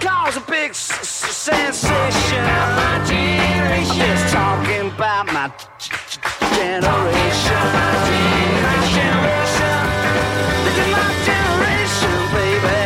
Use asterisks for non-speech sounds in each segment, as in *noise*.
cause a big s- s- sensation. My generation. Just talking about my g- g- generation. My generation. This is my generation, baby.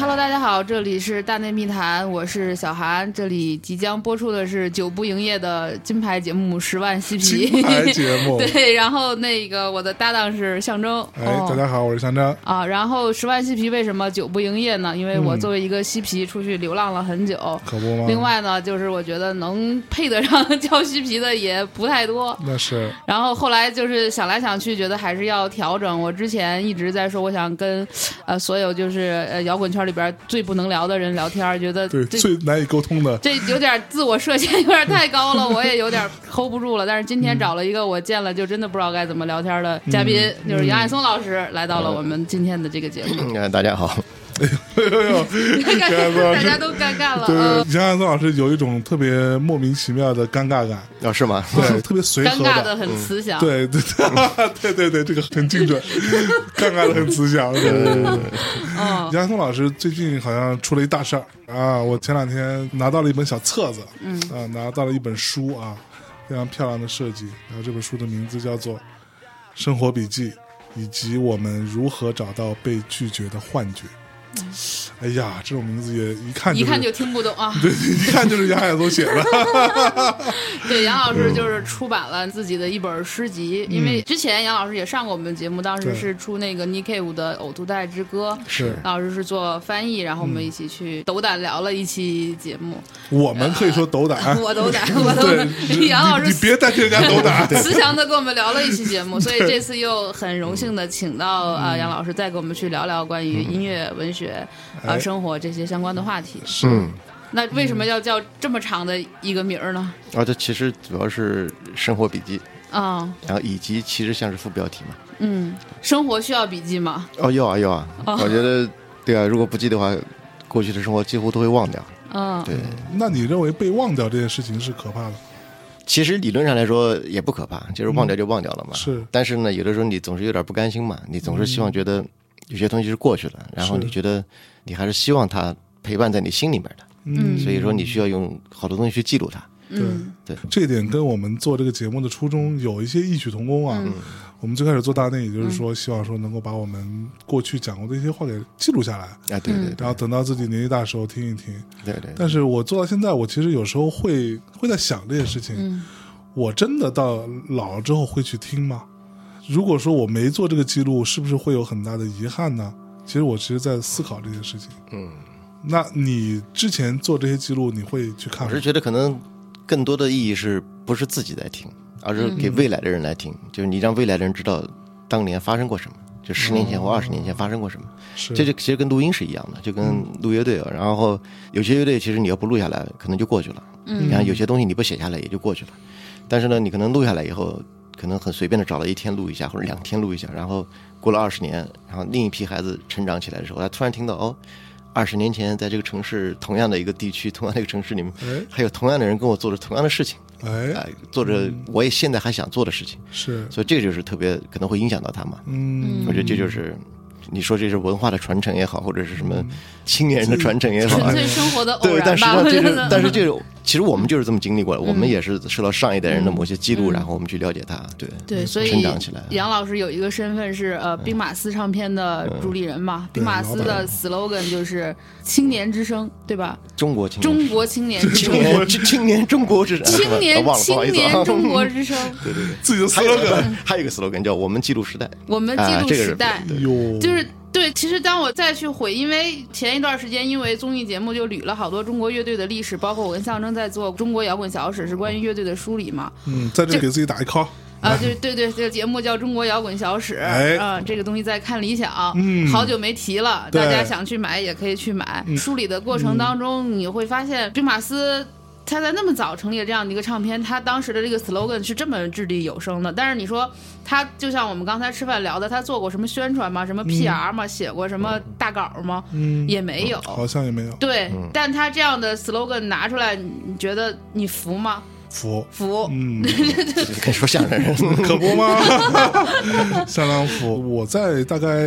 Hello，大家好，这里是大内密谈，我是小韩，这里即将播出的是久不营业的金牌节目《十万嬉皮》金牌节目 *laughs* 对，然后那个我的搭档是象征，哎，哦大家好，我是香张。啊，然后十万嬉皮为什么久不营业呢？因为我嗯作为一个嬉皮出去流浪了很久，可不吗另外呢，就是我觉得能配得上 *laughs* 叫嬉皮的也不太多。那是然后后来就是想来想去，觉得还是要调整。我之前一直在说，我想跟，呃，所有就是呃摇滚圈里边最不能聊的人聊天儿，觉得对这最难以沟通的，这有点自我设限，有点太高了，我也有点 hold 不住了。但是今天找了一个我见了就真的不知道该怎么聊天的嘉宾，就是杨爱松老师来到了我们今天的这个节目，嗯、大家好，哎呦，杨爱松老大师家都尴尬了，对，嗯呃杨爱松老师有一种特别莫名其妙的尴尬感，哦，是吗？ *laughs* *laughs* 对，特别随尴和尬的很慈祥。对 *laughs* 对对对对，这个很精准，尴尬的很慈祥。对对对对，嗯，杨松老师最近好像出了一大事儿啊！我前两天拿到了一本小册子，嗯啊，拿到了一本书啊，非常漂亮的设计。然后这本书的名字叫做《生活笔记》，以及我们如何找到被拒绝的幻觉。哎呀，这种名字也一嗯看一就是看就听不懂啊。对， *laughs* 一看就是杨海松写的。 *laughs* 对，杨老嗯师就是出版了自己的一本诗集，因为之前杨老师也上过我们节目，当时对是出那个 n i k 五的《呕吐袋之歌》，是嗯老师是做翻译，然后我们一起去斗胆聊了一期节目。我们可以说斗胆，我斗 *laughs* 胆，我斗胆。对，杨老你你师别代替人家斗胆。慈祥的跟我们聊了一期节目，所以这次又很荣幸的请到嗯啊、呃杨老师再跟我们去聊聊关于音乐、文学啊、呃哎生活这些相关的话题。嗯，那为什么要叫这么长的一个名儿呢？啊，这其实主要是生活笔记，啊、然后以及其实像是副标题嘛。嗯，生活需要笔记吗？哦，要啊要啊，我觉得对啊，如果不记的话，过去的生活几乎都会忘掉。嗯，对，那你认为被忘掉这件事情是可怕的？其实理论上来说也不可怕，就是忘掉就忘掉了嘛。是但嗯是呢，有的时候你总是有点不甘心嘛，你总是希望觉得有些东西是过去了，然后是你觉得你还是希望它陪伴在你心里面的，嗯所以说你需要用好多东西去记录它。嗯，这点跟我们做这个节目的初衷有一些异曲同工啊。我们最开始做大内，也就是说，希望说能够把我们过去讲过的一些话给记录下来，啊，对对然后等到自己年纪大的时候听一听。对对对，但是我做到现在，我其实有时候会会在想这件事情：我真的到老了之后会去听吗？如果说我没做这个记录，是不是会有很大的遗憾呢？其实我其实在思考这件事情。嗯，那你之前做这些记录，你会去看吗？我是觉得可能更多的意义是不是自己在听，而是给未来的人来听，就是你让未来的人知道当年发生过什么，就十年前或二十年前发生过什么。是这就其实跟录音是一样的，就跟录乐队，啊，然后有些乐队其实你要不录下来，可能就过去了。嗯，然后有些东西你不写下来也就过去了，但是呢，你可能录下来以后，可能很随便的找了一天录一下或者两天录一下，然后过了二十年，然后另一批孩子成长起来的时候，他突然听到哦。二十年前，在这个城市同样的一个地区，同样的一个城市里面哎，还有同样的人跟我做着同样的事情，哎，啊，做着我也现在还想做的事情，是所以这个就是特别可能会影响到他嘛。嗯。我觉得这就是你说这是文化的传承也好，或者是什么青年人的传承也好， *laughs* 嗯纯粹生活的偶对，但然实际吧，嗯上我这觉 *laughs* 是得，。但是这种其实我们就是这么经历过的，我们也是受到上一代人的某些记录，然后我们去了解它，对嗯对，所以成长起来。嗯杨老师有一个身份是呃兵马司唱片的主理人嘛，兵马司的 slogan 就是青年之声，对吧？中国青中年，国青年之青声， *laughs* 年，青年中国之青啊年哎忘了，不好意青思啊年中 *laughs* 国之声，自己的还 slogan 有一个还有一个 slogan 叫“我们记录时代我们记啊录这个时是代，哟，就是对。其实当我再去回，因为前一段时间因为综艺节目就捋了好多中国乐队的历史，包括我跟象征在做《中国摇滚小史》，是关于乐队的梳理嘛。嗯，在这这给自己打一 call，啊，对对对，这个节目叫《中国摇滚小史》哎啊，这个东西在看理想，嗯好久没提了，对嗯大家想去买也可以去买。梳理的过程当中，你会发现兵马司。他在那么早成立了这样的一个唱片，他当时的这个 slogan 是这么掷地有声的。但是你说他就像我们刚才吃饭聊的，他做过什么宣传吗？什么 PR 吗？写过什么大稿吗？嗯，也没有。好像也没有，对，但他这样的 slogan 拿出来，你你觉得你服吗？服，服，嗯，跟说相声似 *laughs* *laughs* 的。可不 *laughs* 吗？相当服。我在大概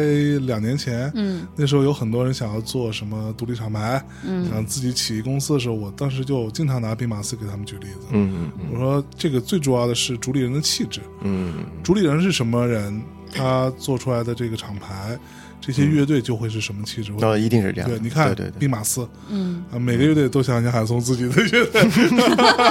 两年前，嗯，那时候有很多人想要做什么独立厂牌，嗯，想自己起公司的时候，我当时就经常拿兵马司给他们举例子。嗯我说这个最主要的是主理人的气质，嗯主理人是什么人，他做出来的这个厂牌，这些乐队就会是什么气质。嗯，那一定是这样的。对，你看，对对对兵马司，嗯啊，每个乐队都像杨海松自己的乐 *laughs* 队， *laughs*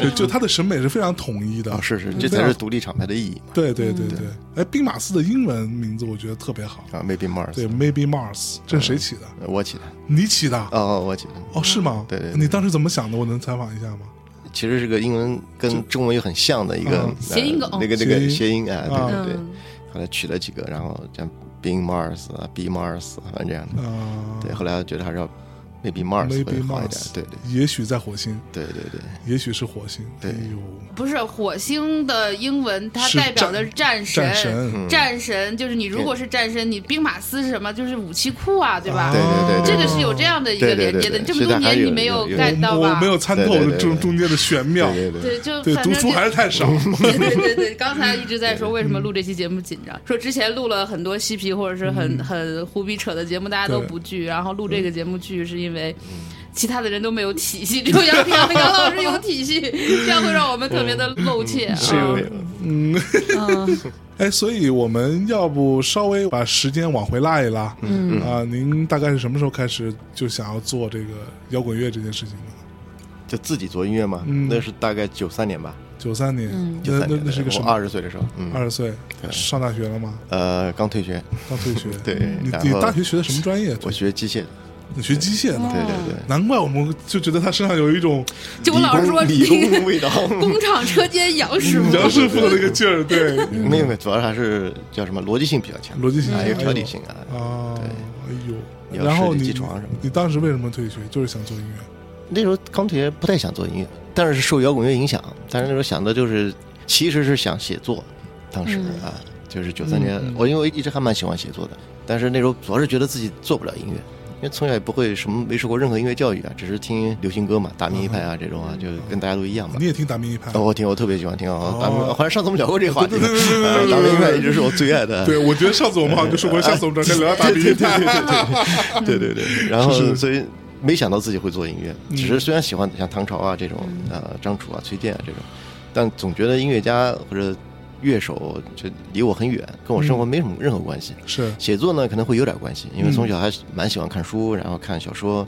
对，就他的审美是非常统一的啊，。是是，这才是独立厂牌的意义嘛。对对对对，哎，兵马司的英文名字我觉得特别好，啊，Maybe Mars，对，Maybe Mars，这是谁起的？我起的。你起的？嗯哦，我起的。哦，是吗？对对对你当时怎么想的？我能采访一下吗？其实是个英文跟中文又很像的一个嗯呃谐音梗那个那谐个音谐音啊，啊对对对。嗯，后来取了几个，然后像 Being Mars 啊，Be Mars，啊反正这样的。啊，对，后来我觉得还是要 Maybe Mars 会 Maybe 好一点。 Mars，对对也许在火星，对对对，也许是火星，对哎呦，不是火星的英文，它是代表的是战神。战神，嗯战神就是你，如果是战神，你兵马司是什么？就是武器库啊，对吧？对对对这对个是有这样的一个对对连对接的。对你这么是的多还年有你没有有 get 到我我吧没？有参透对对对中对中间的玄妙，对对对。对，就对反读正书就 *laughs* 还是嗯太 *laughs* 少。对对对对，刚才一直在说为什么录这期节目紧张，说之前录了很多嬉皮或者是很、嗯很胡逼扯的节目，大家都对不聚，然后录这个节目聚是因为。嗯其他的人都没有体系，只有杨平和杨老师有体系，这样会让我们特别的嗯露怯啊！ *laughs* 哎，所以我们要不稍微把时间往回拉一拉，嗯啊、您大概是什么时候开始就想要做这个摇滚乐这件事情的？就自己做音乐嘛，嗯那是大概九三年吧，九三年，九那三那年那是个什我么？啊二十岁的时候，嗯，二十岁，上大学了吗？呃，刚退学，刚退学。 *laughs* 对你然你后大学学的什么专业？我学机械的，哦你学机械的，对对对，难怪我们就觉得他身上有一种就我老师说，理工理工味道， *laughs* 工厂车间 *laughs* 杨师傅，杨师傅的那个劲儿，对，没有没有，主要还是叫什么逻辑性比较强，逻辑性还哎有呦条理性嗯啊，啊，哎也呦，有然后设计你机床什么的你当时为什么退学？就是想做音乐，那时候刚退学不太想做音乐，但是是受摇滚乐影响，但是那时候想的就是，其实是想写作，当时啊，就是九三年，我因为我一直还蛮喜欢写作的，但是那时候主要是觉得自己做不了音乐，因为从小也不会什么没受过任何音乐教育啊，只是听流行歌嘛，大民一派啊这种啊，就跟大家都 *laughs* 一样嘛你。也听达明一派哦，？我听，我特别喜欢听啊！咱们 *laughs* 哦好像上次我们聊过这个话题，对对对对对对对咱们应该一直是我最爱的。对，我觉得上次我们好像就说过，下次我们找人聊聊 *laughs* 达明一派。对对 *laughs* 对，然后嗯是嗯是所以没想到自己会做音乐，只是虽然喜欢像唐朝啊这种，呃，张楚啊、崔健啊这种，但总觉得音乐家或者乐手就离我很远，跟我生活没什么任何关系。是，写作呢可能会有点关系，因为从小还蛮喜欢看书，然后看小说，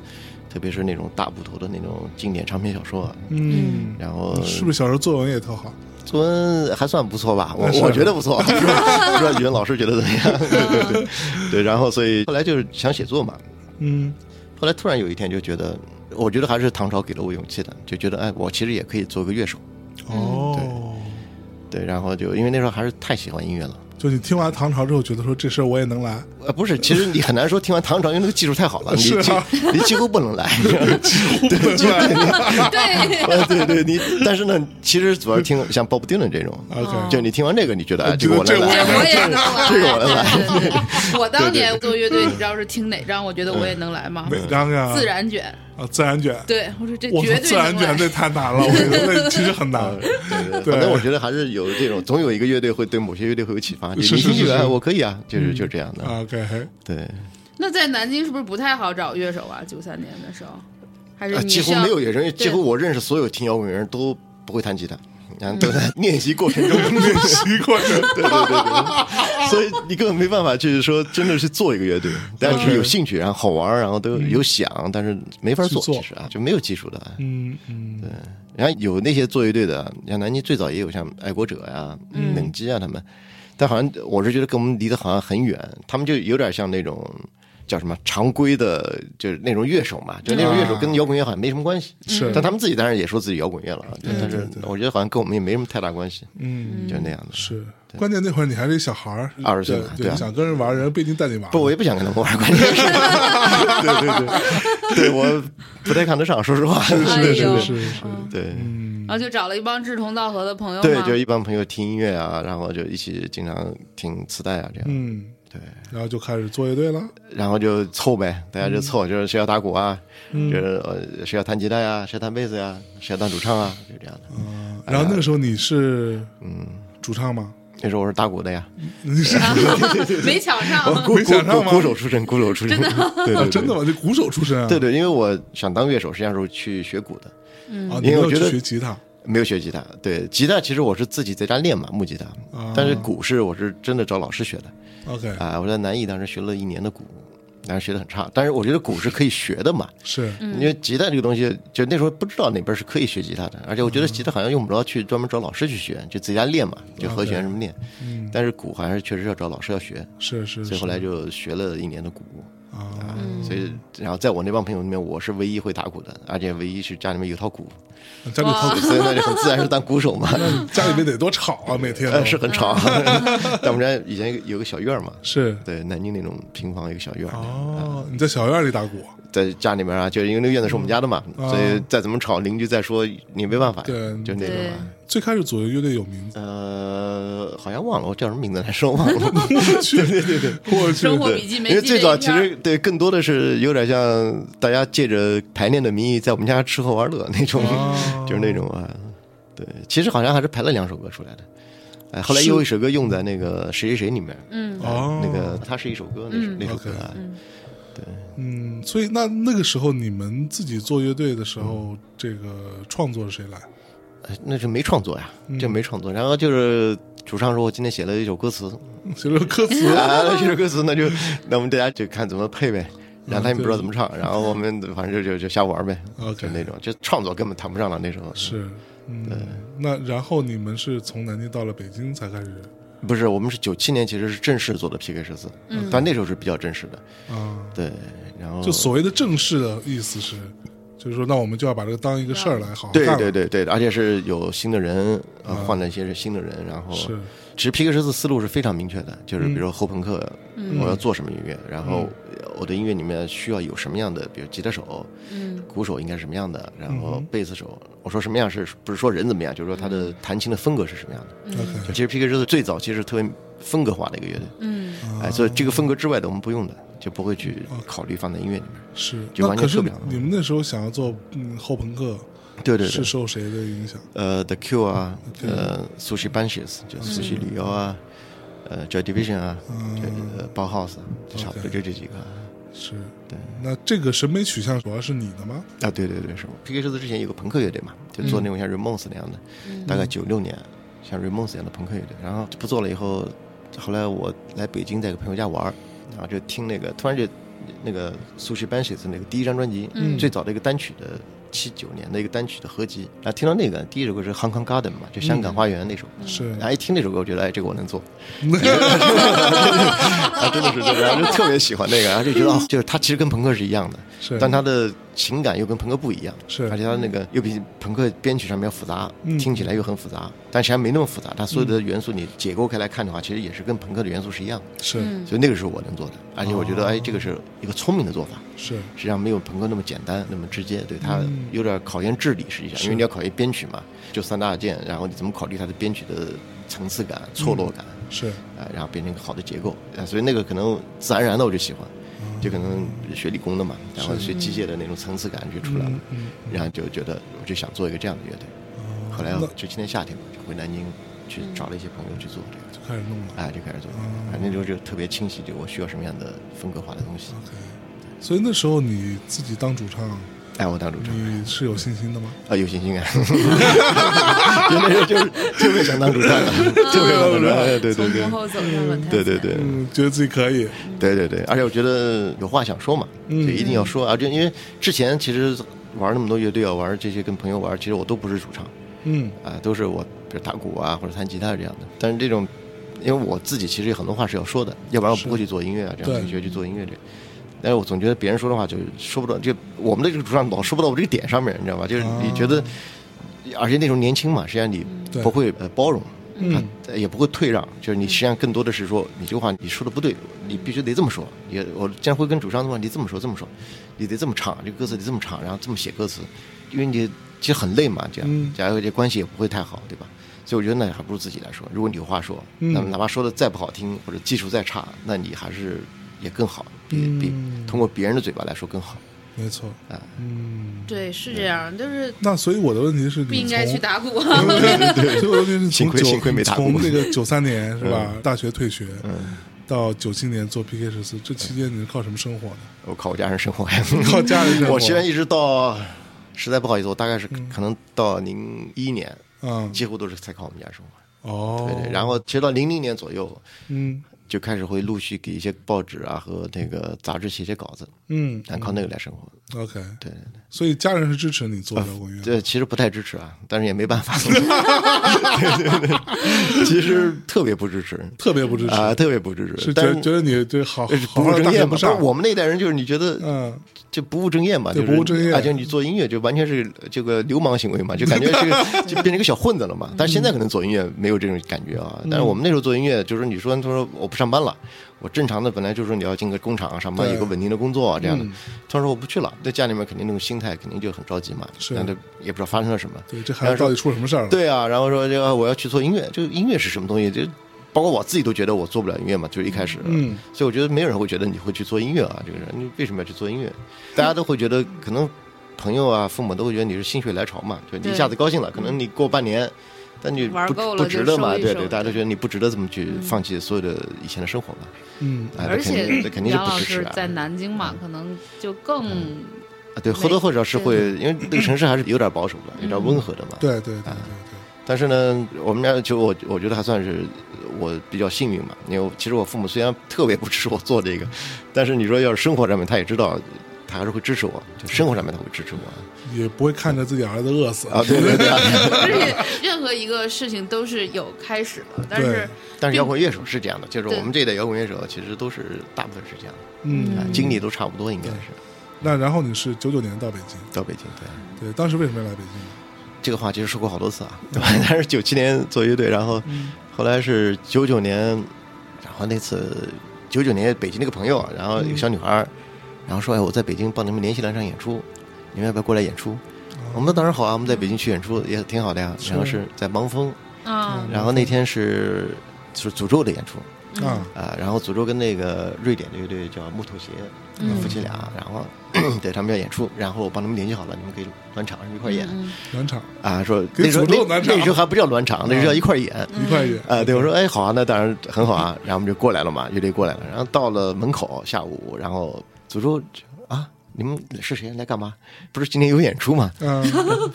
特别是那种大部头的那种经典长篇小说啊。嗯，然后是不是小时候作文也特好？作文还算不错吧，我是我觉得不 *laughs* 错，不知道不知道语文老师觉得怎么样？对对对，对，然后所以后来就是想写作嘛，嗯后来突然有一天就觉得，我觉得还是唐朝给了我勇气的，就觉得哎，我其实也可以做个乐手。哦，嗯对，然后就因为那时候还是太喜欢音乐了，就你听完唐朝之后，觉得说这事儿我也能来，呃，不是，其实你很难说听完唐朝，因为那个技术太好了，*laughs* 你是啊几你几乎不能来。我不能来。对，呃 *laughs* 对对，你但是呢，其实主要是听像 Bob Dylan 这种 *laughs* OK 就你听完这个，你觉得哎，这个觉我得能这来，我也能来，这个我能来。 *laughs* 我当年做乐队，你知道是听哪张？我觉得我也能来吗？哪张啊？自然卷，啊，自然卷。对我说这我操，绝对自然能卷来这太难了，我觉得 *laughs* 那其实很难。嗯对对反正我觉得还是有这种，总有一个乐队会对某些乐队会有启发。你是你是听起是嗯来是我可以啊，就是就这样的。 OK，对，那在南京是不是不太好找乐手啊？九三年的时候，还是啊，你几乎像没有乐人，对几乎我认识所有听摇滚人都不会弹吉他，嗯然后都在练习 *laughs* 过程中，练习过程。对对对对，所以你根本没办法去说真的是做一个乐队，但是有兴趣，然后好玩，然后都有想，但是没法嗯做，去做其实啊，就没有技术的。嗯嗯，然后有那些做乐队的，像南京最早也有像爱国者呀、嗯冷机啊他们，但好像我是觉得跟我们离得好像很远，他们就有点像那种。叫什么常规的，就是那种乐手嘛，就那种乐手跟摇滚乐好像没什么关系。嗯是但他们自己当然也说自己摇滚乐了啊，但是我觉得好像跟我们也没什么太大关系，嗯，就那样的。是。关键那会儿你还是一小孩儿， 20岁对嘛对对啊想跟人玩，人不一定带你玩。不，我也不想跟他们玩，*laughs* 关键是，对对对，对我不太看得上，说实话，哎是嗯呦是是是，对。然后就找了一帮志同道 *laughs* 合的朋友嘛，对，就一帮朋友听音乐啊，然后就一起经常听磁带啊，这样。嗯，对，然后就开始做乐队了。然后就凑呗，大家嗯就凑，就是谁要打鼓啊，就是呃谁要弹吉他呀，谁弹贝斯呀，谁要当主唱啊，就这样的。嗯，然后那个时候你是嗯主唱吗？那时候我是打鼓的呀， *laughs* 你是没抢上，鼓啊没鼓想到吗鼓鼓手出身，鼓手出身， *laughs* 对对真的吗？吗？你鼓手出身啊？对对，因为我想当乐手，实际上是去学鼓的，啊，你嗯因为没有我去觉得学吉他没有学吉他。对，吉他其实我是自己在家练嘛，木吉他，啊但是鼓是我是真的找老师学的。 ？OK，啊，我在南艺当时学了一年的鼓，当时学的很差，但是我觉得鼓是可以学的嘛，是因为吉他这个东西，就那时候不知道哪边是可以学吉他的，而且我觉得嗯吉他好像用不着去专门找老师去学，就自己家练嘛，就哦和弦什么练。但是鼓好像是确实要找老师要学，是嗯是所以是后来就学了一年的鼓。啊，所以，然后在我那帮朋友里面，我是唯一会打鼓的，而且唯一是家里面有套鼓，家里头所以那就很 *laughs* 自然是当鼓手嘛， *laughs* 家里面得多吵啊，每天都呃，是很吵。嗯 *laughs* 但我们家以前有个小院儿嘛，是对，南京那种平房有个小院儿，哦，你在小院里打鼓，在家里面啊，就是因为那个院子是我们家的嘛，嗯所以再怎么吵，邻居再说你没办法呀，对就那种对啊。，最开始左右乐队有名 *laughs* 字，呃，好像忘了我叫什么名字来说，*laughs* 忘了。对对对对，我去生活笔记没因为记最这早一嗯其篇实对更多的是有点像大家借着排练的名义在我们家吃喝玩乐那种，哦就是那种啊。对，其实好像还是排了两首歌出来的。哎，后来又有一首歌用在那个谁谁谁里面，嗯，哦那个它是一首歌，那首那首歌啊，嗯嗯，所以那那个时候你们自己做乐队的时嗯候，这个创作是谁来？ *laughs* 哎那是没创作呀，这没创作。然后就是主唱说，我今天写了一首歌词，写了歌词，啊，那这首歌词那就那我们大家就看怎么配呗。然后他也不知道怎嗯么唱，然后我们 *laughs* 反正就就就瞎玩呗 OK 就那种，就创作根本谈不上了那时候。哦是，嗯，那然后你们是从南京到了北京才开始不是我们是九七年其实是正式做的 PK 十四，但那时候是比较正式的，啊？对。然嗯后就所谓的正式的意思是，就是说，那我们就要把这个当一个事儿来好好对干了。啊对对对，而且是有新的人，呃，换了一些是新的人，然后是嗯其实 PK 十四思路是非常明确的，就是比如说后朋克，嗯我要做什么音乐，然后我的音乐里面需要有什么样的，比如吉他手，嗯鼓手应该是什么样的，嗯然后贝斯手，我说什么样是不是说人怎么样，就是说他的弹琴的风格是什么样的。嗯，OK，其实 PK 十四最早其实特别风格化的一个乐队，嗯，啊哎，所以这个风格之外的我们不用的，就不会去考虑放在音乐里面。是。就那完可全是特别了你们那时候想要做嗯后朋克，对对对是，受谁的影响？呃，The Cure 啊，呃，Sushi Banshees 就苏嗯西旅游啊，呃，Joy Division 啊，嗯这呃，Bauhaus 啊哦就差不多就这几个啊。是对。那这个审美取向主要是你的吗？啊，对对对，是我嗯 PK 狮子之前有个朋克乐队嘛，就做那种像 Ramones 那样的，大概九六年像 Ramones 那样的朋克乐队，然后不做了以后，后来我来北京在一个朋友家玩儿，然后就听那个，突然就那个 Sushi Banshees 那个第一张专辑，最早的一个单曲的七九年的一个单曲的合集，然后听到那个第一首歌是 Hong Kong Garden 嘛，就香港花园那首，是然后一听那首歌，我觉得哎，这个我能 *laughs* 做，啊，真的是这个，然后就特别喜欢那个，然后就觉得哦就是它其实跟朋克是一样的，是但它的情感又跟朋克不一样，是而且它那个又比朋克编曲上面要复杂，听起来又很复杂，但实际上没那么复杂，它所有的元素你解构开来看的话，其实也是跟朋克的元素是一样的，是嗯所以那个是我能做的，而且我觉得哎，这个是一个聪明的做法。是实际上没有朋克那么简单，那么直接，对它有点考验智力，实际上，因为你要考验编曲嘛，就三大件，然后你怎么考虑它的编曲的层次感、错落感，是啊，然后变成一个好的结构，啊，所以那个可能自然而然的我就喜欢，嗯就可能学理工的嘛，然后学机械的那种层次感就出来了，然后就觉得我就想做一个这样的乐队，嗯后来就今年夏天嘛，就回南京去找了一些朋友去做这个，就开始弄了。哎，就开始做，反正就是特别清晰，就我需要什么样的风格化的东西， OK，所以那时候你自己当主唱，哎，我当主唱。你是有信心的吗？啊，有信心啊！ *laughs* 就那时候就是特别想当主唱啊，特别想当主唱，哎对对嗯从对幕，后走上了台，对对，对。嗯，觉得自己可以。对对对，而且我觉得有话想说嘛，就嗯一定要说而且因为之前其实玩那么多乐队啊，玩这些跟朋友玩，其实我都不是主唱嗯，啊、都是我比如打鼓啊或者弹吉他这样的。但是这种，因为我自己其实有很多话是要说的，要不然我不会去做音乐啊，这样对去学去做音乐这。但是我总觉得别人说的话就说不到，就我们的这个主唱老说不到我这个点上面，你知道吧？就是你觉得，而且那时候年轻嘛，实际上你啊对不会呃包容，嗯，也不会退让，就是你实际上更多的是说，你这个话你说的不对，你必须得这么说。也我经常会跟主唱的话，你这么说这么说，你得这么唱，这个歌词得这么嗯唱，然后这么写歌词，因为你其实很累嘛，这样，然后这关系也不会太好，对吧？所以我觉得那还不如自己来说。如果你有话说，嗯那么哪怕说的再不好听或者技术再差，那你还是也更好，比比嗯通过别人的嘴巴来说更好。没错，哎嗯，对，是这样，就是那所以我的问题是你嗯不应该从去打鼓。啊对，所以我就是幸从亏九幸亏没打过从那个九三年是吧，大学退学，到九七年做 PK 十四，这期间你是靠什么生活的？我靠我家人生活， *laughs* 靠家人生活 *laughs* 我虽然一直到，实在不好意思，我大概是可能到零一年，嗯，几乎都是在靠我们家生活。哦，对对，然后其实到零零年左右，嗯就开始会陆续给一些报纸啊和那个杂志写写稿子，嗯但靠那个来生活。 ，OK，对对所以家人是支持你做摇滚乐对，的，这其实不太支持啊，但是也没 *laughs* 办法。对对对，其实特别不支持特别不支持，啊、特别不支持。是但觉是觉得你这好就是好不好务大正学业嘛，不不是上，我们那一代人，就是你觉得嗯，就不务正业嘛，对就是不务正业而且你做音乐就完全是 *laughs* 这个流氓行为嘛，就感觉 *laughs* 这个就变成一个小混子了嘛。但是现在可能做音乐没有这种感觉啊，嗯但是我们那时候做音乐，就是你说他说我不上班了，我正常的本来就是说你要进个工厂啊上班，对嗯有个稳定的工作啊这样的，他说我不去了，在家里面肯定那种心态肯定就很着急嘛，是但是也不知道发生了什么。对，这孩子到底出了什么事儿了？，对啊，然后说这个我要去做音乐，这个音乐是什么东西？就包括我自己都觉得我做不了音乐嘛，就是一开始，嗯，所以我觉得没有人会觉得你会去做音乐啊，这个人你为什么要去做音乐？大家都会觉得可能朋友啊、父母都会觉得你是心血来潮嘛，就你一下子高兴了，可能你过半嗯年。但你玩不够了不就值得嘛？收一对收对，大家都觉得你不值得这么去放弃所有的以前的生活嘛？嗯，哎而那肯定且那肯定是杨不老支持师啊。在南京嘛，可能就更啊对，或多或少是会，因为这个城市还是有点保守的，有点温和的嘛。对对对对但是呢，我们家就我我觉得还算是我比较幸运嘛，因为我其实我父母虽然特别不支持我做这个， *laughs* 但是你说要是生活上面，他也知道，他还是会支持我，就生活上面他会支 *laughs* 持我对，也不会看着自己儿子饿死啊，对对对啊。 *laughs* *laughs* 而且任何一个事情都是有开始了，但是但是摇滚乐手是这样的，就是对我们这一代摇滚乐手其实都是大部分是这样的，嗯，啊，经历都差不多，应该是那然后你是九九年到北京，到北京对。对，当时为什么要来北京？这个话其实说过好多次啊， *laughs* 对吧？但是九七年做乐队，然后后来是九九年，然后那次九九年北京那个朋友，然后有个小女孩儿，然后说哎我在北京帮你们联系了一场演出，你们要不要过来演出？我们当然好啊，我们在北京去演出也挺好的呀。然后是在盲峰，嗯，然后那天是是诅咒的演出啊，啊，然后诅咒跟那个瑞典的乐队叫木头鞋夫妻俩，然后 *coughs* 对他们要演出，然后我帮他们联系好了，你们可以暖场一块儿演。暖场啊，说给那时候诅咒那暖场那时候还不叫暖场，那嗯时候叫一块儿演。一块也，啊，对，我说，哎，好啊，那当然很好啊，然后我们就过来了嘛，乐队过来了，然后到了门口，下午，然后诅咒啊，你们是谁来干嘛？不是今天有演出吗？ *laughs* 嗯，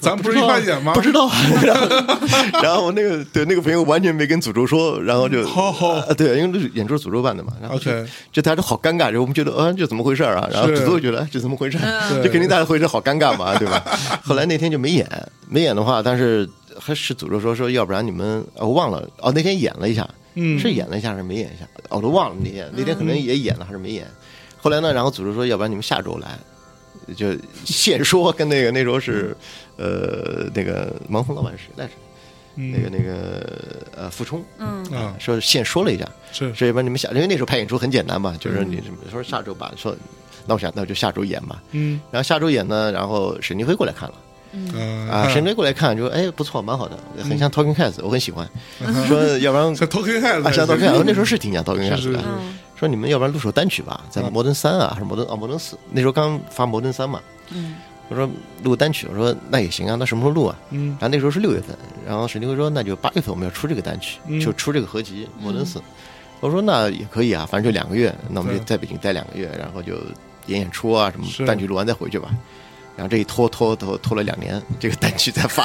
咱不是一块演吗？不知道。啊 *laughs* 然后，然后我那个对那个朋友完全没跟诅咒说，然后就，好好啊对，因为这是演出是诅咒办的嘛，然后就哦 OK 就大家都好尴尬，就我们觉得，啊，这怎么回事儿啊？然后是诅咒觉得哎这怎么回事儿？对这肯定大家会觉得好尴尬嘛，对吧？后来那天就没演，没演的话，但是还是诅咒说说，要不然你们啊我忘了哦，那天演了一下，嗯是演了一下还是没演一下？哦我都忘了那天，那天可能也演了还是没演。后来呢，然后组织说，要不然你们下周来，就现说跟那个那时候是，呃，那个盲峰老板是谁来着？那个那个呃，傅冲，嗯嗯啊说现说了一下，是说要不然你们下，因为那时候拍演出很简单嘛，就是你什么说下周吧，说那我想那我就下周演吧，嗯然后下周演呢，然后沈金辉过来看了。啊，啊沈队过来看，就说哎不错，蛮好的，很像 Talking Heads，我很喜欢。说要不然像 Talking Heads 啊，像 Talking Heads，那时候是挺像 Talking 嗯是 Heads 是的是。说你们要不然录首单曲吧，在摩登三啊，还是摩登啊摩登四，那时候刚发摩登三嘛。我说录单曲，我说那也行啊，那什么时候录啊？嗯然后那时候是六月份，然后沈金辉说那就八月份我们要出这个单曲，嗯就出这个合集《摩登四》。我说那也可以啊，反正就两个月，那我们就对在北京待两个月，然后就演演出啊什是么，单曲录完再回去吧。然后这一拖拖拖拖了两年，这个单曲才发。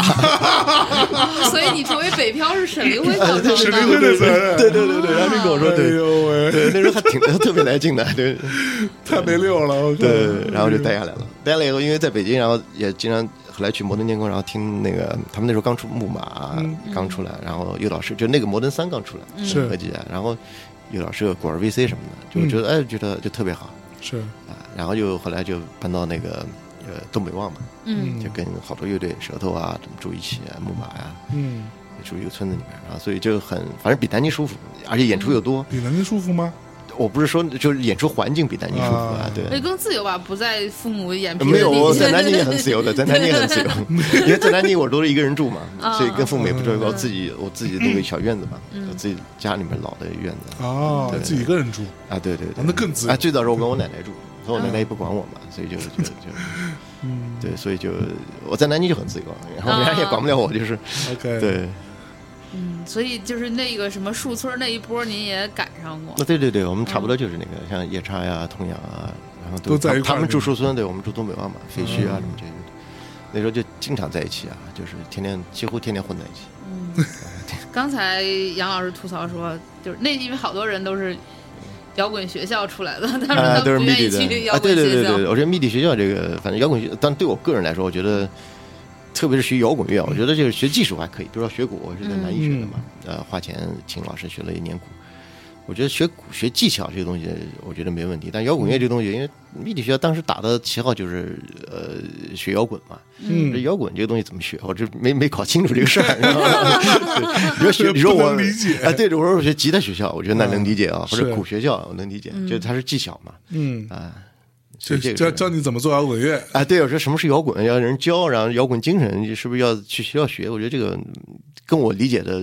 所以你成为北漂是沈凌辉造 *laughs* 成沈凌的辉。的责任，对对对对，然后就跟我说哎对。呦喂，对，那时候还挺特别来劲的，对太没溜了， *laughs* 我靠对，然后就待下来了。待下来以后，因为在北京，然后也经常后来去摩登天空，然后听那个他们那时候刚出木马，刚出来，然后有老师就那个摩登三刚出来，是合集啊，然后有老师有果儿 VC 什么的，就我觉得哎，觉得就特别好是啊。然后就后来就搬到那个呃东北旺嘛，嗯，就跟好多乐队舌头啊什么住一起啊，木马呀、嗯，住一个村子里面，然后所以就很反正比南京舒服，而且演出又多。比南京舒服吗？我不是说就是演出环境比南京舒服啊啊，对。也更自由吧，不在父母眼皮没有，我底下在南京也很自由的，在南京也很自由，因为在南京我都是一个人住嘛，所以跟父母也不住，我自己我自己那个小院子嘛，我自己家里面老的院子哦，自己一个人住，啊，对对对，哦那更自由嗯啊。最早时候我跟我奶奶住，所以我奶奶也不管我嘛，所以就就就， *laughs* 对，所以就我在南京就很自由，啊然后人家也管不了我， *laughs* 就是 OK，，对，所以就是那个什么树村那一波，您也赶上过那。对对对，我们差不多就是那个像夜叉呀、通阳啊，然后都在他一块儿嗯他们住树村，对我们住东北旺嘛，废墟啊什么这些，那时候就经常在一起啊，就是天天几乎天天混在一起。刚才杨老师吐槽说，就是那因为好多人都是摇滚学校出来的，但是啊，他都是不密愿地意的去啊，摇对滚对对学校对，。我觉得密地学校这个，反正摇滚学，但对我个人来说，我觉得，特别是学摇滚乐，啊，我觉得这个学技术还可以，比如说学鼓，我是嗯在南艺学的嘛，呃，花钱请老师学了一年鼓。我觉得学鼓学技巧这个东西，我觉得没问题。但摇滚乐这个东西，因为密地学校当时打的旗号就是呃学摇滚嘛，这嗯，摇滚这个东西怎么学？我这没没搞清楚这个事儿。然后 *laughs* 对你说学，你说不我能理解啊？对着我说我学吉他学校，我觉得那嗯能理解啊，或是者鼓学校我能理解，就是它是技巧嘛。嗯啊，所就以这教个是教你怎么做摇滚乐，啊，对，我说什么是摇滚，要人教，然后摇滚精神是不是要去学校学？我觉得这个嗯跟我理解的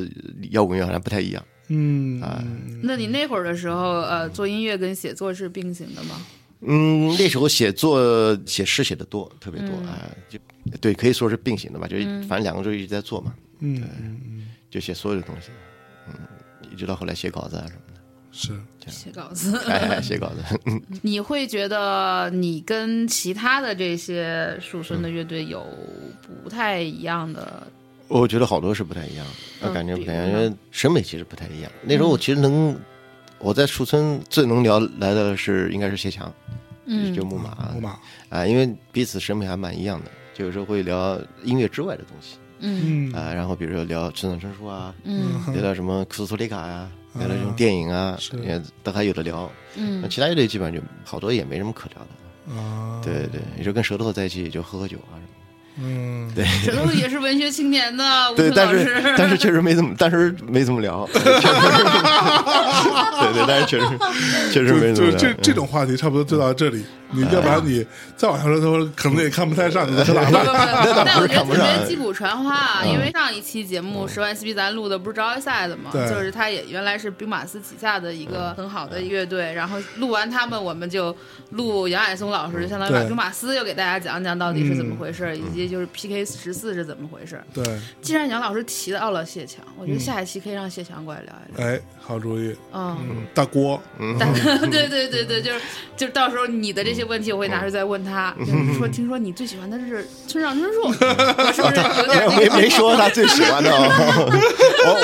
摇滚乐好像不太一样。嗯，啊那你那会儿的时候，呃，做音乐跟写作是并行的吗？嗯，那时候写作写诗写的多，特别多啊，就对，可以说是并行的吧，就是反正两个就一直在做嘛，嗯嗯，就写所有的东西，嗯，一直到后来写稿子啊什么是，的写稿子，哎，哎写稿子， *laughs* 你会觉得你跟其他的这些树村的乐队有不太一样 *laughs* 的？我觉得好多是不太一样，我感觉不太一样，嗯比因如呢为审美其实不太一样。那时候我其实能，我在树村最能聊来的是应该是谢强，嗯就木马啊木、马，因为彼此审美还蛮一样的，就有时候会聊音乐之外的东西嗯嗯啊、然后比如说聊村上春树啊，嗯聊聊什么库斯图里卡呀、聊聊这啊种电影啊是，也都还有的聊。那嗯其他乐队基本上就好多也没什么可聊的。啊，对，对，有时候跟舌头在一起也就喝喝酒啊什么嗯，对沈璐也是文学青年的，吴的。对，春但老是师。 *laughs* 但是确实没怎么，但是没怎 *laughs* 么聊。确实对对，但是确实确实没就怎么就嗯聊。这这嗯种话题差不多就到这里，你要不然你再往下说，他说可能也看不太上你在说哪不吧 *laughs* 不不，但我觉得特别击鼓传花啊，嗯因为上一期节目《十万 CP》咱录的不是招一赛的嘛，对就是他也原来是兵马司旗下的一嗯个很好的乐队，然后录完他们，我们就录杨海松老嗯师，就相当于把对兵马司又给大家讲讲到底是怎么回事，以及就是 PK 十四是怎么回事。对，既然杨老师提到了谢强，我觉得嗯下一期可以让谢强过来聊一聊。哎，好主意，嗯，嗯，大锅， *laughs* 但对对对对，就是就是到时候你的这些问题，我会拿出再问他。嗯就是说，听说你最喜欢的是村上春树，我是不是有点那 *laughs* 嗯没个没说他最喜欢 *laughs* 的哦，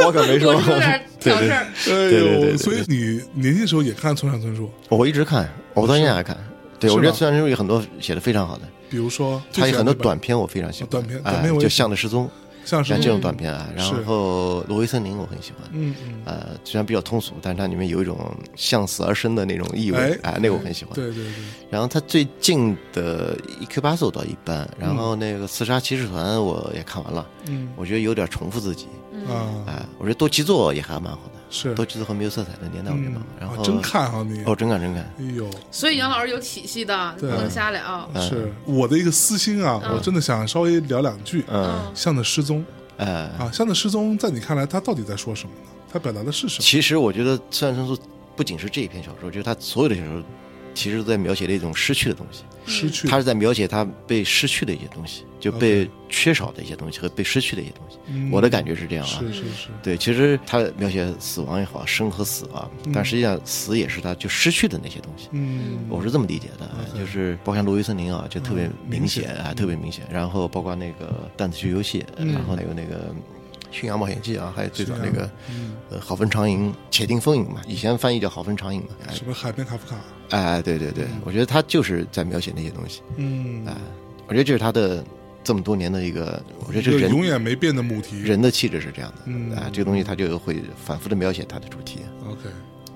我我可没说我。是有点对挑事对儿。哎对对对呦，对所以你年轻时候也看村上春树， *laughs* 我一直看，我到现在还看。对，是我觉得吗村上春树有很多写的非常好的，比如说最他喜有欢很多哪本哦短篇我非常喜欢，短篇哎短篇我也就《喜象的失踪》，像是像这种短篇啊。然是后《挪威森林》我很喜欢，嗯嗯，呃，虽然比较通俗，但是它里面有一种向死而生的那种意味，哎哎，那个我很喜欢。对对对，然后他最近的《一 Q 八》我倒一般，然后那个《刺杀骑士团》我也看完了，嗯我觉得有点重复自己，啊，哎，我觉得多吉作也还蛮好的，是多吉作和没有色彩的年代我觉得蛮嗯好。，然后啊真看哈你，哦，真感真感，哎呦，所以杨老师有体系的，不对能瞎聊。嗯是我的一个私心啊，我真的想稍微聊两句，嗯，象的失踪哎，啊，象的失踪，在你看来，他到底在说什么呢？他表达的是什么？其实我觉得《自然春树》不仅是这一篇小说，就是他所有的小说，其实都在描写的一种失去的东西。失去他是在描写他被失去的一些东西，就被缺少的一些东西和被失去的一些东西。嗯我的感觉是这样啊。是是是，对，其实他描写死亡也好，生和死啊，但实际上死也是他就失去的那些东西。嗯我是这么理解的，就是包括像《挪威森林》啊，就特别嗯明显啊，特别明显。然后包括那个《弹子球游戏》，然后还有那个《驯养冒险记》啊，还有最早那个嗯呃《好分长吟》《且听风吟》嘛，以前翻译叫《好分长吟》嘛。什么海边卡夫卡，哎哎，对对对，我觉得他就是在描写那些东西。嗯，我觉得这是他的这么多年的一个，哎我觉得这就人永远没变的母题。人的气质是这样的、嗯啊，这个东西他就会反复的描写他的主题。啊 OK，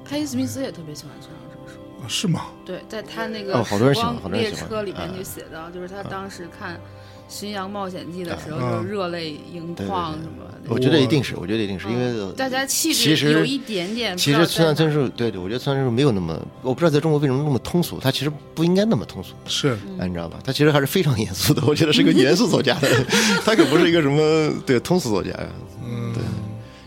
开伊·史密斯也特别喜欢村上春树，啊是吗？对，在他那个哦好多人喜欢时光好多人列喜欢车里面嗯就写到，就是他当时看。巡洋冒险记》的时候，就嗯热泪盈眶什么的。我觉得一定是，我觉得一定是因为大嗯家气其质实有一点点，其不实知道村上在哪春树，对对，我觉得村上春树没有那么，我不知道在中国为什么那么通俗，他其实不应该那么通俗，是嗯哎，你知道吧？他其实还是非常严肃的，我觉得是个严肃作家的， *laughs* 他可不是一个什么对通俗作家呀。嗯，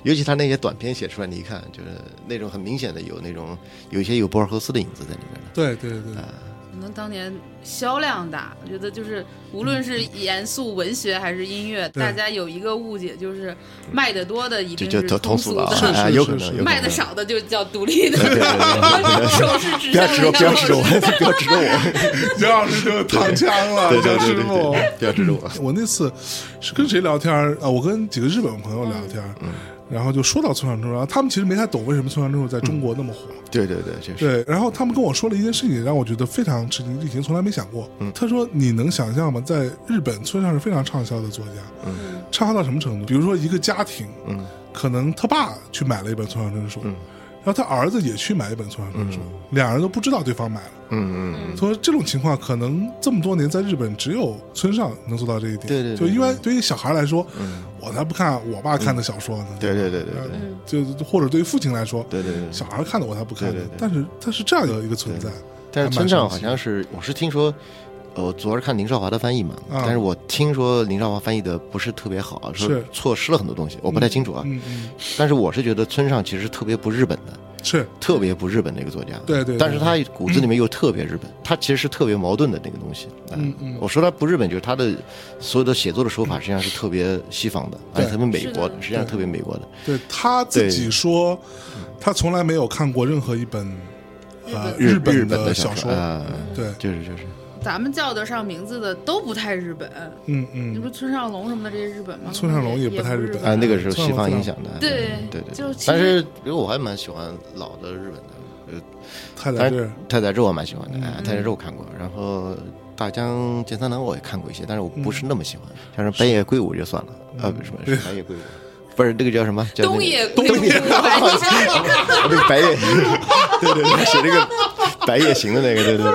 尤其他那些短篇写出来，你一看就是那种很明显的有那种有一些有博尔赫斯的影子在里面的。对对对，哎 *laughs* 可能当年销量大，我觉得就是无论是严肃文学还是音乐，对大家有一个误解，就是卖的多的一这定就是就通俗俗了的是是啊，哎 *laughs* 有是可能是有可能卖的少的就叫独立的，对对对手是 *laughs* 指不要指着向我，不的要哎指着我， *laughs* *laughs* 不要指着我，杨老师就躺枪了，对杨 *laughs* 对对师对傅。对，不要指着我。我那次是跟谁聊天儿啊？我跟几个日本朋友嗯聊天儿，然后就说到村上春树，然后他们其实没太懂为什么村上春树在中嗯国那么火。对对对，确实。对，然后他们跟我说了一件事情，让我觉得非常吃惊，以前从来没想过。嗯他说：“你能想象吗？在日本，村上是非常畅销的作家，嗯嗯畅销到什么程度？比如说一个家庭，可能他爸去买了一本村上春树，嗯然后他儿子也去买一本村上春树，两人都不知道对方买了。嗯嗯嗯，所以这种情况，可能这么多年在日本，只有村上能做到这一点。对对对嗯就因为对于小孩来说，我才不看我爸看的小说呢。对对对对对呃，就就或者对于父亲来说，对对对。小孩看的我才不看呢对对对但是它是这样的一个存在，但是村上好还蛮像是，我是听说，呃，昨儿看林少华的翻译嘛，啊但是我听说林少华翻译的不是特别好，说是错失了很多东西，我不太清楚啊。神奇的嗯嗯，但是我是觉得村上其实特别不日本的，是特别不日本的一个作家。嗯对嗯对对但是他骨子里面又特别日本，他其实是特别矛盾的那个东西。嗯嗯。我说他不日本，就是他的所有的写作的手法实际上是特嗯别西方的，而且特别美国的，实际上特别美国的。对他自己说，他从来没有看过任何一本呃日本本的小说，啊，对，就是就是。咱们叫得上名字的都不太日本，嗯你不是嗯，村上龙什么的这些日本吗？村上龙也也不太日日本啊，那个是西方影响的，对对对。就其实但是，因为我还蛮喜欢老的日本的，呃，太宰但治是，太宰治我蛮喜欢嗯的，哎太宰治我看过，然后大江健三郎我也看过一些，但是我不嗯是那么喜欢，像是白野圭吾就算了，啊，不是不是白野圭吾，不是那个叫什么？叫那个东野圭吾， *laughs* 啊不是白野， *laughs* 对对对，写那个白夜行的那个，对 *laughs* 对对。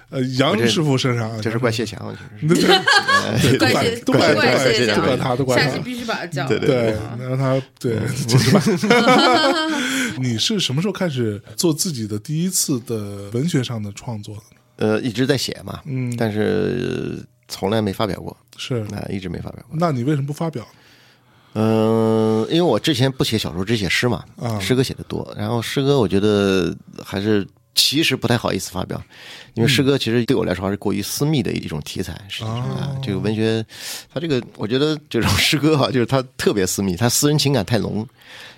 呃杨师傅身上啊，这是怪谢强，我觉得是。对对怪怪谢都怪怪怪谢都怪他，都怪下他次，必须把它叫。对对对，让他对嗯 *laughs* 解释吧。 *laughs* 你是什么时候开始做自己的第一次的文学上的创作的呢？呃，一直在写嘛，嗯但是呃从来没发表过，是，啊、一直没发表过。那你为什么不发表？嗯、因为我之前不写小说，只写诗嘛，啊诗歌写的多。然后诗歌我觉得还是其实不太好意思发表，因嗯为诗歌其实对我来说还是过于私密的一种题材。哦实际上啊，这个文学，它这个我觉得这种诗歌啊，就是它特别私密，它私人情感太浓，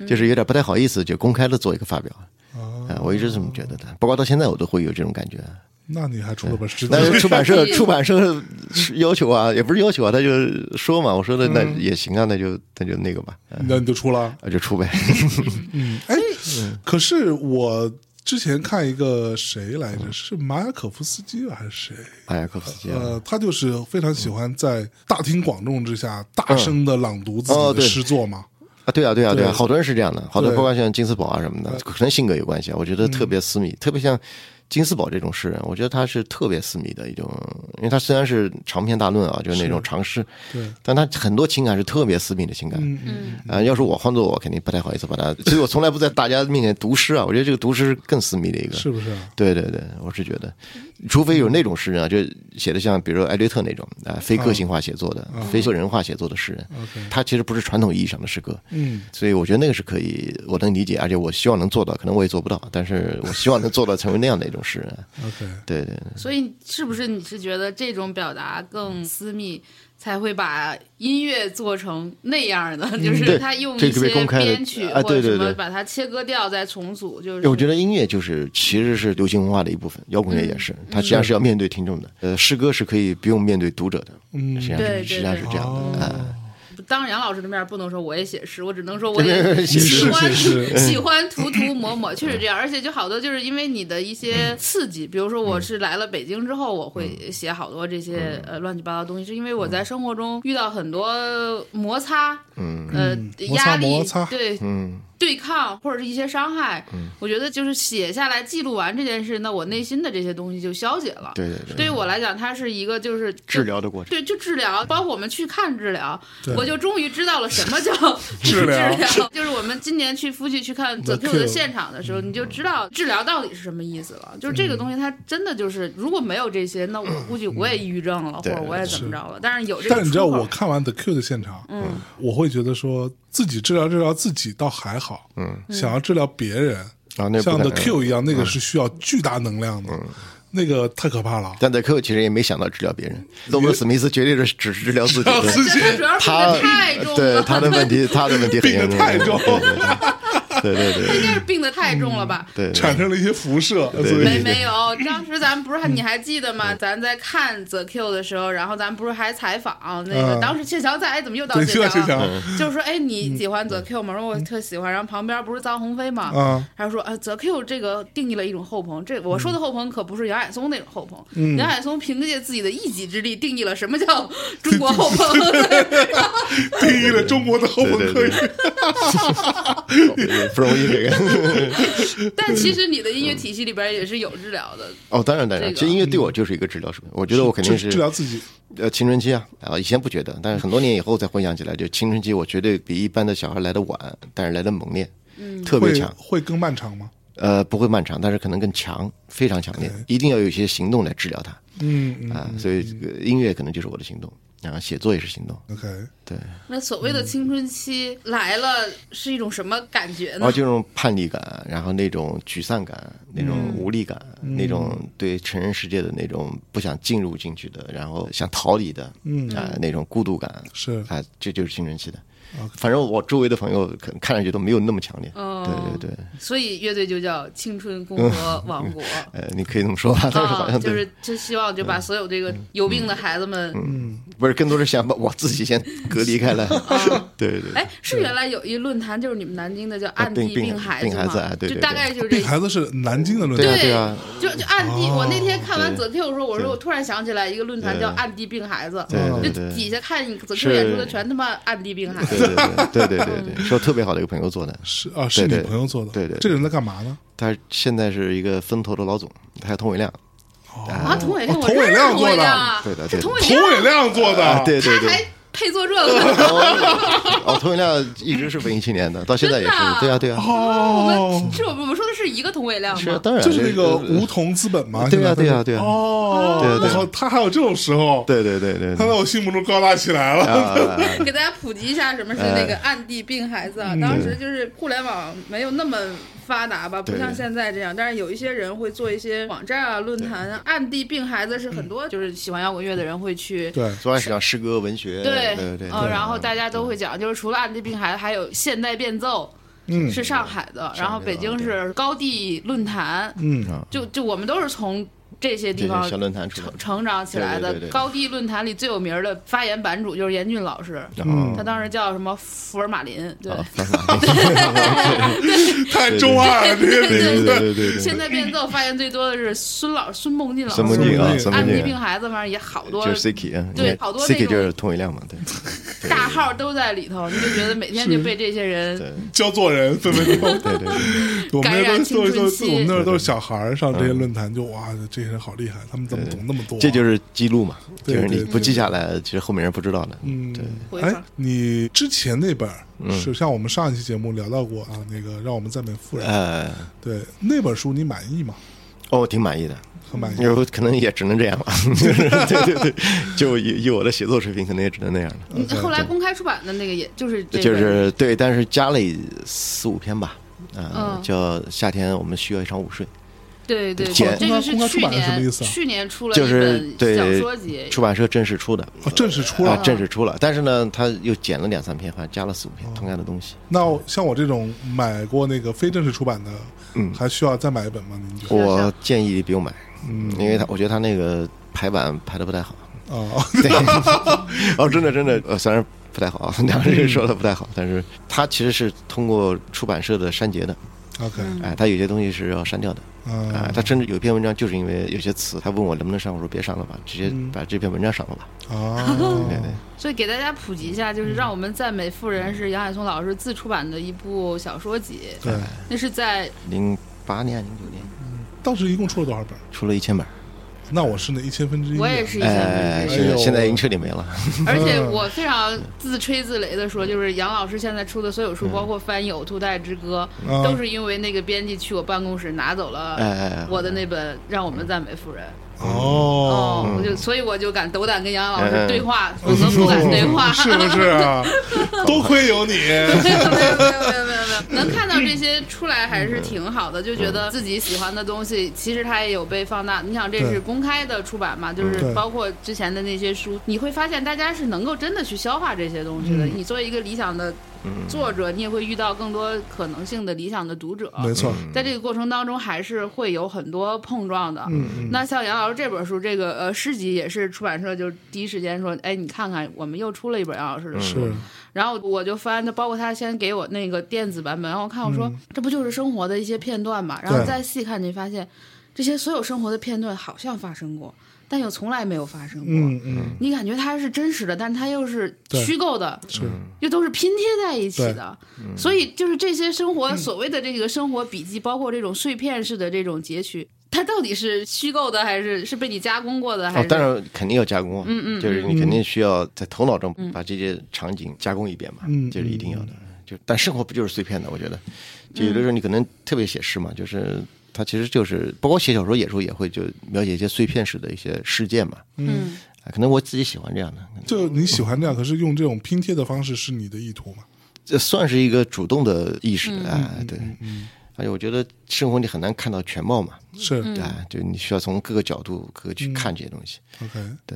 就是有点不太好意思就公开的做一个发表。啊、我一直这么觉得的，包括到现在我都会有这种感觉。那你还出了本诗集嗯 *laughs* 但？是出版社是出版社是要求啊，也不是要求啊，他就说嘛，我说的那也行啊，那就那就那个吧，嗯那你就出了。啊那就出呗。嗯哎，可是我之前看一个谁来嗯着？是马雅可夫斯基还是谁？哎呀，可夫斯基啊，呃，他就是非常喜欢在大庭广众之下大声的朗读自嗯己哦的对诗作嘛。啊对啊，对啊，对对啊，好多人是这样的，好多对包括像金斯堡啊什么的，可能性格有关系啊，我觉得特别私密，特别像。金斯堡这种诗人，我觉得他是特别私密的一种，因为他虽然是长篇大论啊，就是那种长诗，对但他很多情感是特别私密的情感。嗯嗯。啊、要是我换作我，肯定不太好意思把它，所以我从来不在大家面前读诗啊。我觉得这个读诗是更私密的一个。是不是啊？对对对，我是觉得，除非有那种诗人啊，就写的像比如说艾略特那种啊、非个性化写作的、非个人化写作的诗人，他其实不是传统意义上的诗歌，嗯，所以我觉得那个是可以，我能理解，而且我希望能做到，可能我也做不到，但是我希望能做到成为那样的一种诗人。啊，OK，对对，所以是不是你是觉得这种表达更私密，才会把音乐做成那样的？就是嗯对他用这一个被些公开的编曲啊或者对对什么对把它切割掉再重组，就是对我觉得音乐就是其实是流行文化的一部分，摇滚乐也是，它实际上是要面对听众的。呃，诗歌是可以不用面对读者的，实际上对对是实际上是这样的。啊。不当着杨老师的面不能说我也写诗，我只能说我也 *laughs* 你是喜欢写嗯诗喜欢涂涂抹抹，确实这样。而且就好多就是因为你的一些刺激，比如说我是来了北京之后，我会写好多这些嗯呃乱七八糟的东西，是因为我在生活中遇到很多摩擦，嗯呃摩擦压力摩擦对嗯，对抗或者是一些伤害，我觉得就是写下来记录完这件事，那我内心的这些东西就消解了。对对对，对于我来讲，它是一个就是治。疗的过程，对，就治疗，包括我们去看治疗，对我就终于知道了什么 *laughs* 叫治疗就是我们今年去夫妻去看 The The Q 的 Cure 现场的时候，你就知道治疗到底是什么意思了。就是嗯这个东西，它真的就是如果没有这些，那我估计我也抑郁症了，或对者我也怎么着了。但是有这个出口，但你知道，我看完 The Q 的现场，嗯，我会觉得说自己治疗治疗自己倒还好，嗯，想要治疗别人，啊那不嗯像可 The 能 Q 一样，那个是需要巨大能量的，嗯那个太可怕了。但在 Q 其实也没想到治疗别人，罗伯特史密斯绝对是只治疗自己治疗的自。己这它主要是病他得太重了，对他的问题，他的问题 *laughs* 很病得严重，太重对对对对应该是病得太重了吧？对对对产生了一些辐射，所没以没有，当时咱们不是还你还记得吗？咱在看 The Q 的时候，然后咱们不是还采访那个，嗯当时谢桥在，哎，怎么又到对，现在谢谁桥想了？就是说，哎，你喜欢 The Q 吗？我说我特喜欢。然后旁边不是臧鸿飞吗？啊？他说啊，The Q 这个定义了一种后朋，这我说的后朋可不是杨海松那种后朋。杨海松凭借自己的一己之力定义了什么叫中国后朋。 *laughs* 定义了中国的后对文科对语，对，不容易这个。但其实你的音乐体系里边也是有治疗的，哦，当然当然，这个其实音乐对我就是一个治疗水平，我觉得我肯定治是治疗自己，呃，青春期啊，啊，以前不觉得，但是很多年以后再回想起来，就青春期，我绝对比一般的小孩来的晚，但是来的猛烈，嗯，特别会强，会更漫长吗？呃，不会漫长，但是可能更强，非常强烈，一定要有一些行动来治疗它嗯嗯啊，所以这个音乐可能就是我的行动，然后写作也是行动， ，OK，对，那所谓的嗯青春期来了是一种什么感觉然后呢？这种叛逆感，然后那种沮丧感，那种无力感，那种对成人世界的那种不想进入进去的，然后想逃离的，嗯啊、那种孤独感是啊、这就是青春期的。反正我周围的朋友可能看上去都没有那么强烈，哦对对对，所以乐队就叫青春共和王 *laughs* 国。呃，你可以这 *laughs* 么说吧，但是好啊，像就对，嗯是就希望就把所有这个有病的孩子们，不是更多是想把我自己先隔离开来， *laughs* 对对对，啊哎，是原来有一论坛，就是你们南京的叫“暗病地病孩病子”孩子嘛啊，对就对大对概就是这病孩子是南京的论对啊坛，对啊，就就暗地。我那天看完《对 The Q》的时候，我说对我突然想起来一个论坛对叫“暗地病孩子”，对对就对对底下看 The Q 是演出的全他妈暗地病孩对子。对对对对对对，是我特别好的一个朋友做的，是啊，是你对对朋友做的，对对对这个人在干嘛呢？他现在是一个风投的老总，还有佟伟亮，啊，佟伟亮，哦我佟伟认识亮佟做伟的亮啊，对的是对的佟伟佟伟亮做的，啊对对他对，还配做这个，哦，佟伟亮一直是文艺青年的，到现在也是真的啊，对啊对啊，我哦们，是我们我们说的是一个佟伟亮是啊吗？当然就是那个这梧桐资本嘛，对呀现在对啊呀对呀哦，对呀啊对我呀靠，他还有这种时候，对对对对他对 *laughs* 在我心目中高大起来了，啊， *laughs* 给大家普及一下什么是那哎个暗地病孩子嗯啊。当时就是互联网没有那么发达吧，不对像现在这样，但是有一些人会做一些网站啊、论坛啊。暗地病孩子是很多就是喜欢摇滚乐的人会去。对，主要是讲诗歌文学，对对对，嗯，然后大家都会讲，就是除了暗地病孩子，还有现代变奏，嗯是上海的，然后北京对是高地论坛，嗯啊就就我们都是从这些地这方些小论坛出来成，成长起来对对的对对高地论坛里最有名的发言版主就是严俊老师，然后他当时叫什么福尔马林，嗯对，*laughs* 嗯啊，翻翻对 *laughs* 太中二了，这些名对字，对对对现在变奏发言最多的是孙老孙梦进老师，孙梦静啊孙梦暗静地病孩子，反正也好多就是 Siki，嗯对好多那 Siki 种就是佟伟亮嘛，对大号都在里头，你就觉得每天就被这些对人教做人分分钟。对对对， *laughs* 我们感那染都都青春都期我们那儿都是小孩儿上这些论坛，就哇，这些人好厉害，他们怎么懂那么多？啊嗯这就是记录嘛，就对是你对不记下来，其实后面人不知道的，嗯对，回哎访。，你之前那本儿嗯是像我们上一期节目聊到过啊，那个让我们赞美富人，呃，对那本书你满意吗？哦，我挺满意的。很满意。因为我可能也只能这样了， *laughs* 就是对对对，就以以我的写作水平，可能也只能那样了。你后来公开出版的那个，也就是这个嗯就是对，但是加了四五篇吧，啊，嗯叫夏天我们需要一场午睡，对对，简对这个是公开公开出去版是什么年意思啊去年出了就一是本小对说集，出版社正式出的，哦，正式出啊了，。正式出了，但是呢，他又剪了两三篇，好像加了四五篇同样的东西。那我像我这种买过那个非正式出版的，还需要再买一本吗？您觉啊得？嗯我建议不用买，因为他我觉得他那个排版排的不太好。哦， *laughs* *laughs* 对，哦，真的真的，呃，虽然不太好，两个人说的不太好，但是它其实是通过出版社的删节的， OK 嗯哎，它有些东西是要删掉的，哎，啊它甚至有一篇文章就是因为有些词，他问我能不能上，我说别上了吧，直接把这篇文章上了吧，对啊对，所以给大家普及一下，嗯就是让我们赞美妇人是杨海松老师自出版的一部小说集，对，那是 *laughs* 在零八年零九年当时一共出了多少本？出了一千本，那我是那一千分之一，我也是一千哎，分之一现。在哎呦现在已经彻底没了，而且我非常自吹自擂的说，就是杨老师现在出的所有嗯书，包括翻译《呕吐袋之歌》，啊都是因为那个编辑去我办公室拿走了哎，我的那本《让我们赞美妇人》。哦，。哦，我就所以我就敢斗胆跟杨老师嗯对话，否则不敢对 *laughs* 话 *laughs* *laughs* 是不是啊？多亏有你，没有没有没有没有没有没有，能看到这些出来还是挺好的，就觉得自己喜欢的东西，其实它也有被放大。你想，这对是公开的出版嘛，就对是包括之前的那些书，你会发现大家是能够真的去消化这些东西的。你作为一个理想的嗯作者，你也会遇到更多可能性的理想的读者。没错，嗯在这个过程当中，还是会有很多碰撞的。嗯嗯，那像杨老师这本书，这个呃诗集也是出版社就第一时间说，哎，你看看，我们又出了一本杨老师的书。是然后我就翻，包括他先给我那个电子版本，然后我看我说、这不就是生活的一些片段嘛，然后嗯对再细看你发现，这些所有生活的片段好像发生过，但又从来没有发生过。嗯嗯你感觉它是真实的，但它又是对虚构的，是，嗯又都是拼贴在一起的，所以就是这些生嗯活、所谓的这个生活笔记，包括这种碎片式的这种截取，它到底是虚构的，还是是被你加工过的，还哦是？，当然肯定要加工，嗯嗯，就是你肯定需要在头脑中把这些场景加工一遍嘛，嗯就是一定要的。就但生活不就是碎片的？我觉得，就有的时候你可能特别写诗嘛，就是它其实就是包括写小说，有时候也会就描写一些碎片式的一些事件嘛。嗯，啊可能我自己喜欢这样的，就你喜欢这样，可是用这种拼贴的方式是你的意图嘛？这算是一个主动的意识啊，哎对。而且我觉得生活你很难看到全貌嘛，是嗯啊，就你需要从各个角度、各个去看这些东西。 OK，对，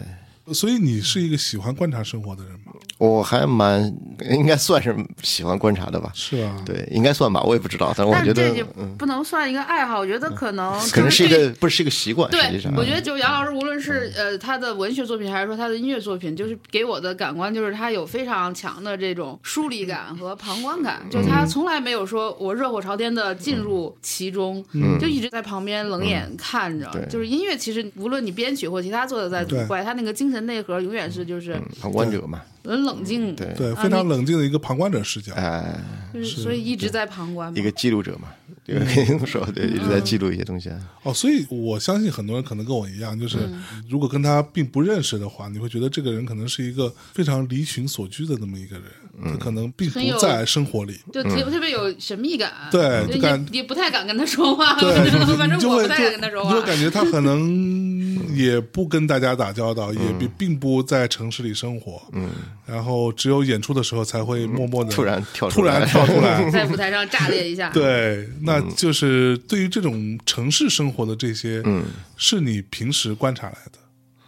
所以你是一个喜欢观察生活的人嘛？我还蛮应该算是喜欢观察的吧，是吧？对，应该算吧，我也不知道，嗯但是我但觉这得嗯也不能算一个爱好，我觉得可能可能是一这个不是一个习啊惯，实际对上，我觉得就是杨老嗯师，无论是呃他的文学作品，还是说他的音乐作品，就是给我的感官就是他有非常强的这种疏离感嗯和旁观感，就是他从来没有说我热火朝天的嗯进入其中，就一直在旁边冷眼看着对。就是音乐，其实无论你编曲或其他作者在嗯对嗯古怪，他那个精神内核永远是就是嗯旁观者嘛，很冷静，对，对，非常冷静的一个旁观者视角。哎，就是所以一直在旁观嘛一。个记录者嘛，这个可以这么说，对，一直在记录一些东西啊，哦，所以我相信很多人可能跟我一样，就是嗯如果跟他并不认识的话，你会觉得这个人可能是一个非常离群所居的那么一个人，嗯他可能并很不有在生活里。就特特别有神秘感，嗯对就就感也也不太敢跟他说话，对， *laughs* 反你正就我会不就太敢跟他说你话就。感觉他可能也不跟大家打交道，也嗯并并不在城市里生活，嗯，然后只有演出的时候才会默默的突然跳突出来嗯然跳出 *laughs* 来，*laughs* 在舞台上炸裂一下。对，那就是对于这种城市生活的这些，嗯，是你平时观察来的，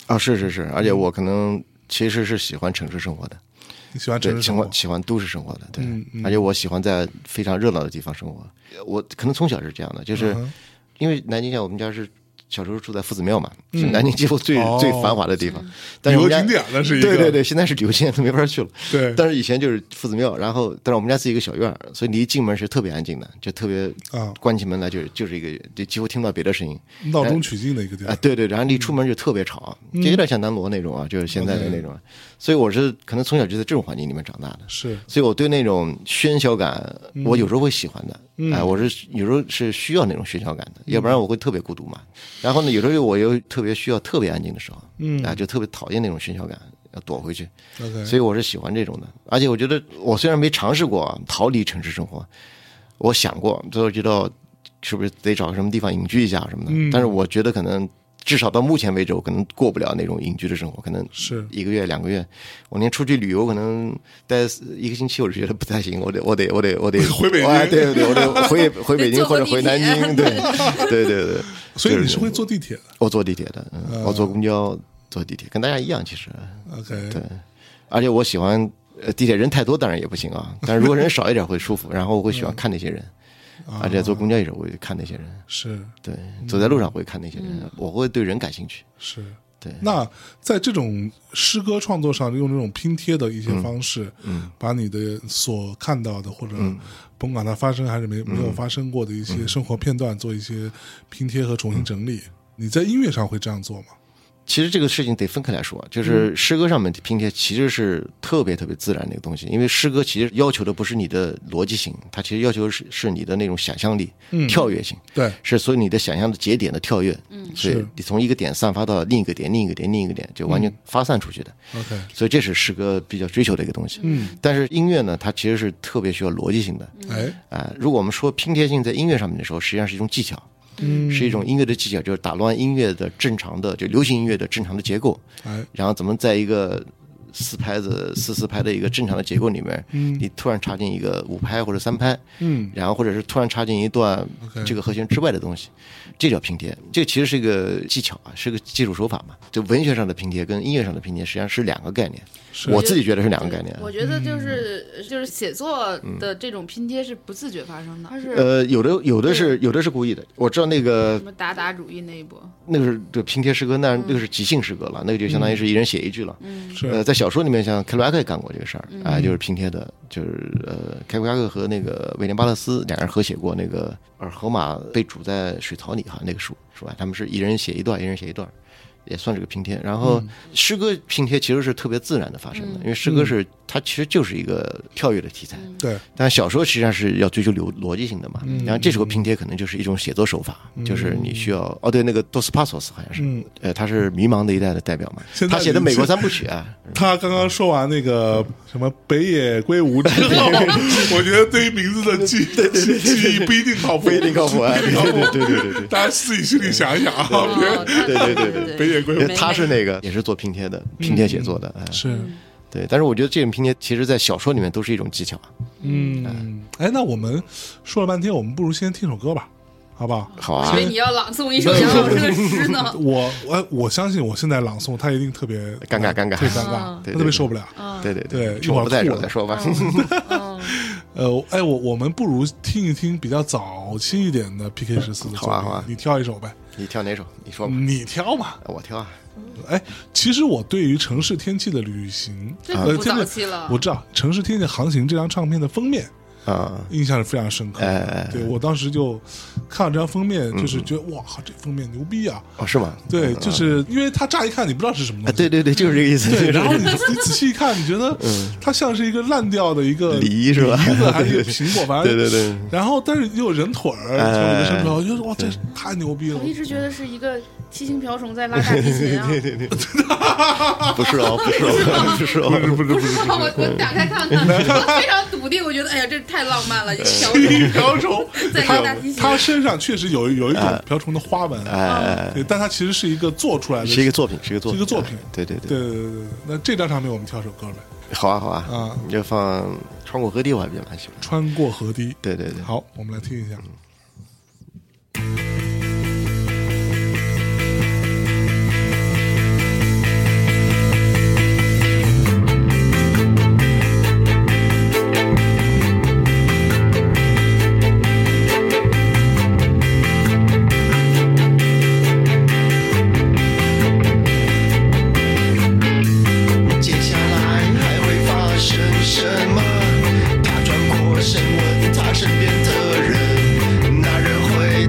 啊，是是是，而且我可能其实是喜欢城市生活的，你喜欢城对，市喜生活欢，喜欢都市生活的，对，嗯而且我喜欢在非常热闹的地方生活。我可能从小是这样的，嗯就是因为南京像我们家是小时候住在夫子庙嘛，是南京几乎最哦最繁华的地方，但是我旅游们家景点了是一个对对对，现在是旅游景点都没法去了。对但是以前就是夫子庙，然后但是我们家是一个小院儿，所以你一进门是特别安静的，就特别啊关起门来就是就是一个就几乎听不到别的声音。闹中取静的一个地啊方，，对对，然后你出门就特别吵，嗯就有点像南锣那种啊，就是现在的那种啊。所以我是可能从小就在这种环境里面长大的，是所以我对那种喧嚣感，我有时候会喜欢的。哎、我是有时候是需要那种喧嚣感的，要不然我会特别孤独嘛。然后呢，有时候我又特别需要特别安静的时候，嗯，啊，就特别讨厌那种喧嚣感，要躲回去。 OK，所以我是喜欢这种的，而且我觉得我虽然没尝试过啊逃离城市生活，我想过，最后知道是不是得找个什么地方隐居一下什么的，嗯但是我觉得可能至少到目前为止，我可能过不了那种隐居的生活，可能是一个月两个月，我连出去旅游可能待一个星期，我就觉得不太行，我得我得我得我得 *laughs* 回北京哎对对对，我得 *laughs* 回回北京坐或个者地铁回南京，对对对对，所以就你是会呃坐地铁的我坐地铁的，嗯，我坐公交坐地铁，跟大家一样其实。 ，OK，而且我喜欢呃地铁人太多当然也不行啊，但是如果人少一点会舒服，然后我会喜欢看那些人，而且坐公交也是我会看那些人，是对，走在路上会看那些人，我会对人感兴趣，是，对那在这种诗歌创作上，用这种拼贴的一些方式，嗯，把你的所看到的或者嗯甭管它发生还是没、没有发生过的一些生活片段，做一些拼贴和重新整理。嗯你在音乐上会这样做吗？其实这个事情得分开来说，啊就是诗歌上面的拼贴其实是特别特别自然的一个东西，因为诗歌其实要求的不是你的逻辑性，它其实要求是是你的那种想象力、跳跃性，对，是所以你的想象的节点的跳跃，嗯，所以是你从一个点散发到另一个点、另一个点、另一个点，就完全发散出去的。 OK 所以这是诗歌比较追求的一个东西。嗯，但是音乐呢，它其实是特别需要逻辑性的。哎，啊、如果我们说拼贴性在音乐上面的时候，实际上是一种技巧，嗯，是一种音乐的技巧，就是打乱音乐的正常的，就流行音乐的正常的结构，哎，然后怎么在一个四拍子、四四拍的一个正常的结构里面，嗯，你突然插进一个五拍或者三拍，嗯，然后或者是突然插进一段 OK 这个和弦之外的东西，这叫拼贴。这其实是一个技巧啊，是个技术手法嘛。就文学上的拼贴跟音乐上的拼贴实际上是两个概念，我自己觉得是两个概念啊。我觉得就是就是写作的这种拼贴是不自觉发生的，它是什嗯呃，有的有的是有的是故意的，我知道那个么达达主义那一 *laughs* 波，那个是就拼贴诗歌，那那个是即兴诗歌了，那个就相当于是一人写一句了。呃，是在小说里面，像克鲁亚克也干过这个事儿，啊、就是拼贴的，就是呃，凯鲁亚克和那个威廉巴勒斯两人合写过那个《尔河马被煮在水槽里》哈，那个书是吧？他们是一人写一段，一人写一段，也算是个拼贴。然后嗯诗歌拼贴其实是特别自然的发生的，因为诗歌是它其实就是一个跳跃的题材，对，但小说实际上是要追求流逻辑性的嘛。嗯然后这时候拼贴可能就是一种写作手法，就是你需要哦，对，那个多斯帕索斯好像是，嗯呃，他是迷茫的一代的代表嘛现，在他写的你美国现三部曲啊。他刚刚说完那个什么北野圭吾之后， *laughs* 我觉得对于名字的记记记哦忆不一定靠谱，不一定靠谱啊！不 *laughs* 对一定靠谱对对对对大家自己心里想一想啊，哦别对对对对北野圭对，吾没他是那个也是做拼贴的，嗯拼贴写作的，哎是，对。但是我觉得这种拼贴其实，在小说里面都是一种技巧。啊嗯，哎，那我们说了半天，我们不如先听首歌吧，好不好？好以啊为，你要朗 *laughs* 诵一首杨老师的诗呢。我我我相信我现在朗诵，他一定特别尴尬尴尬特别尴嗯尬，他 *laughs* 对特别受不了。对对对趁我不在的时候再说吧。嗯呃，哎，我我们不如听一听比较早期一点的 PK 十四的好作啊品好啊，你挑一首呗， *laughs* 嗯你挑哪首？你说吧，你挑吧。我挑啊。哎，其实我对于城市天气的旅行，这呃不真的早期了我知道《城市天气航行》这张唱片的封面啊，印象是非常深刻的。哎哎嗯哎对我当时就看到这张封面，就是觉得、哇，这封面牛逼啊！哦，是吗？对，就是因为它乍一看你不知道是什么东啊，西，对对嗯啊对，就是这个意思。对，然 *laughs* 后你你仔细一看，你觉得它像是一个烂掉的一个 *laughs* 梨是吧梨子还是一个苹果，反正对对对。哎然后但是又有人腿儿从里面伸出来，我觉得哇，这太牛逼了我！一直觉得是一个七星瓢虫在拉大提 *laughs* 琴啊！ *laughs* 不是哦，不是哦， *laughs* 不是哦，不是不是，我我打开看 *laughs* 看，我非常笃定，我觉得哎呀，这太浪漫了，一瓢 *laughs* 虫 *laughs* 一瓢虫。在拉 *laughs* 大提琴。它身上确实有有一种瓢虫的花纹，哎，对，但它其实是一个做出来的，是一个作品，是一个作是品，一个作品对对对对。对对对对。那这张唱片我们挑首歌呗，好啊，好啊，啊你就放《穿过河堤》，我还比较蛮喜欢。《穿过河堤》。对对对，好，我们来听一下。接下来还会发生什么？他转过身问他身边的人，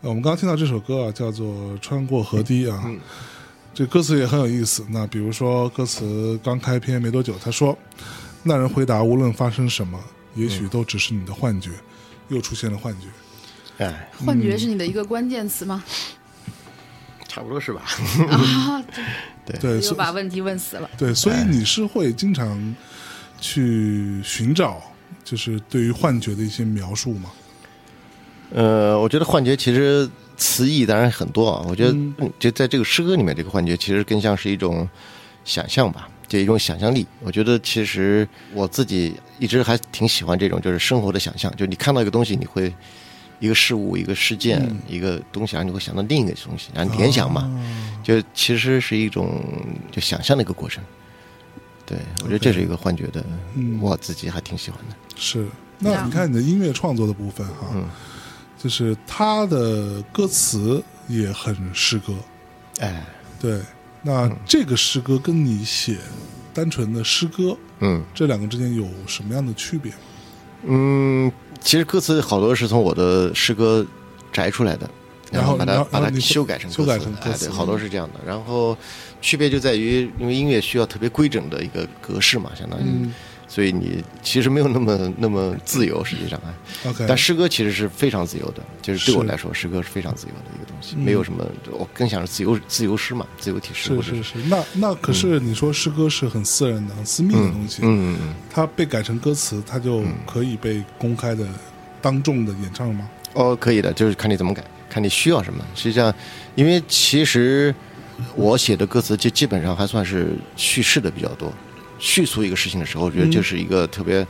呃我们刚刚听到这首歌啊，叫做《穿过河堤》啊，这歌词也很有意思。那比如说歌词刚开篇没多久，他说：“那人回答，无论发生什么，也许都只是你的幻觉。”又出现了幻觉，哎，幻觉是你的一个关键词吗？差不多是吧？啊，呃对，又所把问题问死了。对，所以你是会经常去寻找，就是对于幻觉的一些描述吗？呃，我觉得幻觉其实词义当然很多啊。我觉得嗯就在这个诗歌里面，这个幻觉其实更像是一种想象吧，就一种想象力。我觉得其实我自己一直还挺喜欢这种，就是生活的想象。就你看到一个东西，你会一个事物、一个事件、一个东西，然后你会想到另一个东西，然后你联想嘛，就其实是一种就想象的一个过程。对，我觉得这是一个幻觉的，我自己还挺喜欢的。是，那你看你的音乐创作的部分哈、就是它的歌词也很诗歌，哎，对。那嗯这个诗歌跟你写单纯的诗歌嗯。这两个之间有什么样的区别？嗯，其实歌词好多是从我的诗歌摘出来的，然后后把然它后把然后它你修改成修歌改词，成歌哎，词对，好多是这样的。然后区别就在于，因为音乐需要特别规整的一个格式嘛，相当于，嗯所以你其实没有那么那么自由，实际上啊。 OK，但诗歌其实是非常自由的，就是对我是嗯来说，诗歌是非常自由的一个东西，没有什么，我更想是自由自由诗嘛，自由体诗，是或者是是，那那可是你说诗歌是很私人的、很私密的东西，嗯嗯嗯。它被改成歌词，它就可以被公开的、当众的演唱吗？哦，可以的，就是看你怎么改，看你需要什么。实际上，因为其实我写的歌词就基本上还算是叙事的比较多，叙述一个事情的时候，我觉得就是一个特别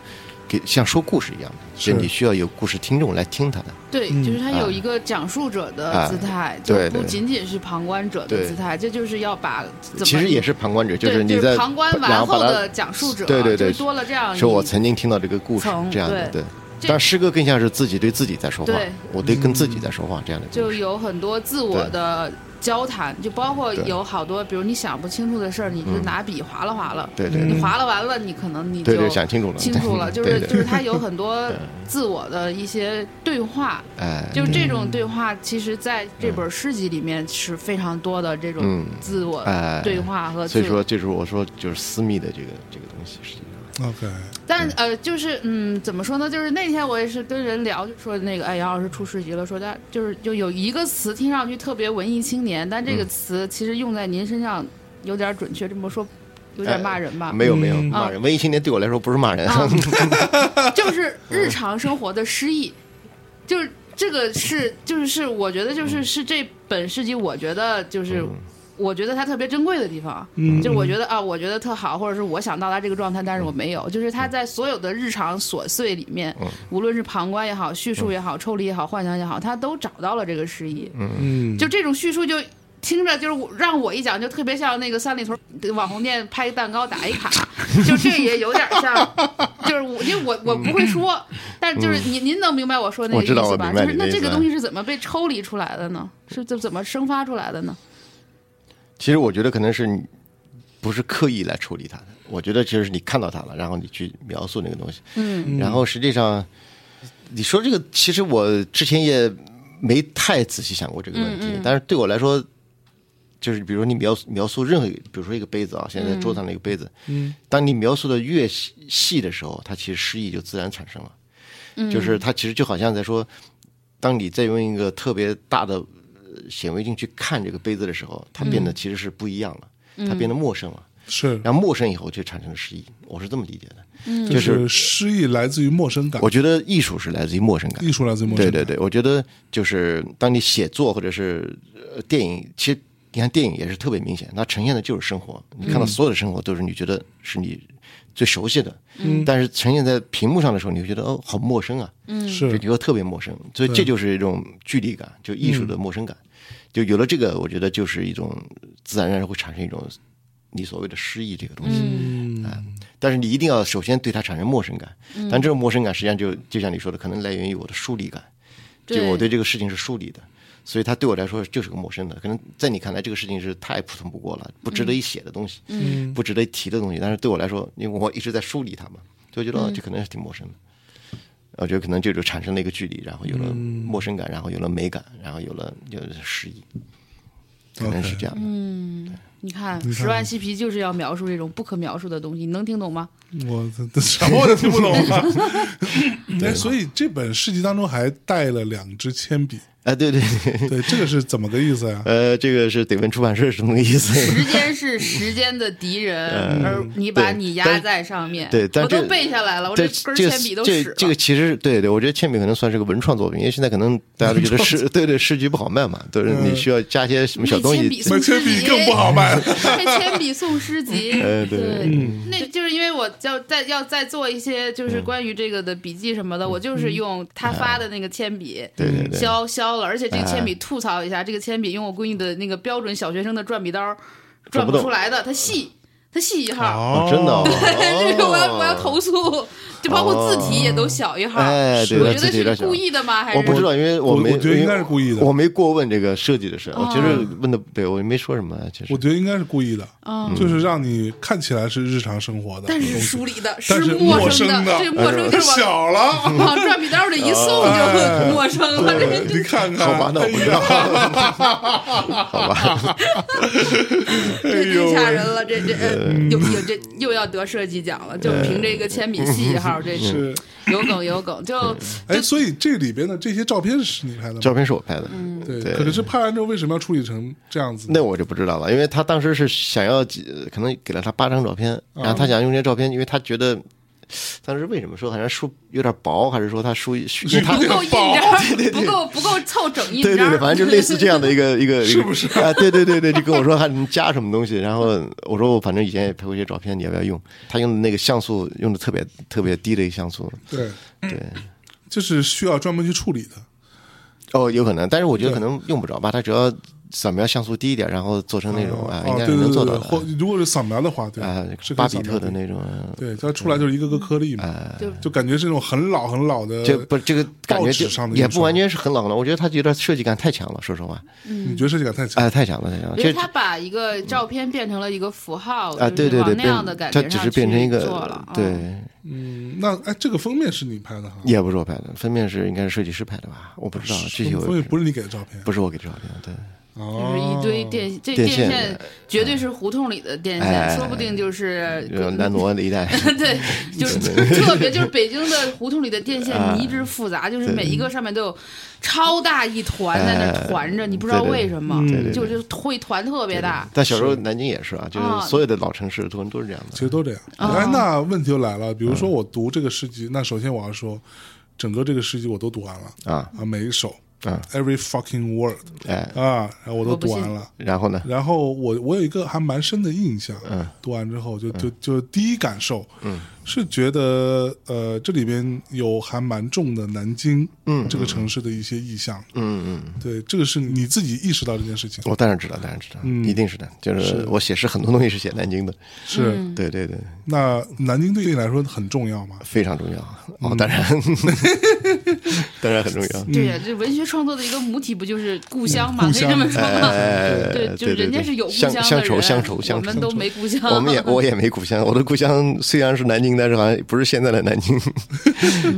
给像说故事一样的，是就你需要有故事听众来听它的。对，就是他有一个讲述者的姿态，就嗯啊对不对仅仅是旁观者的对姿态，这就是要把怎么其实也是旁观者，对，是你就在旁观然完后把它的讲述者，啊对对对就多了这样一说我曾经听到这个故事从这样的，对对。这但诗歌更像是自己对自己在说话对，嗯我对跟自己在说话这样的故事。就有很多自我对的交谈，就包括对嗯有好多，比如你想不清楚的事儿，你就拿笔划拉划拉，对对你对划拉完了，你可能你就对对，想清楚了，清楚 *laughs* 了，就对是对就是他有很 *laughs* 多自我的一些对话，哎，就是这种对话，其实在这本诗集里面是非常多的这种嗯自我哎对话和所自以说，这是我说就是私密的这个这个东西，实际上 OK，但呃，就是嗯，怎么说呢？就是那天我也是跟人聊，就说那个哎，杨老师出诗集了，说他就是就有一个词听上去特别文艺青年，但这嗯个词其实用在您身上有点准确，这么说有点骂人 *laughs* 吧？没有没有嗯骂人。文艺青年对我来说不是骂人，啊嗯就是日常生活的诗意，就是这个是就是是我觉得嗯就是是这本诗集，我觉得就是。我觉得它特别珍贵的地方，嗯就我觉得啊，我觉得特好，或者是我想到达这个状态，但是我没有。嗯就是它在所有的日常琐碎里面，无论是旁观也好，叙述也好，抽离也好，幻想也好，它都找到了这个诗意。嗯，就这种叙述就。听着就是我让我一讲就特别像那个三里屯网红店拍蛋糕打一 *laughs* 卡，就这也有点像，就是我因为我我不会 *laughs* 说，但就是您您能明白我说那个嗯我知道意思我吧？明白就是你的那意思这个东西是怎么被抽离出来的呢？是怎怎么生发出来的呢？其实我觉得可能是你不是刻意来处理它的，我觉得就是你看到它了，然后你去描述那个东西。嗯，然后实际上你说这个，其实我之前也没太仔细想过这个问题，但是对我来说。就是比如你描描述任何一个，比如说一个杯子啊，现在桌上的一个杯子，嗯，当你描述的越细细的时候，它其实诗意就自然产生了。就是它其实就好像在说，当你再用一个特别大的呃显微镜去看这个杯子的时候，它嗯变得其实是不一样了，它变得陌生了。是，然后陌生以后就产生了诗意，我是这么理解的。就嗯就是是诗意来自于陌生感我，觉得艺术是来自于陌生感艺，术来自于陌生对感，对对，我觉得就是当你写作或者是呃电影，其实你看电影也是特别明显，它呈现的就是生活。你嗯看到所有的生活都是你觉得是你最熟悉的，但是呈现在屏幕上的时候，你会觉得哦，好陌生啊。对，就是觉得特别陌生，所以这就是一种距离感，就艺术的陌生感。就有了这个，我觉得就是一种自然而然会产生一种你所谓的诗意这个东西。嗯、啊，但是你一定要首先对它产生陌生感，但这种陌生感实际上就就像你说的，可能来源于我的疏离感，就我对这个事情是疏离的。所以它对我来说就是个陌生的，可能在你看来这个事情是太普通不过了，不值得一写的东西，嗯、不值嗯得一提的东西。但是对我来说，因为我一直在梳理它嘛，所以我觉得哦这可能是挺陌生的。我觉得可能这就产生了一个距离，然后有了陌生感，然后有了美感，然后有了就是诗意，可能是这样的。你看，十万嬉皮就是要描述这种不可描述的东西，你能听懂吗？我这这什么我都听不懂 *laughs* 啊！哎，所以这本诗集当中还带了两支铅笔，哎，对对对， *laughs* 对，这个是怎么个意思啊呀、呃，这个是得问出版社是什么个意思。时间是时间的敌人，而你把你压在上面。嗯对但我都这背下来了，我这哦根这个铅笔都这使了。这个其实对对，我觉得铅笔可能算是个文创作品，因为现在可能大家都觉得诗对对诗集不好卖嘛，都是嗯你需要加些什么小东卖铅 *laughs* 西笔。买铅笔更不好卖 *laughs* 了。配铅笔送诗 *laughs* 集，呃对那就是因为我要再要再做一些嗯就是关于这个的笔记什么的，我就是用他发的那个铅笔，哎对对哎对削削了，而且这个铅笔吐槽一下，这个铅笔用我闺女的那个标准小学生的转笔刀转不动嗯出来的，它细，它细一号，哦，真的 *laughs* 哦，这个我要我要哦投诉， *laughs* 就包括字体也都小一号，哎对我它觉字体得都是小故意的吗？还是我不知道，因为我没，我觉得应该是故意的我没过问这个设计的事，我其实哦问的，对我也没说什么，其实我。觉得应该是故意的，嗯就是让你看起来是日常生活的东但西，是书里的但是陌生哎的，这陌生就是往小 *laughs* 了。往转笔刀里一送就哎很陌生了，这对 *laughs* 你看看，哎好吧，那我不 *laughs* 知道，好吧，这呦挺吓人了，这这呃，嗯又又这又要得设计奖了，就哎凭这个铅笔细号，这是有梗有梗，就哎，所以这里边的这些照片是你拍的吗？ *laughs* 照片是我拍的，嗯对，对可是拍完之后为什么要处理成这样子呢？那我就不知道了，因为他当时是想要几，可能给了他八张照片，然啊后他想用这些照片，因为他觉得当时为什么说好像书有点薄，还是说他书因为他不 *laughs* 够印章 *laughs* 宝，不够不够凑整印对章，对对，反正就类似这样的一个一个，是不是一个啊？对对对对，就跟我说还能加什么东西，然后我说我反正以前也拍过一些照片，你要不要用？他用的那个像素用的特别特别低的一个像素，对，对，就是需要专门去处理的。哦，有可能，但是我觉得可能用不着吧，他只要扫描像素低一点，然后做成那种啊，哦应该对是对能对做到对，的或如果是扫描的话，对啊，是可以巴扫比描特的那啊种。啊对，它出来就是一个个颗粒嘛，就就感觉是那种很老很老的。这不，这个感呃报觉纸就上的也印刷不完全是很冷了，我觉得他有点设计感太强了，说实话，嗯你觉得设计感太强？哎，太强了，太强了。因为这他把一个照片变成了一个符号啊，对对就是对，往那样的变感它觉只上是变成一去做了嗯个，，对，嗯，那哎，这个封面是你拍的哈？也不是我拍的，封面是应该是设计师拍的吧？我不知道具体我封面不是你给的照片，不是我给照片，对，嗯就是哦一堆电，这电电线嗯线绝对是胡同里的电哎线，说不定就是呃南锣的一带， *laughs* 对，就是特别就是北京的胡同里的电线啊泥之复杂，就是每一个上面都有超大一团在那哎团着，你不知道为什么，就就会团特别大。但小时候南京也是啊，就是啊所有的老城市都都是这样其的。实都这样。哦哎，那问题就来了，比如嗯说我读这个诗集，那首先我要说，整个这个诗集我都读完了啊啊，每一首啊，every fucking word 哎，啊，然后我都我不读信完了。然后呢？然后我我有一个还蛮深的印象，嗯，读完之后就就就第一感受，嗯，是觉得呃这里边有还蛮重的南京，嗯，这个城市的一些意象，嗯嗯，对，这个是你自己意识到这件事情，我当然知道，当然知道，嗯一定是的。就是我写诗很多东西是写南京的，是、嗯对对对，那南京对你来说很重要吗？非常重要。哦，嗯当 *laughs* 然，当然很重要。对呀，这文学创作的一个母体不就是嗯故乡嘛？故可以乡这么说吗？哎，对，就是人家是有故乡乡的人，乡愁，乡愁，乡我愁。们都没故乡。我们也我也没故乡，我的故乡虽然是南京，但是好像不是现在的南 *laughs* 京，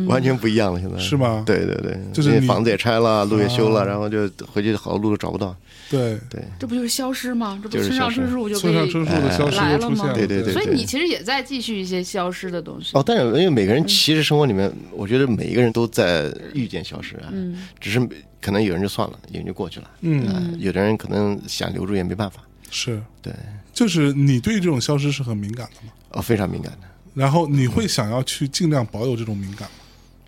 完全不一样了。现在是吗对对对，就是因为你啊房子也拆了，路也修了，然后就回去好多路都找不嗯到。对，对这不就是消失吗？这不就是村上消失哎春树就可村上春以。树的消息来又了出现吗了，对对对所以你其实也在继续一些消失的东西。 *laughs* 哦，但是因为每个嗯人其实生活里面，我觉得每一个人都在遇见消失啊，嗯只是可能有人就算了，有人就过去了，嗯呃有的人可能想留住也没办法。是，对，就是你对这种消失是很敏感的嘛，哦，非常敏感的。然后你会想要去尽量保有这种敏感吗？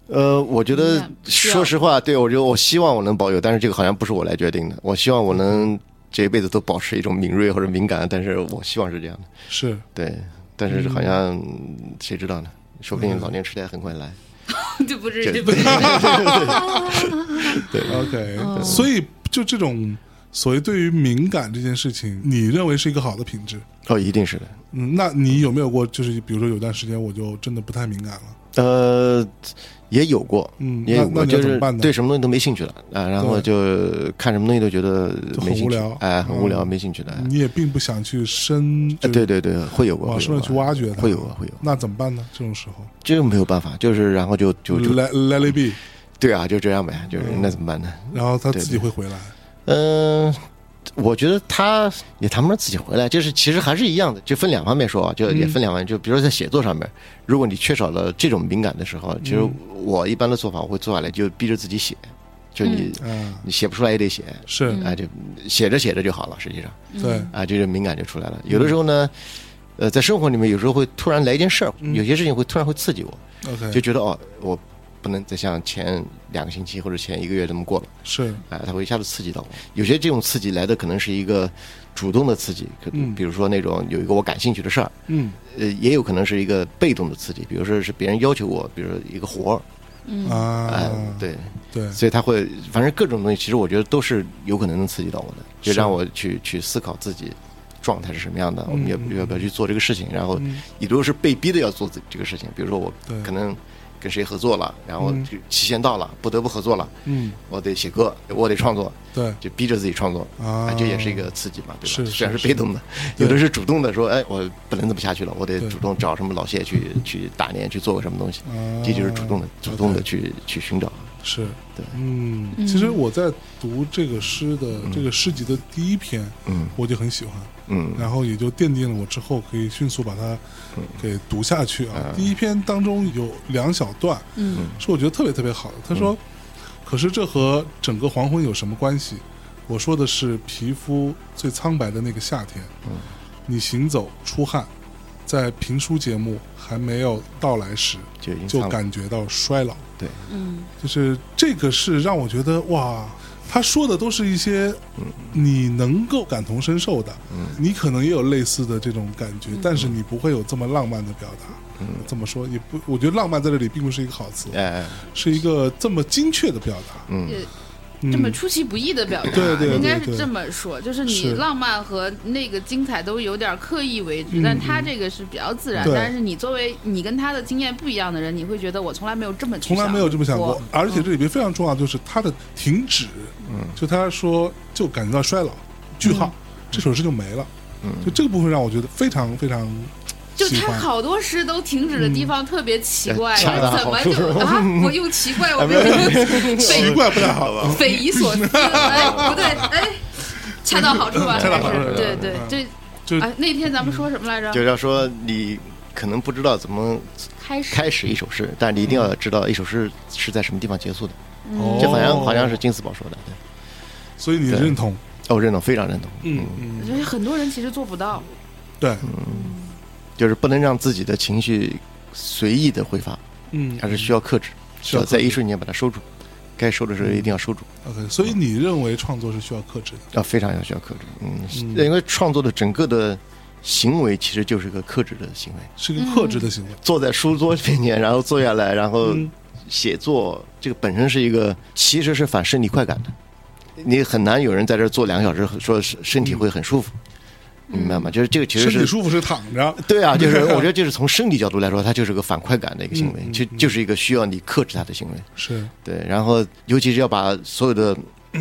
呃，我觉得嗯需要说实话，对我觉得我希望我能保有，但是这个好像不是我来决定的。我希望我嗯能这一辈子都保持一种敏锐或者敏感，但是我希望是这样的。是，对，但是好像嗯谁知道呢？说不定老年痴呆很快来。嗯这不这是这不是嗯 OK，所以就这种所谓对于敏感这件事情，你认为是一个好的品质？哦，一定是的。嗯，那你有没有过就是比如说有段时间我就真的不太敏感了？呃，也有过，嗯也有那那过，你要就怎么是办呢对什么东西都没兴趣了啊，然后就看什么东西都觉得就很没兴无趣聊，哎，很无聊，嗯没兴趣的。你也并不想去深，哎就对对对，会有过，往会有深了过去挖掘它会有过，会有。那怎么办呢？这种时候这个没有办法，就是然后就就就，let let it be，对啊，就这样呗，就是那怎么办呢？然后他嗯对自己会回来。嗯，我觉得他也谈不上自己回来，就是其实还是一样的，就分两方面说啊，就也分两方面，就比如说在写作上面，如果你缺少了这种敏感的时候，其实我一般的做法，我会坐下来就逼着自己写，就你、嗯，你写不出来也得写，是啊，就写着写着就好了，实际上对，啊，这个敏感就出来了。有的时候呢，呃，在生活里面有时候会突然来一件事儿，有些事情会突然会刺激我，就 OK，觉得哦，我不能再像前两个星期或者前一个月这么过了。是啊，它会一下子刺激到我。有些这种刺激来的可能是一个主动的刺激，可嗯比如说那种有一个我感兴趣的事儿，嗯呃，也有可能是一个被动的刺激，比如说是别人要求我，比如说一个活儿，哎、啊，对，对，所以他会，反正各种东西，其实我觉得都是有可能能刺激到我的，就是让我去去思考自己状态是什么样的，我们要嗯嗯要不要去做这个事情，然后嗯也都是被逼的要做这这个事情，比如说我对可能跟谁合作了，然后嗯就期限到了，不得不合作了，嗯，我得写歌，我得创作，对，就逼着自己创作啊这也是一个刺激嘛，对吧？是虽然是是被动的， *laughs* 对有的是主动的，说哎，我不能这么下去了，我得对主动找什么老谢去去打脸，去做个什么东西，啊这就是主动的，主动的 OK 去去寻找。是，对嗯，其实我在读这个诗的这个诗集的第一篇，嗯我就很喜欢，嗯然后也就奠定了我之后可以迅速把它给读下去啊。第一篇当中有两小段，嗯，是我觉得特别特别好的。他嗯说：“可是这和整个黄昏有什么关系？”我说的是皮肤最苍白的那个夏天，嗯你行走出汗，在评书节目还没有到来时，就已经就放感觉到衰老。对，就是这个是让我觉得哇，他说的都是一些你能够感同身受的，嗯你可能也有类似的这种感觉，但是你不会有这么浪漫的表达。这么说也不，我觉得浪漫在这里并不是一个好词，嗯哎，是一个这么精确的表达。嗯也嗯这么出其不意的表达，对对对应该是对这么说，就是你是浪漫和那个精彩都有点刻意为之，嗯但他这个是比较自然。对但是你作为你跟他的经验不一样的人，你会觉得我从来没有这么去从来没有这么想过过，，而且这里边非常重要，就是他的停止，嗯就他说就感觉到衰老，句号，嗯这首诗就没了，嗯就这个部分让我觉得非常非常就喜他欢。嗯好多诗都停止的地方特别奇怪，哎就恰到是怎么 *laughs* 好处就啊，我又奇怪，啊我 *laughs* 哎又奇匪怪不太好吧？匪夷所 *laughs* 思，哎，不对，哎，恰到好处吧，恰到好处还是对对嗯对，就嗯啊，那天咱们说什么来着？就是要说你可能不知道怎么开始开始一首诗，但是你一定要知道一首诗是在什么地方结束的。哦这好像好像是金斯堡说的，对。所以你对认同？哦，认同，非常认同。嗯嗯，就是很多人其实做不到，对，嗯就是不能让自己的情绪随意的挥发，嗯还是嗯需要克制，需要克在制一瞬间把它收住，该收的时候一定要收住。 OK。所以你认为创作是需要克制的？啊，非常要需要克制，嗯，嗯因为创作的整个的行为其实就是个克制的行为，是一个克制的行为。坐在书桌面 *laughs* 前，然后坐下来，然后嗯写作，这个本身是一个其实是反身体快感的，你很难有人在这儿坐两个小时说是身体会很舒服，你明白吗？就是这个其嗯实身体是。舒服是躺着，对啊，就是 *laughs* 我觉得这是从生理角度来说，它就是个反快感的一个行为，嗯就就是一个需要你克制它的行为。是对，然后尤其是要把所有的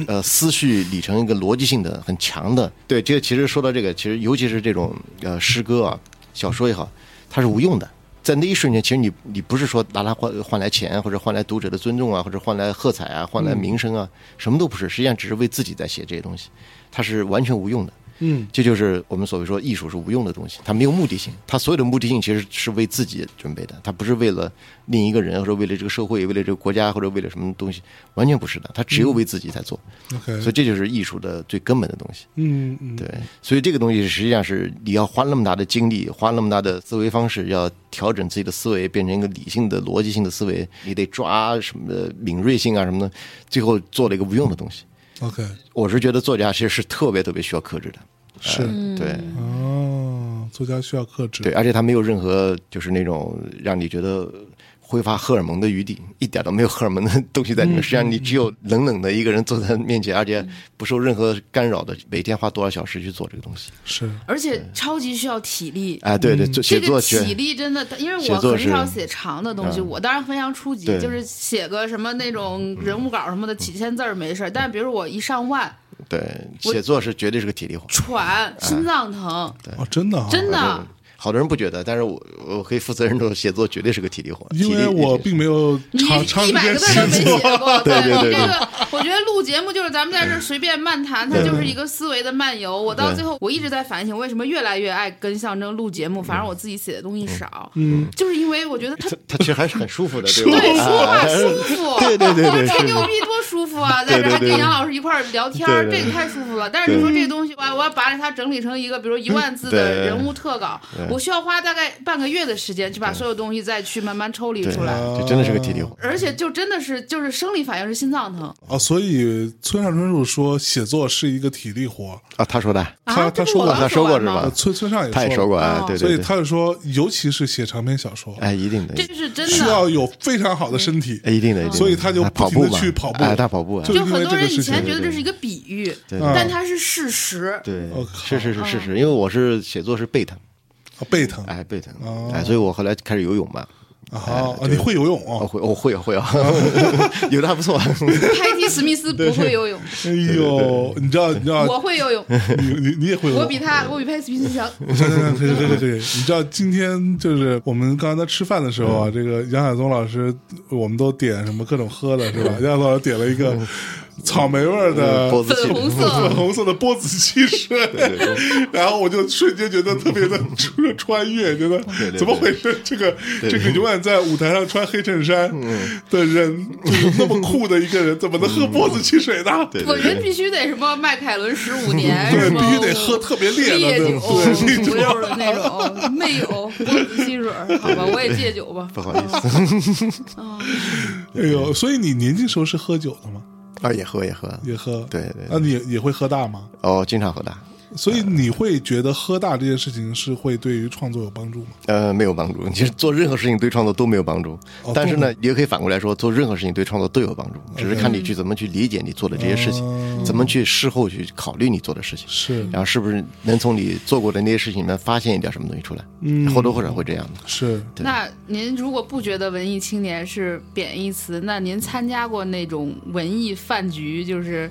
呃思绪理成一个逻辑性的很强的。对，这个其实说到这个，其实尤其是这种呃诗歌啊、小说也好，它是无用的。在那一瞬间，其实你你不是说拿它换换来钱，或者换来读者的尊重啊，或者换来喝彩啊，换来名声啊，什么都不是。实际上只是为自己在写这些东西，它是完全无用的。嗯，这就是我们所谓说艺术是无用的东西，它没有目的性，它所有的目的性其实是为自己准备的，它不是为了另一个人，或者为了这个社会，为了这个国家，或者为了什么东西，完全不是的，它只有为自己在做，嗯 OK。所以这就是艺术的最根本的东西。嗯嗯，对，所以这个东西实际上是你要花那么大的精力，花那么大的思维方式，要调整自己的思维，变成一个理性的、逻辑性的思维，你得抓什么敏锐性啊什么的，最后做了一个无用的东西。 OK。我是觉得作家其实是特别特别需要克制的，是嗯、对。哦，作家需要克制。对，而且他没有任何就是那种让你觉得挥发荷尔蒙的余地，一点都没有荷尔蒙的东西在嗯里面。实际上，你只有冷冷的一个人坐在面前，而且不受任何干扰的，每天花多少小时去做这个东西？是而且超级需要体啊力。哎，对对，做写嗯这作个学体力真的，因为写我作很是少写长的东西，嗯我当然非常初级，对就是写个什么那种人物稿什嗯么的，几千字儿没事儿。但是比如我一上万，对我写作是绝对是个体力活。喘、心脏疼，哦，真嗯的、啊，真的、好多人不觉得，但是我我可以负责任地说，写作绝对是个体力活。因体力为我并没有你长长时一百间个字都没写作，写过，对对对你这对个，我觉得录节目就是咱们在这儿随便漫谈，它就是一个思维的漫游。我到最后，我一直在反省，为什么越来越爱跟象征录节目，反而我自己写的东西少，嗯，就是因为我觉得他。他其实还是很舒 *laughs* 服的，对吧？对，说话哎舒服，对对 *laughs* 对对吹是牛逼多舒服啊！在这儿还跟杨老师一块儿聊天儿，对这对对也太舒服了。但是你说这个东西，我要我要把它整理成一个，比如一万字对的对对人物特稿，我需要花大概半个月的时间去把所有东西再去慢慢抽离对出来。这真的是个体力啊活。而且就真的是就是生理反应是心脏疼哦，所以村上春树说写作是一个体力活，啊，他说的，他啊。这他不说我过刚他说过完是吗吧呃村村上也他也说过，哎，对啊所对以对，他就说，尤其是写长篇小说，哎，一定的，这就是真需的。要有非常好的身体，哎一定的，一定的所以他就不跑停步的嘛去跑步，哎，他跑步，哎就就很多人因为这个以事情前觉得这是一个比喻，对啊但它是事实。对我，靠是是是是是，因为我是写作是背疼，啊背疼哎，背疼哦，哎，所以我后来开始游泳嘛，啊，你会游泳哦，哦？会，我会啊会啊， *laughs* 游的还不错，派蒂·史密斯不会游泳，哎呦，你知道你知道我会游泳，你你你也会游泳？我比嗯他我比派蒂·史密 *laughs* 斯强。对对对对对对，你知道今天就是我们刚才在吃饭的时候嗯啊，这个杨晓松老师，我们都点什么各种喝的是吧？杨晓松老师点了一个草莓味儿的脖子气粉红色粉红色的波子汽水， *laughs* 然后我就瞬间觉得特别的穿穿越，觉得对怎么回事？这个这个永远在舞台上穿黑衬衫嗯的人，就是那么酷的一个人，怎么能喝波子汽水呢？对我觉得必须得什么迈凯伦十五年，对什么必须得喝特别烈的烈酒，那种对那种五六的 *laughs* 那种，没有波子汽水儿，好吧，我也戒酒吧。不好意哦思哎呦，所以你年轻时候是喝酒的吗？啊，也喝也喝，也喝？对对对那呃你也也会喝大吗？哦，经常喝的，所以你会觉得喝大这件事情是会对于创作有帮助吗？呃，没有帮助。其实做任何事情对创作都没有帮助，哦但是呢，也可以反过来说，做任何事情对创作都有帮助，只是哦看你去怎么去理解你做的这些事情，怎么去事后去考虑你做的事情，是然后是不是能从你做过的那些事情里面发现一点什么东西出来，嗯或多或少会这样的。是，那您如果不觉得文艺青年是贬义词，那您参加过那种文艺饭局，就是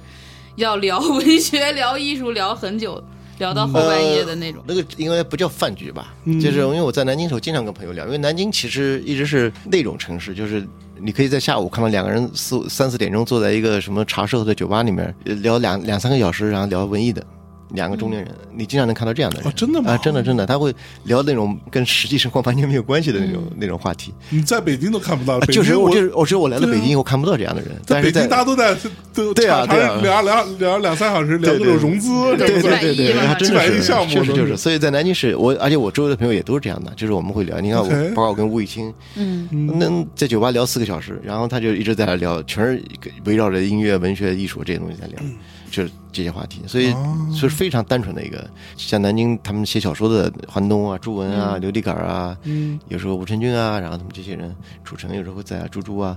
要聊 *laughs* 文学、聊艺术、聊很久，聊到后半夜的那种？那个应该不叫饭局吧？嗯就是因为我在南京的时候经常跟朋友聊，因为南京其实一直是那种城市，就是你可以在下午看到两个人四三四点钟坐在一个什么茶社或者酒吧里面呃聊两两三个小时，然后聊文艺的。两个中年人，你经常能看到这样的嗯人哦真的吗啊，真的真的，他会聊那种跟实际生活完全没有关系的那种、那种话题。你在北京都看不到，嗯啊北啊就京是我我，就是我只有我来了对啊北京以后看不到这样的人，在但北是京在大家都在都对啊常对啊常聊聊聊两三小时，聊对各对种融资对什么对的。对对，还真基本的上一项是目就都是是就是，所以在南京市，我而且我周围的朋友也都是这样的，就是我们会聊，你看我 OK 包括我跟吴雨清，嗯，能在酒吧聊四个小时，然后他就一直在那聊，全是围绕着音乐、文学、艺术这些东西在聊，就是这些话题，所以是非常单纯的一个，像南京他们写小说的环东啊、朱文啊、刘立杆啊，有时候吴承军啊，然后他们这些人，楚成有时候会在啊，朱朱啊，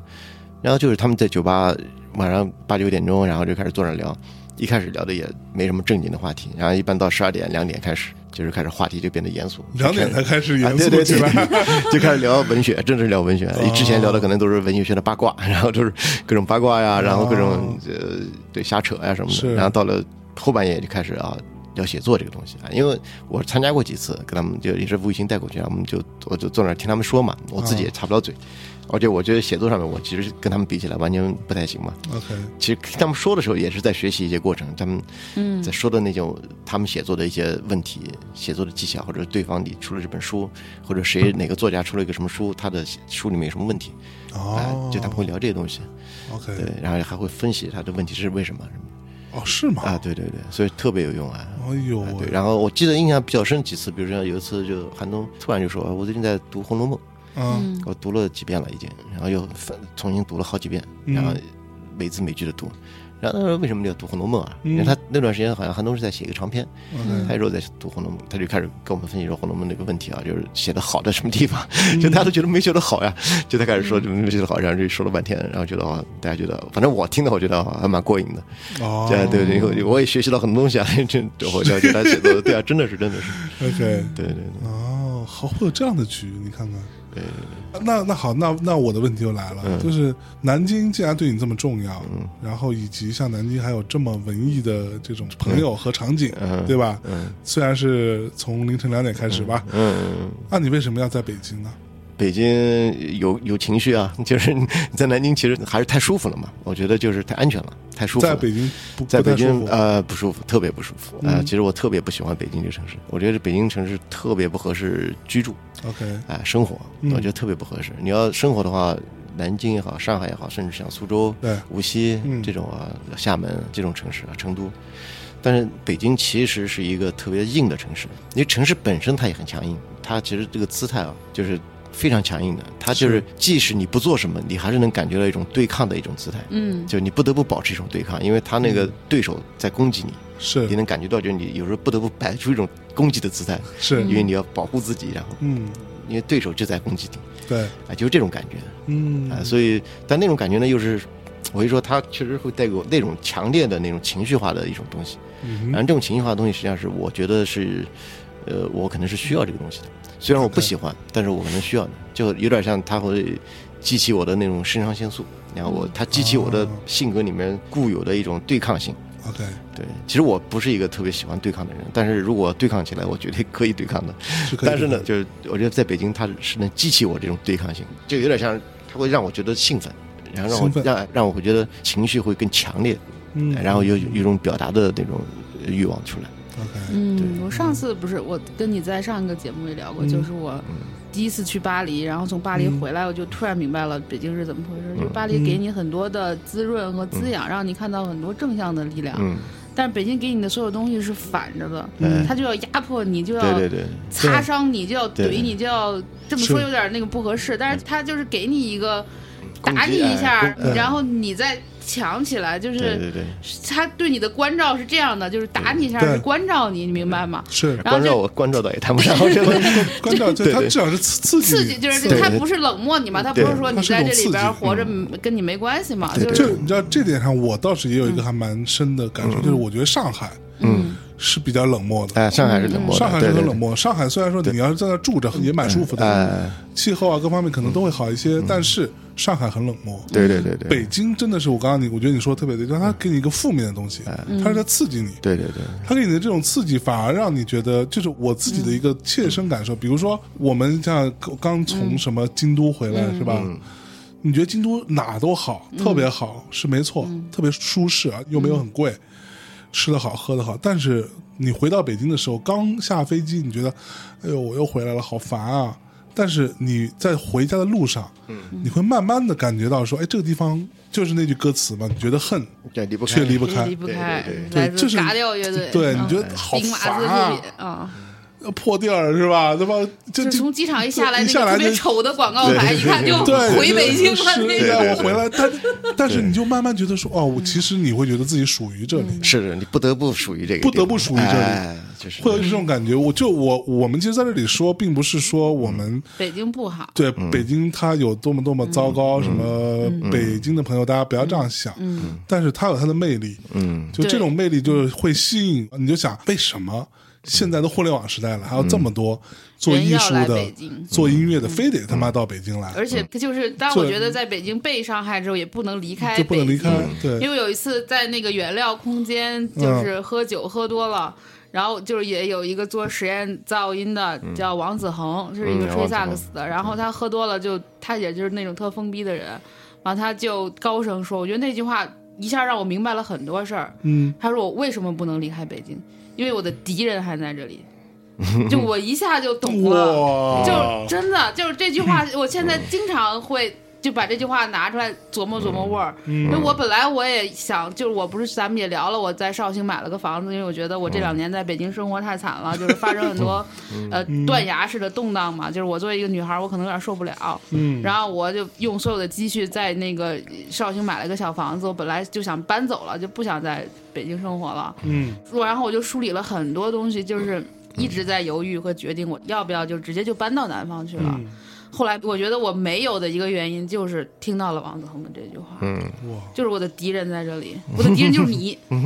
然后就是他们在酒吧晚上八九点钟，然后就开始坐那儿聊。一开始聊的也没什么正经的话题，然后一般到十二点两点开始，就是开始话题就变得严肃，两点才开始严啊对肃对起对 *laughs* 来。就开始聊文学，真是聊文学。之前聊的可能都是文学圈的八卦，然后就是各种八卦呀，然后各种呃对瞎扯呀什么是的。然后到了后半夜就开始啊聊写作这个东西啊，因为我参加过几次，跟他们就也是吴雨欣带过去，然后我们就我就坐那儿听他们说嘛，我自己也插不了嘴。而且我觉得写作上面，我其实跟他们比起来完全不太行嘛。 OK，其实听他们说的时候，也是在学习一些过程。他们嗯在说的那种他们写作的一些问题、写作的技巧，或者对方你出了这本书，或者谁哪个作家出了一个什么书，他的书里面有什么问题，啊、哦，就他们会聊这些东西。对 OK，，然后还会分析他的问题是为什么什么哦，是吗？啊？对对对，所以特别有用啊。哎呦啊喂对，，然后我记得印象比较深几次，比如说有一次就韩东突然就说，我最近在读《红楼梦》。嗯我读了几遍了已经，然后又翻重新读了好几遍，然后美字美句的读。然后他说为什么要读《红楼梦》啊？因为他那段时间好像韩东是在写一个长篇，他一直在读《红楼梦》，他就开始跟我们分析说《红楼梦》这个问题啊，就是写的好在什么地方，就大家都觉得没觉得好呀，就他开始说怎么没觉得好，然后就说了半天，然后觉得啊，大家觉得，反正我听的我觉得啊还蛮过瘾的，哦对啊对对，我我也学习到很多东西啊， *laughs* 这这我了解他写作的，对啊，真的是真的是， ，OK，对对对哦，好，会有这样的局，你看看。对，嗯那那好，那那我的问题又来了，就是南京既然对你这么重要，然后以及像南京还有这么文艺的这种朋友和场景，嗯对吧？嗯虽然是从凌晨两点开始吧，嗯。那、你为什么要在北京呢？北京有有情绪啊， *laughs* 就是你在南京其实还是太舒服了嘛，我觉得就是太安全了，太舒服在了。北京不在北不太舒京服嗯呃不舒服，特别不舒服。呃，其实我特别不喜欢北京这个城市，我觉得北京城市特别不合适居住， ，OK，哎、生活嗯我觉得特别不合适。你要生活的话，南京也好，上海也好，甚至像苏州、对无锡、嗯这种啊，厦门这种城市啊，成都。但是北京其实是一个特别硬的城市，因为城市本身它也很强硬，它其实这个姿态啊，就是非常强硬的。它就是是即使你不做什么，你还是能感觉到一种对抗的一种姿态，嗯就你不得不保持一种对抗，因为他那个嗯对手在攻击你，是你能感觉到，就是你有时候不得不摆出一种攻击的姿态，是，因为你要保护自己，然后嗯，因为对手就在攻击你，对，哎，就是这种感觉。嗯，啊，所以但那种感觉呢，又是我一说，它确实会带给我那种强烈的那种情绪化的一种东西。嗯然后哼这种情绪化的东西，实际上是我觉得是，呃，我可能是需要这个东西的。虽然我不喜欢，但是我可能需要的，就有点像它会激起我的那种肾上腺素，然后我它激起我的哦性格里面固有的一种对抗性。 ，OK，对，其实我不是一个特别喜欢对抗的人，但是如果对抗起来，我绝对可以对抗的。是可以，但是呢，，就是我觉得在北京，它是能激起我这种对抗性，就有点像，它会让我觉得兴奋，然后让兴我奋让让我会觉得情绪会更强烈，嗯然后有有一种表达的那种呃欲望出来。 ，OK，嗯，我上次不是我跟你在上一个节目也聊嗯过，就是我第一次去巴黎，然后从巴黎回来，我就突然明白了北京是怎么回事。嗯就巴黎给你很多的滋润和滋养，让你看到很多正向的力量，嗯，但是北京给你的所有东西是反着的，嗯它就要压迫你，就要对对对，擦伤你，就要对嗯怼你，就要这么说是有点那个不合适，但是他就是给你一个打攻你击一下哎攻，然后你再抢起来，就对对是对，他对你的关照是这样的，就是打你一下对是关照你，你明白吗？是然后关就照我关照倒也谈不 *laughs* 上，我觉得 *laughs* 关照，就 *laughs* 对他对至少是刺激刺你激就是对他不是冷漠你嘛，他不是对说它你是一在种这里边刺激嗯活着跟你没关系嘛，对嗯就就是你知道这点上，我倒是也有一个还蛮深的感受，就是我觉得上海，嗯，是比较冷漠的。哎，上海是冷漠的，上海是对很对嗯冷漠。上海虽然说你要是在那住着也蛮舒服的哎，嗯气候啊各方面可能都会好一些，但是上海很冷漠。对嗯对对对北京真的是我刚刚你，我觉得你说的特别对，就是它给你一个负面的东西，哎它是在刺激你。对对对，它给你的这种刺激，反而让你觉得，就是我自己的一个切身感受。比如说，我们像刚嗯从什么京都回来，是吧？你觉得京都哪都好，嗯特别好是没错，特别舒适啊，又没有很贵，嗯吃的好，喝的好。但是你回到北京的时候，刚下飞机，你觉得，哎呦，我又回来了，好烦啊！但是你在回家的路上，嗯你会慢慢的感觉到说，哎，这个地方就是那句歌词嘛，你觉得恨这离不开，嗯却离不开，离不开对对，对来这自是嘎调乐队，对，嗯你觉得好兵马烦司啊之旅，啊。破地儿是吧？对吧？就就从机场一下来，一那个下来特别就丑的广告牌，一看就对回北京了。是那的，种我回来，但但是你就慢慢觉得说，哦，我其实你会觉得自己属于这里，嗯是的，你不得不属于这个地不方，得不属于这里哎，就是会有这种感觉。我就我我们其实在这里说，并不是说我们。北京不好，对北京，它有多么多么糟糕？嗯什么北京的朋友，大家不要这样想。但是它有它的魅力，嗯，就这对种魅力就是会吸引。你就想，为什嗯么现在都互联网时代了，还有这么多做人艺要术来的北京、做音嗯乐的，非得他妈到北京来？而且就是，当我觉得在北京被伤害之后，也不能离开就不能北离京开。对，嗯因为有一次在那个原料空间，就是喝酒喝多了。然后就是也有一个做实验噪音的，叫王子恒，是一个嗯吹王子萨恒克斯的。然后他喝多了就，他也就是那种特疯逼的人，然后他就高声说，我觉得那句话一下让我明白了很多事儿。嗯，他说我为什么不能离开北京？因为我的敌人还在这 *laughs* 里。就我一下就懂了，哇，就真的就是这句话，我现在经常会就把这句话拿出来琢磨琢磨味儿。因为我本来我也想，就是我不是咱们也聊了，我在绍兴买了个房子，因为我觉得我这两年在北京生活太惨了，就是发生很多呃嗯断崖式的动荡嘛。就是我作为一个女孩，我可能有点受不了。嗯然后我就用所有的积蓄在那个绍兴买了个小房子，我本来就想搬走了，就不想在北京生活了。嗯然后我就梳理了很多东西，就是一直在犹豫和决定我要不要就直接就搬到南方去了。嗯，后来我觉得我没有的一个原因就是听到了王子恒的这句话，哇，就是我的敌人在这里，我的敌人就是你， *laughs* 一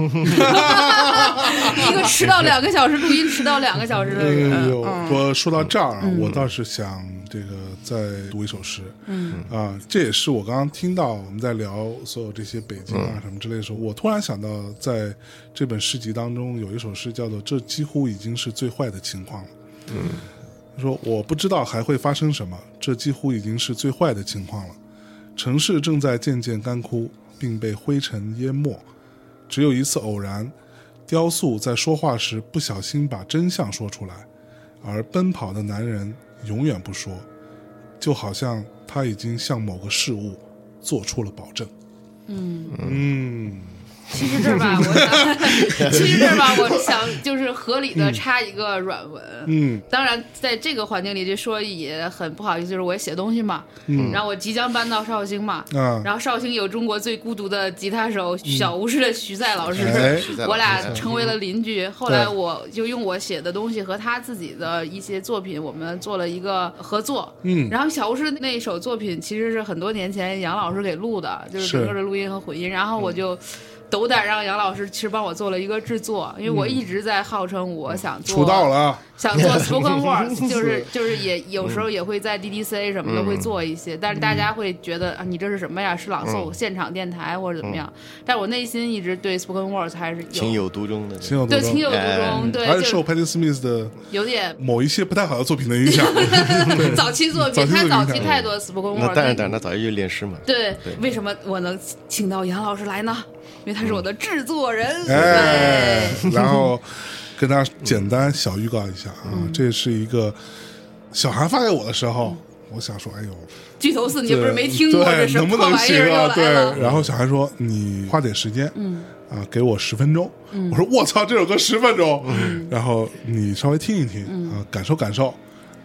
个迟到两个小时录音迟到两个小时的人，哎呦，嗯我说到这儿啊，我倒是想这个再读一首诗，嗯啊，这也是我刚刚听到我们在聊所有这些北京啊什么之类的时候，我突然想到，在这本诗集当中有一首诗叫做《这几乎已经是最坏的情况了》。他说：“我不知道还会发生什么，这几乎已经是最坏的情况了。城市正在渐渐干枯，并被灰尘淹没。只有一次偶然，雕塑在说话时不小心把真相说出来，而奔跑的男人永远不说，就好像他已经向某个事物做出了保证。嗯”嗯其实这儿吧，我 *laughs* 想，其实这儿吧，我想就是合理的插一个软文。嗯当然，在这个环境里，就说也很不好意思，就是我也写东西嘛，嗯然后我即将搬到绍兴嘛，啊然后绍兴有中国最孤独的吉他手小吴市的徐在老师，嗯哎徐在老师我俩成为了邻居。后来我就用我写的东西和他自己的一些作品，我们做了一个合作。嗯然后小吴市那首作品其实是很多年前杨老师给录的，就是是整个的录音和混音。然后我就。斗胆让杨老师其实帮我做了一个制作，因为我一直在号称我想做出道了啊，想做 spoken word，就是就是也有时候也会在 DDC 什么的会做一些，但是大家会觉得啊，你这是什么呀？是朗诵、现场电台或者怎么样？但我内心一直对 spoken word 还是情有有独钟的，情有独对钟，情有独哎钟，对还是就受 Patti Smith 的有点 *laughs* 某一些不太好的作品的影响。 *laughs* 早期作早品，期作他品早太期太多 spoken 那 word，当然，当然，那早就练诗嘛。啊对对，为什么我能请到杨老师来呢？因为他是我的制作人，哎对，然后跟大家简单小预告一下啊，嗯这是一个小韩发给我的时候，我想说，哎呦，巨头四你这不是没听过对这什能么不破能玩意行儿又啊？对来了，，然后小韩说你花点时间，嗯，啊，给我十分钟。嗯我说我操，这首歌十分钟，然后你稍微听一听嗯啊，感受感受。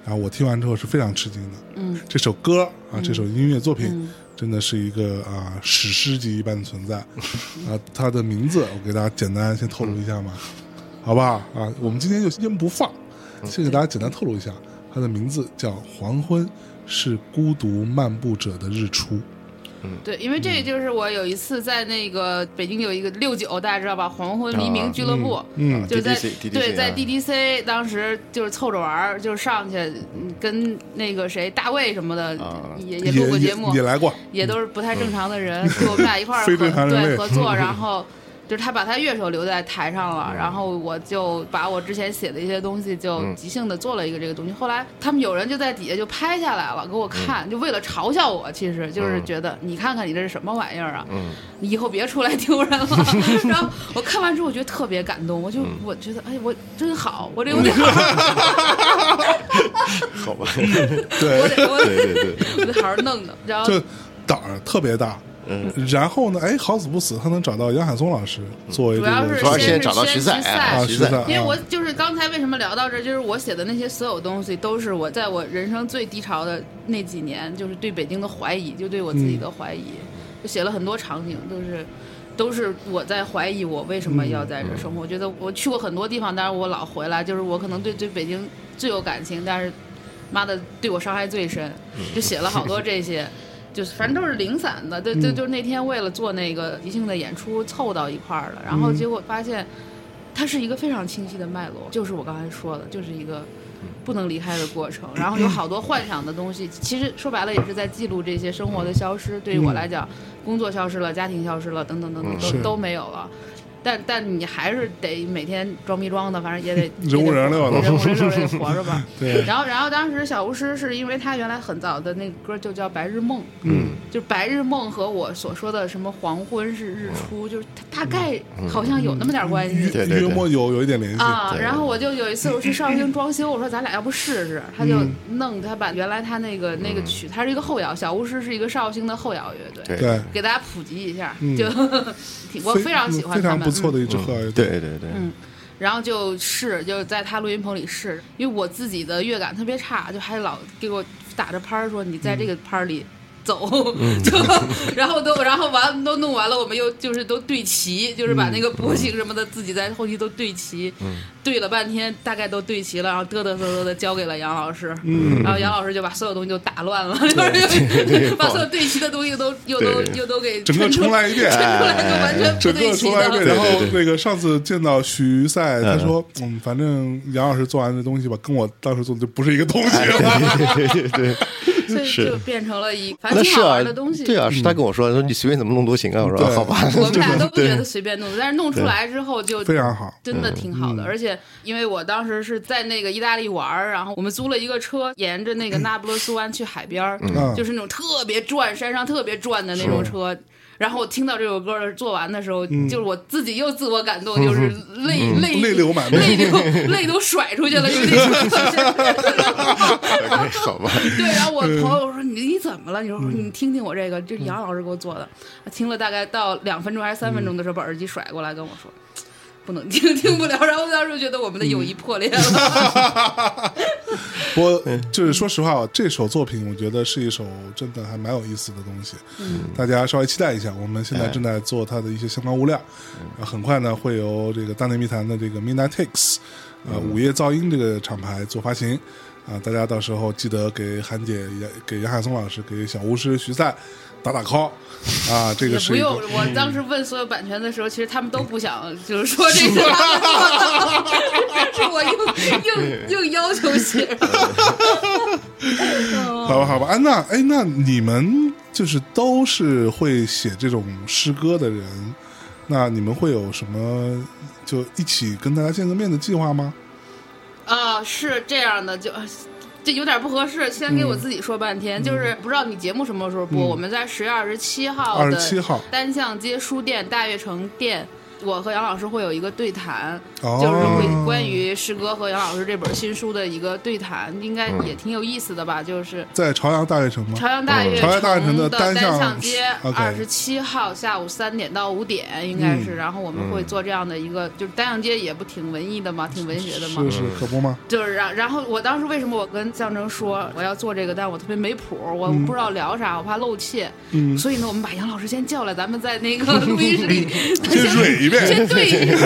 然后我听完之后是非常吃惊的，嗯，这首歌啊，嗯这首音乐作品。真的是一个啊史诗级一般的 *laughs* 存在，啊，它的名字我给大家简单先透露一下嘛，嗯好不好啊？我们今天就先不放，先给大家简单透露一下，它的名字叫《黄昏是孤独漫步者的日出》。对，因为这就是我有一次在那个北京有一个六九，大家知道吧？黄昏黎啊明俱乐部，嗯就是在 DDC 对在 DDC 啊 DDC 当时就是凑着玩儿，就是上去嗯跟那个谁大卫什么的、啊也也也录过节目，也也来过，也都是不太正常的人，所以我们俩一块儿嗯非正常合人类嗯对合作，然后就是他把他乐手留在台上了，然后我就把我之前写的一些东西就嗯即兴的做了一个这个东西。后来他们有人就在底下就拍下来了，给嗯我看，就为了嘲笑我，其实就是觉得你看看你这是什么玩意儿啊，嗯你以后别出来丢人 *laughs* 了。然后我看完之后，我觉得特别感动，我就嗯我觉得哎，我真好，我这有点 *laughs* 好吧， *laughs* 我对，得我得 *laughs* 对对对，我得好好弄弄，然后这胆儿特别大。嗯，然后呢，哎，好死不死，他能找到杨海松老师作为这主要是个主要先先找到徐徐载啊，徐徐载在，因为我就是刚才为什么聊到这儿，就是我写的那些所有东西，都是我在我人生最低潮的那几年，就是对北京的怀疑，就对我自己的怀疑，我写了很多场景，都是都是我在怀疑我为什么要在这儿生活。我觉得我去过很多地方，但是我老回来，就是我可能对对北京最有感情，但是妈的对我伤害最深，嗯就写了好多这些。 *laughs* 就是反正都是零散的，对对，嗯就是那天为了做那个即兴的演出凑到一块儿了，然嗯后结果发现它是一个非常清晰的脉络，就是我刚才说的，就是一个嗯不能离开的过程。然后有好多幻想的东西，其实说白了也是在记录这些生活的消失。对于我来讲，工作消失了，家庭消失了，等等等等，嗯是都都没有了。但但你还是得每天装逼装的，反正也 *laughs* 得人五人六的人五 *laughs* 人六得活着吧。 *laughs* 对然后然后当时小巫师是因为他原来很早的那个歌就叫《白日梦》，嗯，就是《白日梦》和我所说的什么黄昏是日出，就是它大概好像有那么点关系。嗯对对约莫有有一点联系，啊，对然后我就有一次我去绍兴装修，我说咱俩要不试试，他就嗯弄他把原来他那个那个曲，他是一个后摇，小巫师是一个绍兴的后摇乐队，对对，给大家普及一下，嗯就 *laughs* 挺我非常喜欢非他常们，不错嗯的一支歌，对对对对，然后就试，就在他录音棚里试，因为我自己的乐感特别差，就还老给我打着拍儿说你在这个拍儿里走， *laughs* 就然后都然后完都弄完了，我们又就是都对齐，就是把那个波形什么的自己在后期都对齐，对了半天大概都对齐了，然后嘚嘚嘚嘚的交给了杨老师，然后杨老师就把所有东西都打乱了，就是把所有对齐的东西都又都对又都给整个抻出重来一遍抻出来就完全不 *laughs* 整对个齐出来的对，。对然后对那个上次见到许赛，他嗯说：“嗯，反正杨老师做完的东西吧，跟我当时做的就不是一个东西了。所以是就变成了一反正那挺是好啊玩的东西。，对啊，是他跟我说，他说你随便怎么弄都行啊，我说嗯对好吧，我们俩都不对 *laughs* 觉得随便弄，但是弄出来之后就”非常好，真的挺好嗯的。而且因为我当时是在那个意大利玩儿，然后我们租了一个车，沿着那个那不勒斯湾去海边儿，嗯就是那种特别转山上特别转的那种车。然后我听到这首歌的做完的时候，就是我自己又自我感动，就是嗯泪泪嗯泪流满面泪流 *laughs* 泪都甩出去了，因为 *laughs* 那首歌。哎好吧， *laughs* 对，然后我朋友说你你怎么了？你说嗯你听听我这个，这是杨老师给我做的，听了大概到两分钟还是三分钟的时候，把耳机甩过来跟我说。不能 *laughs* 听，听不了。然后当时就觉得我们的友谊破裂嗯 *laughs* 了。我就是说实话，啊这首作品我觉得是一首真的还蛮有意思的东西，大家稍微期待一下。我们现在正在做它的一些相关物料，啊很快呢会由这个大内密谈的这个 Midnight Takes，呃，午夜噪音这个厂牌做发行。啊，大家到时候记得给韩姐、也给杨海松老师、给小巫师徐赛打打 call 啊，这也个不是一用，个我当时问所有版权的时候，其实他们都不想，就是说这 *laughs* 是他们做的，是我硬硬硬要求写。好吧，好吧，啊，那哎，那你们就是都是会写这种诗歌的人，那你们会有什么就一起跟大家见个面的计划吗？啊，是这样的，就这有点不合适。先嗯给我自己说半天，就是不知道你节目什么时候播。我们在十月二十七号的27号单向街书店大悦城店。我和杨老师会有一个对谈，哦就是会关于师哥和杨老师这本新书的一个对谈，应该嗯也挺有意思的吧？就是在朝阳大悦城吗？朝阳大悦嗯朝阳大悦城的的单向向街 OK 嗯二十七号下午三点到五点应该是，然后我们会做这样的一个，就是单向街也不挺文艺的嘛，挺文学的嘛是，是，可不吗？就是然然后我当时为什么我跟象征说我要做这个，但我特别没谱，我不知道聊啥，我怕露怯，嗯所以呢，我们把杨老师先叫来，咱们在那 *laughs* 个录音室里先蕊一遍先对 *laughs* 一下，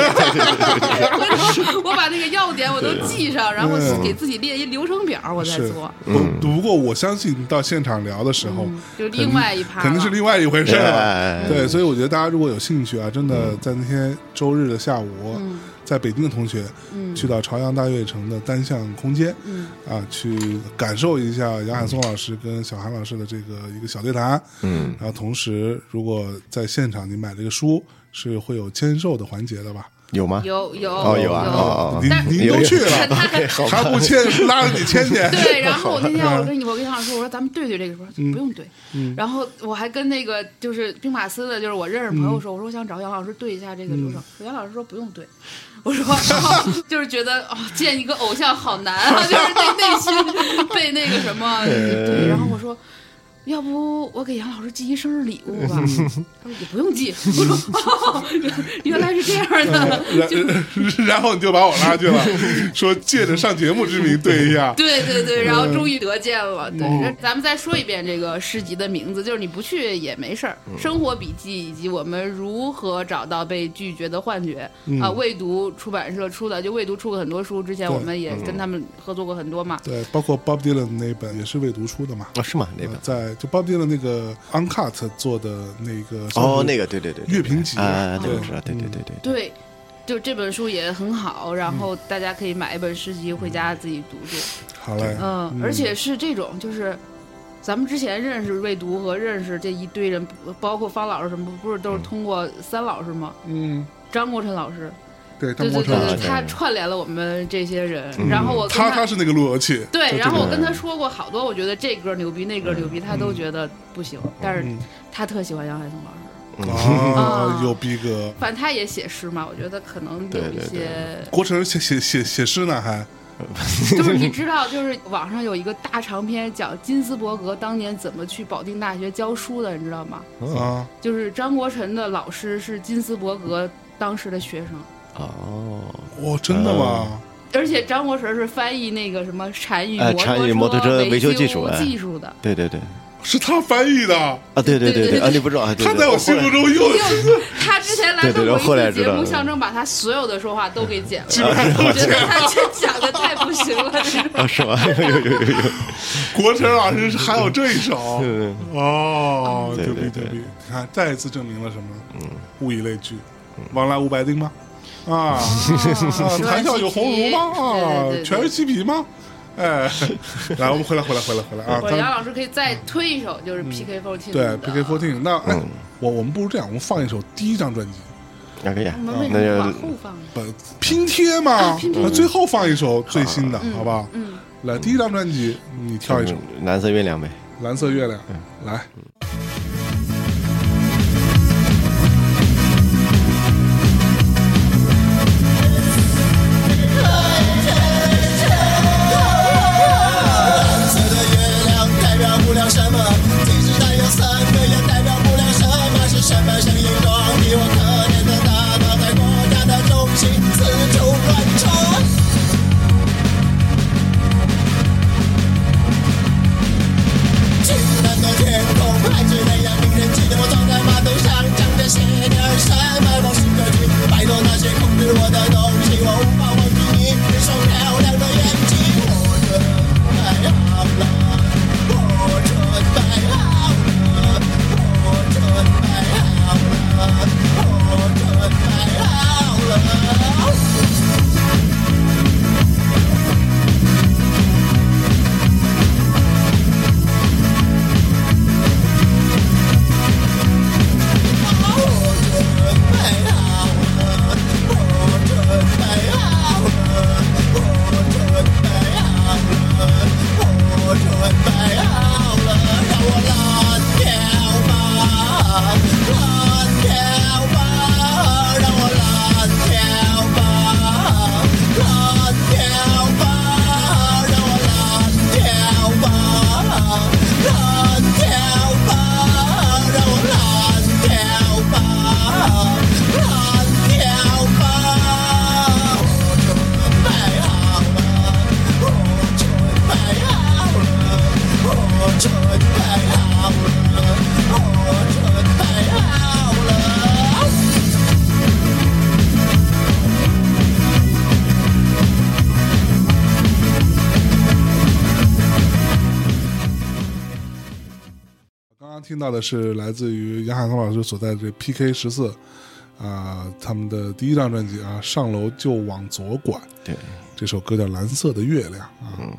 我我把那个要点我都记上，然后嗯给自己列一流程表，我再是做，不不过我相信到现场聊的时候，就另外一趴肯定是了另外一回事哎儿。对，所以我觉得大家如果有兴趣啊，真的在那天周日的下午，嗯在北京的同学，去到朝阳大悦城的单向空间，嗯啊，去感受一下杨海松老师跟小韩老师的这个一个小对谈。嗯，然后同时，如果在现场你买这个书，是会有签售的环节的吧？有吗？有有哦，有啊，哦哦您哦，但是您都去但了，他还不签，拉着你签去。对，然后我那天我跟你我跟杨老师说，我说咱们对对这个，说不用对。然后我还跟那个就是兵马司的，就是我认识朋友说，我说我想找杨老师对一下这个流程，杨老师说不用对。我说，然后就是觉得哦，见一个偶像好难啊，就是内内心被那个什么，对。然后我说。要不我给杨老师寄一生日礼物吧？他说也不用寄。我说哦，原来是这样的，然 *laughs* 然后你就把我拉去了，说借着上节目之名对一 *laughs* 下。对对对，然后终于得见了。对，咱们再说一遍这个诗集的名字，就是你不去也没事儿，生活笔记》以及我们如何找到被拒绝的幻觉》啊，未读出版社出的，就未读出过很多书，之前对我们也跟他们合作过很多嘛。对，包括 Bob Dylan 那本也是未读出的嘛，啊是吗？那呃个在就 Bob Dylan 那个 Uncut 做的那个哦，那个个对对对，对乐评集嗯啊，那对个是啊，对对对对对，对，就这本书也很好，然后大家可以买一本诗集回家自己读读。好嘞，嗯，而且是这种，就是咱们之前认识魏读和认识这一堆人，包括方老师什么，不是都是通过三老师吗？嗯，张国琛老师，对他对哦对磨对成老对，师嗯他串联了我们这些人。然后我跟啊他他是那个路由器，对，就然后我这个跟他说过好多，我觉得这歌牛逼，那歌牛逼，他都觉得不行。但是嗯他特喜欢杨海松老师，啊啊有逼格。反正他也写诗嘛，我觉得可能有一对对些，郭晨写写写写诗呢，还就是你知道，就是网上有一个大长篇讲金斯伯格当年怎么去保定大学教书的，你知道吗？哦啊，就是张国晨的老师是金斯伯格当时的学生。哦，哇，真的吗？嗯而且张国晨是翻译那个什么禅语哎禅语摩托车维维修修技术哎技术的，对对对，是他翻译的，啊，对对对对啊，你不知道啊？对他对在我后心目来中又就他之前来对对录然后后过一来期知节道目，了象征把他所有的说话都给剪了。然 *laughs* 我觉得他这讲的太不行了， *laughs* 啊，是吧？有有有有有，国晨老师还有这一首 *laughs* 对哦，对牛逼对牛对逼！你看，再一次证明了什么？嗯，物以类聚，嗯往来无白丁吗？ *laughs* 啊，啊谈笑有鸿儒吗？*laughs* 对对啊对，对全是漆皮吗？ *laughs* 哎，来，我们回来，回来，回来，回来啊！我刚杨老师可以再推一首，就是 PK Fourteen 嗯对 PK fourteen，那哎，嗯我我们不如这样，我们放一首第一张专辑，那可以啊我，们为那什么往就后放呢？不拼贴嘛啊拼贴，那最后放一首最新的，好不好？嗯，来，第一张专辑你挑一首《嗯蓝色月亮呗。蓝色月亮》，来，蓝色的月亮代表不了什么，即使它有三个也代表不了什么。是什么声音装逼我可怜的大脑在国家的中心四处乱窜？晴朗的天空还是那样令人激动。我走在马路上，唱着写点什么往事歌曲，摆脱那些控制我的东西。我无法忘记你那双漂亮的眼睛。火车太好了，火车太好了，火车太好了，火车太好了。刚刚听到的是来自于杨海松老师所在的这 PK 十四啊，他们的第一张专辑啊，《上楼就往左拐》对，嗯这首歌叫《蓝色的月亮》啊。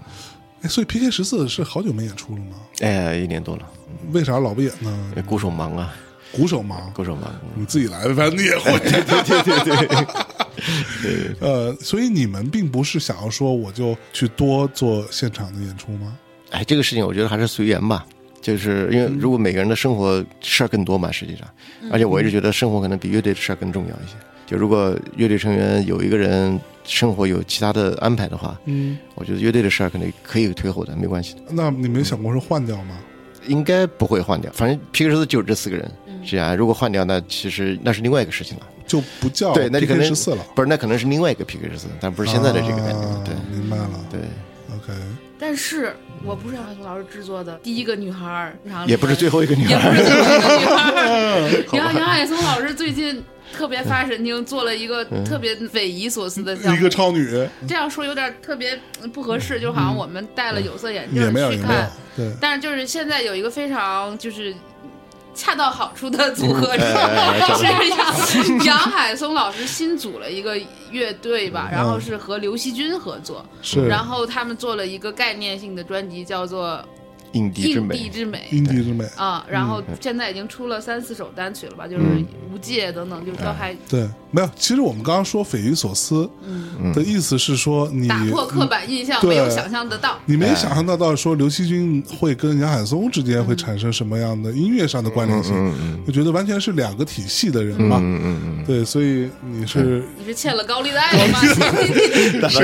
哎，所以 PK 十四是好久没演出了吗？哎，一年多了，为啥老不演呢？那鼓手忙啊，鼓手忙，鼓手忙。 *laughs* 你自己来，反正你也哎会。对对对对。呃，所以你们并不是想要说我就去多做现场的演出吗？哎，这个事情我觉得还是随缘吧，就是因为嗯如果每个人的生活事儿更多嘛，实际上，而且我一直觉得生活可能比乐队的事儿更重要一些。就如果乐队成员有一个人生活有其他的安排的话，嗯，我觉得乐队的事儿可能可以推后的，没关系的，那你没想过是换掉吗？应该不会换掉。反正皮克斯就是这四个人，嗯是啊，如果换掉，那其实那是另外一个事情了。就不叫对，那就可 PK 能十四了。不是，那可能是另外一个皮克斯，但不是现在的这个概念。啊对明白了。对， OK，但是我不是杨海松老师制作的第一个女孩儿，然后也不是最后一个女 *laughs* 也不孩是。最后一个女孩儿。杨杨海松老师最近特别发神经，做了一个特别匪夷所思的项一目个。超女这样说有点特别嗯不合适，就好像我们戴了有色眼镜也儿没有，去也没有看，，对，但是就是现在有一个非常就是。恰到好处的组合是哎哎是杨杨海松老师新组了一个乐队吧，然后是和刘惜君合作，是然后他们做了一个概念性的专辑，叫做印地之印美地，之美，印地之美，啊，然后现在已经出了三四首单曲了吧，就是《嗯无界》等等，就是都还对，没有。其实我们刚刚说匪夷所思的意思是说你，打破刻你板印象，对没有想象得到。你没想象到到说刘惜君会跟杨海松之间会产生什么样的音乐上的关联性？我觉得完全是两个体系的人嘛。嗯嗯嗯，对，所以你是你是欠了高利贷了吗？ *laughs* 谁那倒也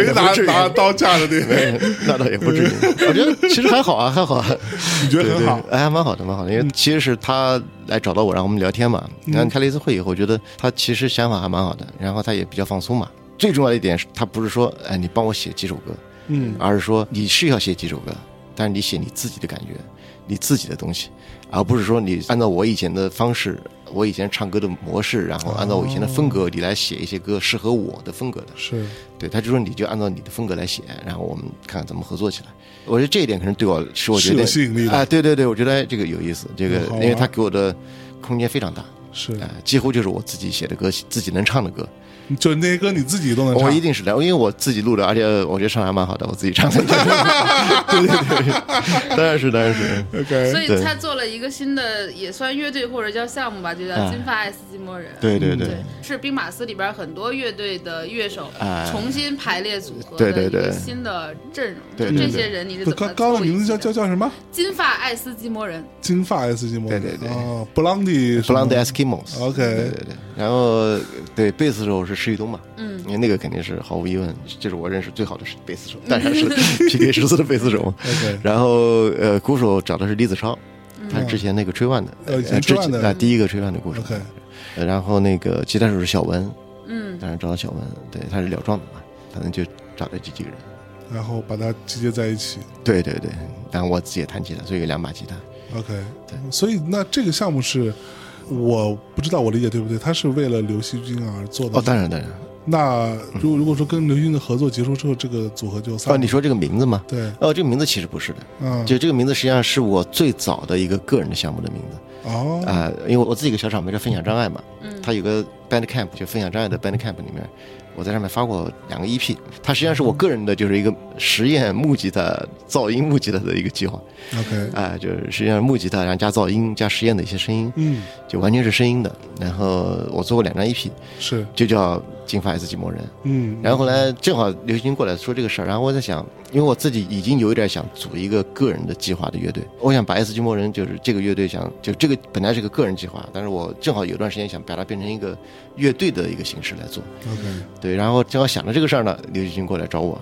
不拿至于拿刀架着你？ *laughs* 那倒也不至于，我觉得其实还好啊，还好啊， *laughs* 嗯你觉得很好嗯对对哎，还蛮好的，蛮好的。因为其实是他来找到我，然后我们聊天嘛，然后开了一次会以后，我觉得他其实想法还蛮好的，然后他也比较放松嘛。最重要的一点是他不是说，哎，你帮我写几首歌，嗯，而是说你是要写几首歌，但是你写你自己的感觉，你自己的东西，而不是说你按照我以前的方式，我以前唱歌的模式，然后按照我以前的风哦格，你来写一些歌适合我的风格的。是对，他就说你就按照你的风格来写，然后我们看看怎么合作起来。我觉得这一点可能对我是我觉是有得吸引力的啊，对对对，我觉得这个有意思，这个嗯好因玩为他给我的空间非常大，是，啊，几乎就是我自己写的歌，自己能唱的歌，就那些歌你自己都能我唱一。定是来，因为我自己录的，而且我觉得唱得还蛮好的，我自己唱的， *laughs* 对对对，当然是当然是， *laughs* 所 OK，以他做了一个新的，也算乐队或者叫项目吧，就叫哎金发爱斯基摩人。对对对对，是兵马司里边很多乐队的乐手哎重新排列组合对的对一个对新的阵容。对就对这对些人你是怎不么刚刚凑的一名字起叫的叫叫什么？金发爱斯基摩人，金发 S 级模对对对哦，Blondie 布朗德 S Eskimos。对 OK，对对，然后对贝斯手是施玉东嘛，嗯，因为那个肯定是毫无疑问，这是我认识最好的贝斯手，当然是 PK 十四的贝斯手。 OK 然后呃，鼓手找的是李子超，他是之前那个吹腕的，呃以前之吹腕的啊第一个吹腕的鼓手。 OK 呃然后那个吉他手是小文，嗯，当然找到小文，对，他是辽壮的嘛，反正就找了这几个人。然后把它集结在一起。对对对，当然我自己也弹吉他，所以有两把吉他。哦 OK，对所以那这个项目是，我不知道我理解对不对，它是为了刘惜君而做的。哦，当然当然。那如果如果说跟刘惜君的合作结束之后，这个组合就散哦，了。你说这个名字吗？对，哦，这个名字其实不是的，嗯，就这个名字实际上是我最早的一个个人的项目的名字。哦，啊、因为我自己有个小厂牌叫分享障碍嘛，嗯，它有个 Band Camp，就分享障碍的 Band Camp 里面，我在上面发过两个 EP，它实际上是我个人的，就是一个实验木吉他、噪音木吉他的一个计划， OK，啊、就是实际上木吉他，然后加噪音、加实验的一些声音，嗯，就完全是声音的。然后我做过两张 E EP，是，就叫《金发 S 寂寞人》，嗯，然后后来正好刘惜君过来说这个事儿，然后我在想，因为我自己已经有一点想组一个个人的计划的乐队，我想把 S 寂寞人就是这个乐队想就这个本来是个个人计划，但是我正好有段时间想把它变成一个乐队的一个形式来做， OK，对，然后正好想着这个事儿呢，刘惜君过来找我，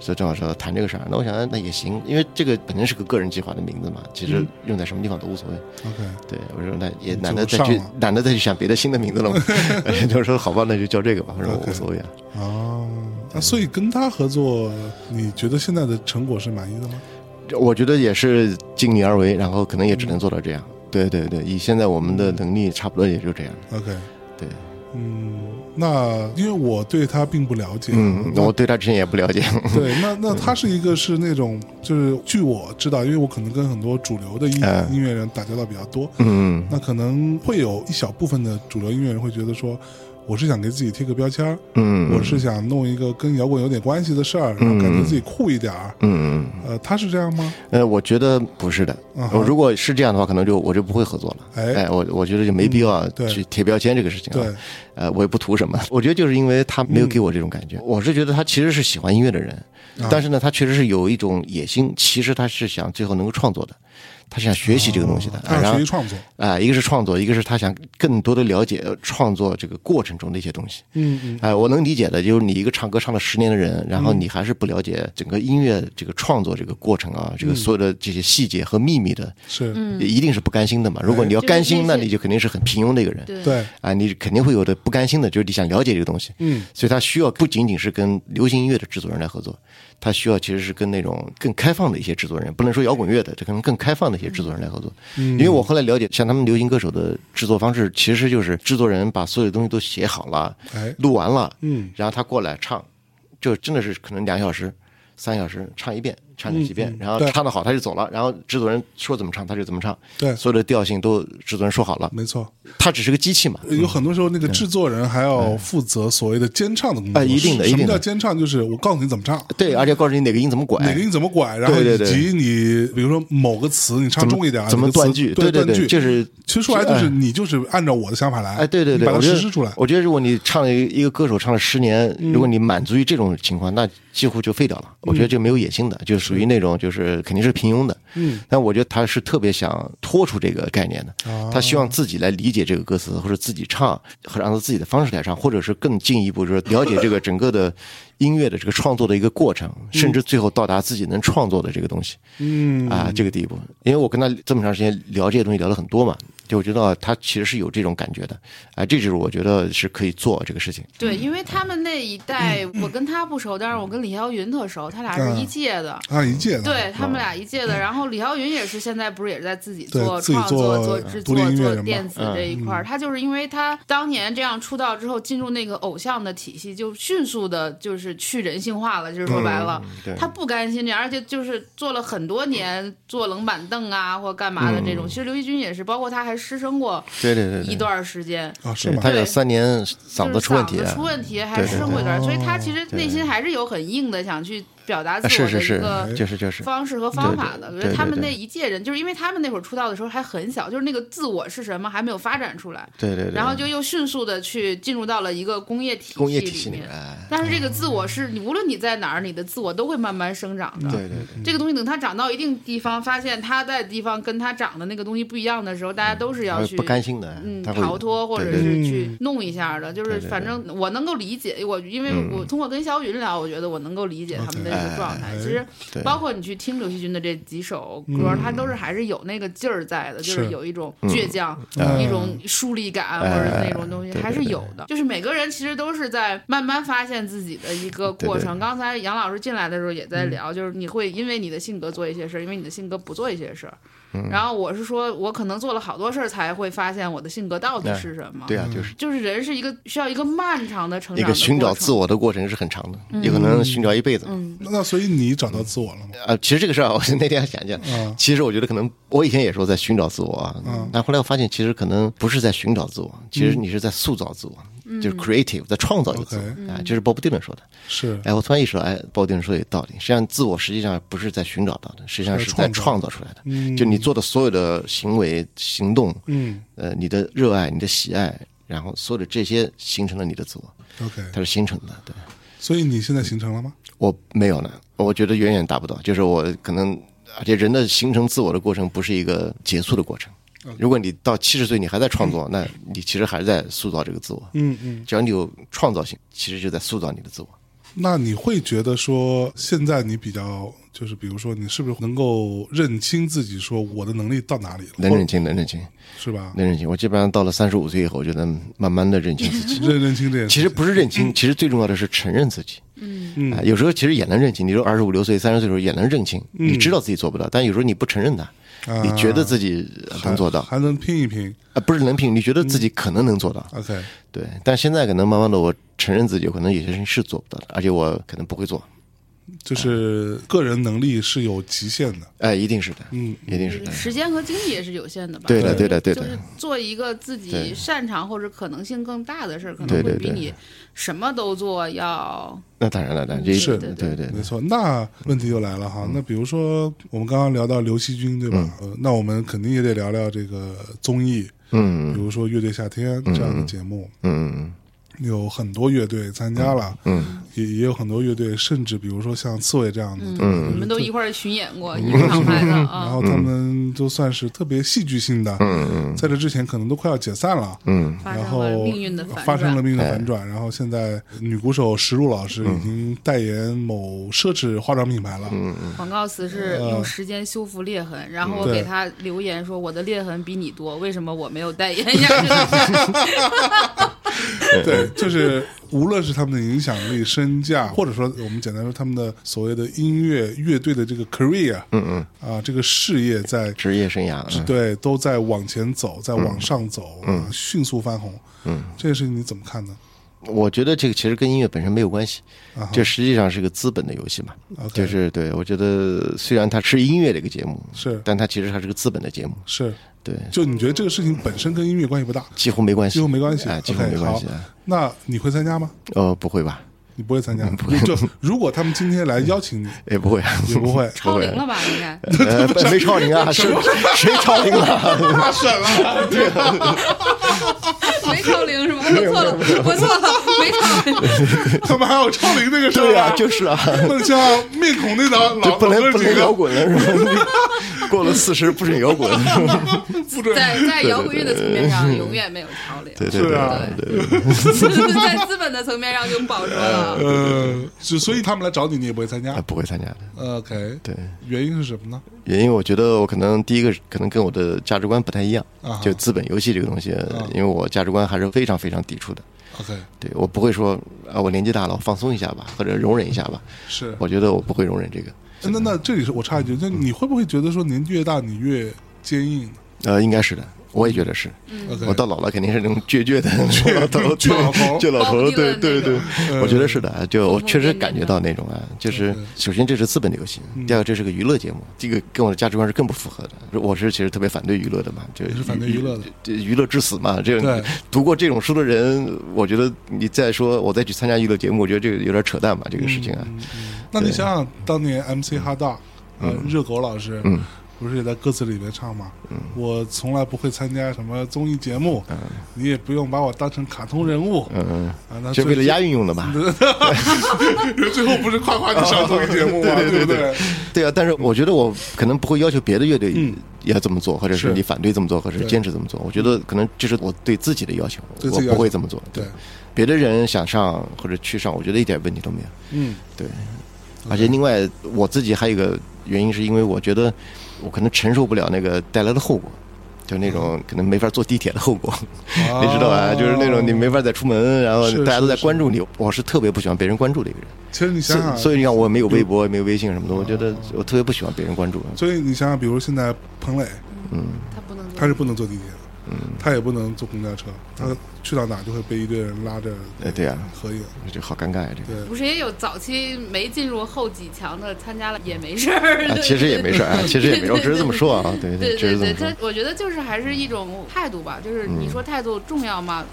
所以正好说谈这个事儿，那我想哎那也行，因为这个本身是个个人计划的名字嘛，其实用在什么地方都无所谓， OK，对，我说那也你懒就得再上去了懒得再去想别的新的名字了嘛， *laughs* *laughs* 就说好吧，那就叫这个吧，我说我无所谓啊。哦，那所以跟他合作，你觉得现在的成果是满意的吗？我觉得也是尽力而为，然后可能也只能做到这样。对对对，以现在我们的嗯能力，差不多也就这样。 OK，对，嗯，那因为我对他并不了解，嗯，那我对他之前也不了解。 *laughs* 对，那那他是一个是那种，就是据我知道，因为我可能跟很多主流的音、嗯音乐人打交道比较多，嗯，那可能会有一小部分的主流音乐人会觉得说，我是想给自己贴个标签儿，嗯我是想弄一个跟摇滚有点关系的事儿，然后感觉自己酷一点儿。嗯，呃，他是这样吗？呃，我觉得不是的。嗯哼我如果是这样的话，可能就我就不会合作了。哎嗯哎，我我觉得就没必要对去贴标签这个事情啊。对，嗯呃，我也不图什么。我觉得就是因为他没有给我这种感觉。我是觉得他其实是喜欢音乐的人，啊但是呢，他确实是有一种野心，其实他是想最后能够创作的，他是想学习这个东西的。他啊然是后学习创作。啊、一个是创作，一个是他想更多的了解呃创作这个过程中的一些东西。嗯嗯，哎、我能理解的，就是你一个唱歌唱了十年的人，然后你还是不了解整个音乐这个创作这个过程啊，嗯这个所有的这些细节和秘密的，是，也一定是不甘心的嘛。如果你要嗯就是甘那心，那些你就肯定是很平庸的一个人。对对，啊，你肯定会有的不甘心的，就是你想了解这个东西，嗯，所以他需要不仅仅是跟流行音乐的制作人来合作，他需要其实是跟那种更开放的一些制作人，不能说摇滚乐的，这可能更开放的一些制作人来合作，嗯，因为我后来了解，像他们流行歌手的制作方式，其实就是制作人把所有的东西都写好了，哎，录完了，嗯，然后他过来唱，就真的是可能两小时、三小时唱一遍，唱点几遍，然后嗯对唱的好他就走了，然后制作人说怎么唱他就怎么唱，对嗯所有的调性都制作人说好了，没错，他只是个机器嘛，有很多时候那个制作人还要负责所谓的监唱的工作。哎一定的什一么定的叫监唱？就是我告诉你怎么唱，对，而且告诉你哪个音怎么拐，嗯哪个音怎么拐，然后以对对对及你比如说某个词你唱怎么重一点啊，怎么哪个词断句对对对断句对就是其实说白了就是哎你就是按照我的想法来，哎，对对你对，把它我觉实得施出来。嗯我觉得如果你唱了一个一个歌手唱了十年，如果你满足于这种情况，那几乎就废掉了。我觉得这没有野心的，就属于那种就是肯定是平庸的。嗯，但我觉得他是特别想脱出这个概念的，啊他希望自己来理解这个歌词，或者自己唱，或者按照自己的方式来唱，或者是更进一步就是了解这个整个的。音乐的这个创作的一个过程，嗯甚至最后到达自己能创作的这个东西，嗯啊，这个地步。因为我跟他这么长时间聊这些东西聊了很多嘛，就我知道他其实是有这种感觉的，啊，这就是我觉得是可以做这个事情。对，因为他们那一代，我跟他不熟，但是我跟李霄云特熟，他俩嗯是一届的。啊，一届的，嗯对他们俩一届的，然后李霄云也是现在不是也是在自己对做自己创作、做做制独立作、音乐做人嘛电嗯子这一块儿，他就是因为他当年这样出道之后，进入那个偶像的体系，就迅速的就是去人性化了，就是说白了，嗯对他不甘心这样，而且就是做了很多年坐冷板凳啊或干嘛的这种。其实刘惜君也是，包括他还失声过对嗯对一段时间，啊，是对吗他？有三年嗓子出问题就是嗓子啊出，问题还是对对生过一段，所以他其实对内心还是有很硬的想去表达自啊是我是的一是个，就是就是，方式和方法的。我对对觉得对他们对那对一届人，就是因为他们那会儿出道的时候还很小，就是那个自我是什么还没有发展出来，对对对，然后就又迅速的去进入到了一个工业体工业体系系里里面面。。哎但是这个自我是你无论你在哪儿，你的自我都会慢慢生长的。对对对，这个东西等他长到一定地方，发现他在地方跟他长的那个东西不一样的时候，大家都是他要会去不甘心的，嗯，他会逃脱或者对对对是去弄一下的，就是对对嗯反正我能够理解，我因为我通过跟肖云聊，我觉得我能够理解他们的一个状态。哎其实对包括你去听刘惜君的这几首歌，他都是还是有那个劲儿在的，就是是有一种嗯倔强、一种疏离感或者是那种东西哎对对还是有的。就是每个人其实都是在慢慢发现自己的一个过程。刚才杨老师进来的时候也嗯在聊，就是你会因为你的性格做一些事儿，因为你的性格不做一些事儿。嗯然后我是说，我可能做了好多事儿才会发现我的性格到底哎是什么。对啊，就是。就是人是一个需要一个漫长的成一长的嗯过程，个嗯寻找自我的过程是很长的，有可能寻找一辈子。那那所以你找到自我了吗？啊，其实这个事儿啊，我 *laughs* 是那天还想讲嗯，其实我觉得可能我以前也说在寻找自我啊，但后来我发现其实可能不是在寻找自我，其嗯实你是在塑造自我，就是 creative，在创造一个自 OK 我啊，就是鲍勃迪伦说的。是哎，我突然意识到，哎，鲍勃迪伦说的有道理，实际上自我实际上不是在寻找到的，实际上是是在创创造出来的。就你做的所有的行为、行动，嗯，呃，你的热爱、你的喜爱，然后所有的这些形成了你的自我， OK，它是形成的，对。所以你现在形成了吗？我没有呢，我觉得远远达不到。就是我可能，而且人的形成自我的过程不是一个结束的过程。如果你到七十岁你还在创作，那你其实还是在塑造这个自我。嗯嗯，只要你有创造性，其实就在塑造你的自我。那你会觉得说现在你比较就是比如说你是不是能够认清自己，说我的能力到哪里了？能认清，能认清，是吧？能认清。我基本上到了三十五岁以后，我就能慢慢的认清自己。认认清这件事 *laughs* 其实不是认清，嗯其实最重要的是承认自己。嗯、有时候其实也能认清。你说二十五六岁、三十岁的时候也能认清，嗯你知道自己做不到，但有时候你不承认它，你觉得自己能做到，啊还能拼一拼。啊，不是人品，你觉得自己可能能做到， OK，对，但现在可能慢慢的，我承认自己可能有些事情是做不到的，而且我可能不会做，就是个人能力是有极限的。哎，一定是的，嗯，一定是的，时间和精力也是有限的吧？对的，对的，对就是的，做一个自己擅长或者可能性更大的事儿，可对能对会比对你什么都做要那当然了，那这一是定的对对没对，错，那问题又来了哈。那比如说，我们刚刚聊到刘惜君，对吧、呃那我们肯定也得聊聊这个综艺，嗯比如说《乐队夏天》这样的节目，嗯有很多乐队参加了，嗯，也也有很多乐队，甚至比如说像刺猬这样的，嗯你们都一块儿巡演 *laughs* 过，一个厂牌的然啊，后他们都算是特别戏剧性的，嗯嗯，在这之前可能都快要解散了，嗯，哎发然生后了命运的反发生了转。命运的反转，然后现在女鼓手石璐老师已经代言某奢侈化妆品牌了，嗯广告词是用时间修复裂痕，然嗯后我对给他留言说我的裂痕比你多，为什么我没有代言 *laughs* 下去？对，就是无论是他们的影响力、身价，或者说我们简单说他们的所谓的音乐乐队的这个 career，嗯嗯，啊，这个事业在职业生涯，嗯对都啊在往前走，在往上走，啊迅速翻红，嗯，这件事情你怎么看呢？我觉得这个其实跟音乐本身没有关系啊哈，这实际上是个资本的游戏嘛。 OK 就是对我觉得，虽然它是音乐的一个节目，是但它其实它是个资本的节目，是，对，就你觉得这个事情本身跟音乐关系不大，几乎没关系，几乎没关系哎，几乎 OK，没关系好哎。那你会参加吗？呃，不会吧？你不会参加， *laughs* 就如果他们今天来邀请 *laughs* 你，也不会啊，也不会超龄了吧？应该 *laughs* 呃，不没超龄啊，是谁超龄了？大婶了， *laughs* 没超龄是吗？我错了，我错了，没超龄。他们还有超龄那个事儿对 *laughs* 呀，啊，就是啊，那像面孔那老这 *laughs* 老不老能哥不几能摇个滚了 *laughs* 是吧？ *laughs* 过了四十不准摇滚，啊不准，在在摇滚乐的层面上，永远没有潮流；对对是对啊对对。 *laughs* 在资本的层面上就不好说了。呃，就所以他们来找你，你也不会参啊，加。不会参加的。 OK，对，原因是什么呢？原因我觉得我可能第一个是可能跟我的价值观不太一样啊哈，啊就资本游戏这个东西，因为我价值观还是非常非常抵触的。 OK，对我不会说啊，我年纪大了，我放松一下吧，或者容忍一下吧。是哎我觉嗯得我不会容忍这个。那那这里是我插一句，那你会不会觉得说年纪越大你越坚硬呃，应该是的，我也觉得是。 ？OK，我到老了肯定是那种倔倔的老头，倔嗯老头嗯对倔老头，包不定对的对对那种，我觉得是的，就我疯疯确实癫癫感觉的到那种啊，就是嗯首先这是资本的游戏，第二个这是个娱乐节目，这个跟我的价值观是更不符合的。我是其实特别反对娱乐的嘛，就你是反对娱乐的，这娱乐至死嘛。这对个读过这种书的人，我觉得你再说我再去参加娱乐节目，我觉得这个有点扯淡吧，这个事情嗯啊。那你想想当年嗯 MC 哈大，呃，热狗老师，不是也在歌词里面唱吗？嗯我从来不会参加什么综艺节目，你也不用把我当成卡通人物，嗯，啊，那最就为了押韵用的吧。 *laughs* 最后不是夸夸你 *laughs* 上综艺节目吗？*laughs* 对对不对对对对？对啊，但是我觉得我可能不会要求别的乐队也这么做，或者嗯是是你反对这么做，或者是对坚持这么做。我觉得可能这是我对自己的要求，对自我己要不会求这么做。对，别的人想上或者去上，我觉得一点问题都没有。嗯，对，而且另外我自己还有一个原因，是因为我觉得我可能承受不了那个带来的后果。就那种嗯可能没法坐地铁的后果，你知道吧？就是那种你没法再出门，然后哦是大家都在是关注你。我是特别不喜欢别人关注的一个人，其实你想想，所所以你看我没有微博，也没有微信什么的，我觉得我特别不喜欢别人关注。所以你想想，比如现在彭磊，他不能他是不能坐地铁的，他也不能坐公交车，他去到哪就会被一堆人拉着哎，对啊，合影。哦这好尴尬呀、这个。不是也有早期没进入后几强的，参加了也没事儿啊，。其实也没事儿啊，其实也没事儿，我只是这么说啊，对 *laughs* 对对只是这对，么他说。嗯我觉得就是还是一种态度吧，就是你说态度重要吗？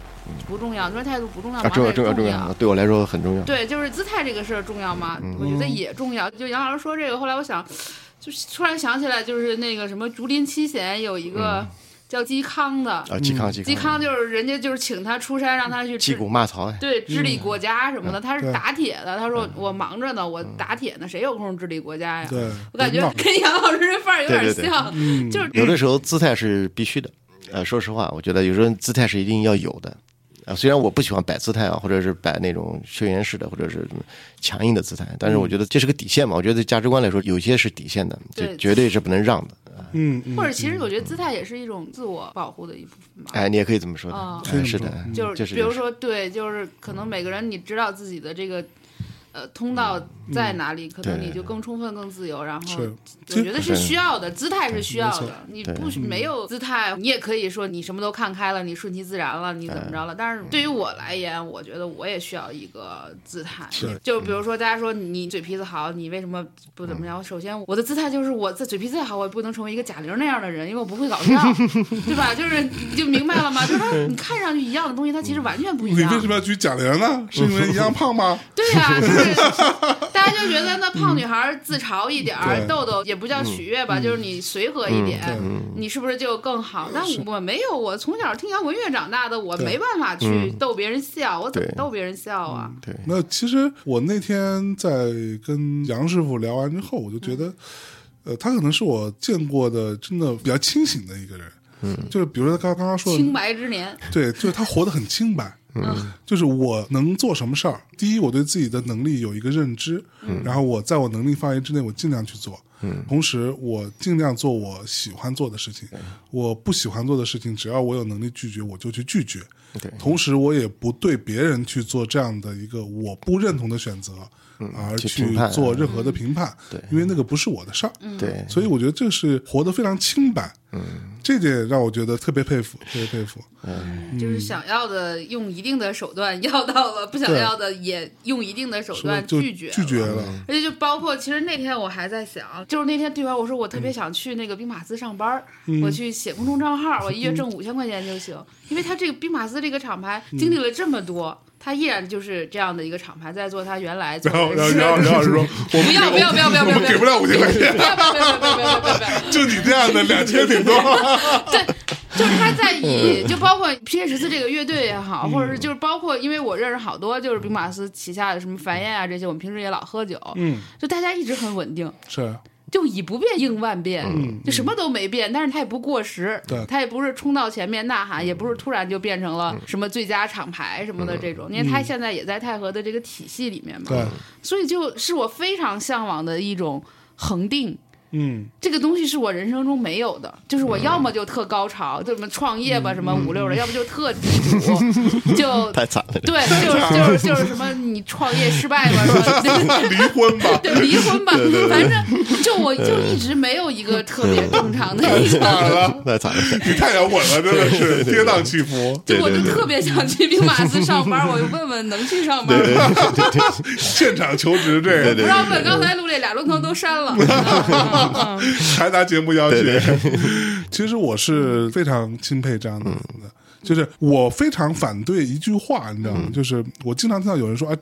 不重要。你说态度不重要啊，吗？重要还是重要重要，对我来说很重要。对，就是姿态这个事儿重要吗？嗯我觉得也重要。就杨老师说这个，后来我想，就是突然想起来，就是那个什么竹林七贤有一个叫嵇康的，嗯啊，嵇康嵇嵇嗯康就是人家就是请他出山，让他去击治鼓骂曹哎，对治理国家什么的，嗯他嗯对是打铁的。他说我忙着呢，我打铁呢，谁有空治理国家呀？对嗯我感觉人忙跟杨老师这范儿有点对对对像，就是有的时候姿态是必须的。呃，说实话，我觉得有时候姿态是一定要有的。啊，虽然我不喜欢摆姿态啊，或者是摆那种休闲式的，或者是什么强硬的姿态，但是我嗯觉得这是个底线嘛。我觉得对价值观来说，有些是底线的，对这绝对是不能让的。嗯嗯，或者其实我觉得姿态也是一种自我保护的一部分吧。哎，你也可以这么说的，啊哎是的，就是就是比如说，对，就是可能每个人你知道自己的这个呃通道在哪里，可能嗯对你就更充分、更自由。然后是我觉得是需要的，姿态是需要没错的。你不嗯没有姿态，你也可以说你什么都看开了，你顺其自然了，你怎么哎着了。但嗯是对于我来言，我觉得我也需要一个姿态。就比嗯如说大家说你嘴皮子好，你为什么不怎么样？首先我的姿态就是我这嘴皮子再好，我也不能成为一个贾玲那样的人，因为我不会搞笑。 *laughs* 对吧？就是你就明白了吗？就是它你看上去一样的东西，它其实嗯完全不你一样为。什么要举贾玲呢？是因为一样胖吗？对呀、就是大家就觉得那胖女孩儿自嘲一点儿，嗯对嗯逗逗也不叫取悦吧，就是你随和一点，你是不是就更好？但我没有，我从小听摇滚乐长大的，我没办法去嗯逗别人笑，我怎么对逗别人笑啊？对，那其实我那天在跟杨师傅聊完之后，我就觉嗯得，呃，他可能是我见过的真的比较清醒的一个人。嗯，就是比如说他刚刚刚说的，清白之年，对，就是他活得很清白。嗯，就是我能做什么嗯事儿，第一，我对自己的能力有一个认知，然后我在我能力范围之内，我尽量去做。嗯，同时我尽量做我喜欢做的事嗯情，我不喜欢做的事情，只要我有能力拒绝，我就去拒绝。对同时我也不对别人去做这样的一个我不认同的选择，而嗯去去评判啊做任何的评判，对因为那个不是我的事儿，对，所以我觉得这是活得非常清白，嗯，这点让我觉得特别佩服，特别佩服，就是想要的用一定的手段 *laughs* 要到了，不想嗯对要的也用一定的手所以段就拒绝拒绝了了，而且就包括，其实那天我还在想，就是那天对完我说我特嗯别想去那个兵马司上班儿，我去写公众账号，我一嗯月挣五千块钱就行，因为他这个兵马司这个厂牌嗯经历了这么多，他依然就是这样的一个厂牌在做他原来做然的后然后事。然后然后说，*laughs* 我不们要不要不要不要不我要们给不了五千块钱不，要不要不要不要不要不要不要！就你这样的两千顶多，对，就是他在嗯以就包括 P K 十四这个乐队也好，或者是就是包括，因为我认识好多就是兵马司旗下的什么繁宴啊这些，我们平时也老喝酒，嗯，就大家一直很稳定，是就以不变应万变，就什么都没变，但是他也不过时，对他也不是冲到前面呐喊，也不是突然就变成了什么最佳厂牌什么的这种，因为他现在也在泰和的这个体系里面嘛，对，所以就是我非常向往的一种恒定。嗯，这个东西是我人生中没有的，就是我要么就特高潮，就什么创业吧，什么五六的，要不就特低谷，就 *laughs* 太惨了，这对，就是就是就是什么你创业失败吧，什么对离婚 *laughs* 吧，对离婚吧，反正就我就一直没有一个特别正常的一个。惨了，太惨了。你太摇滚了，真的是跌宕起伏，就我就特别想去兵马司上班，我就问问能去上班吗？现场求职这不个，让问，刚才录这俩论坑都删了。嗯嗯嗯还拿节目要挟。 *laughs* 其实我是非常钦佩这样的人的，就是我非常反对一句话，你知道吗？就是我经常听到有人说啊，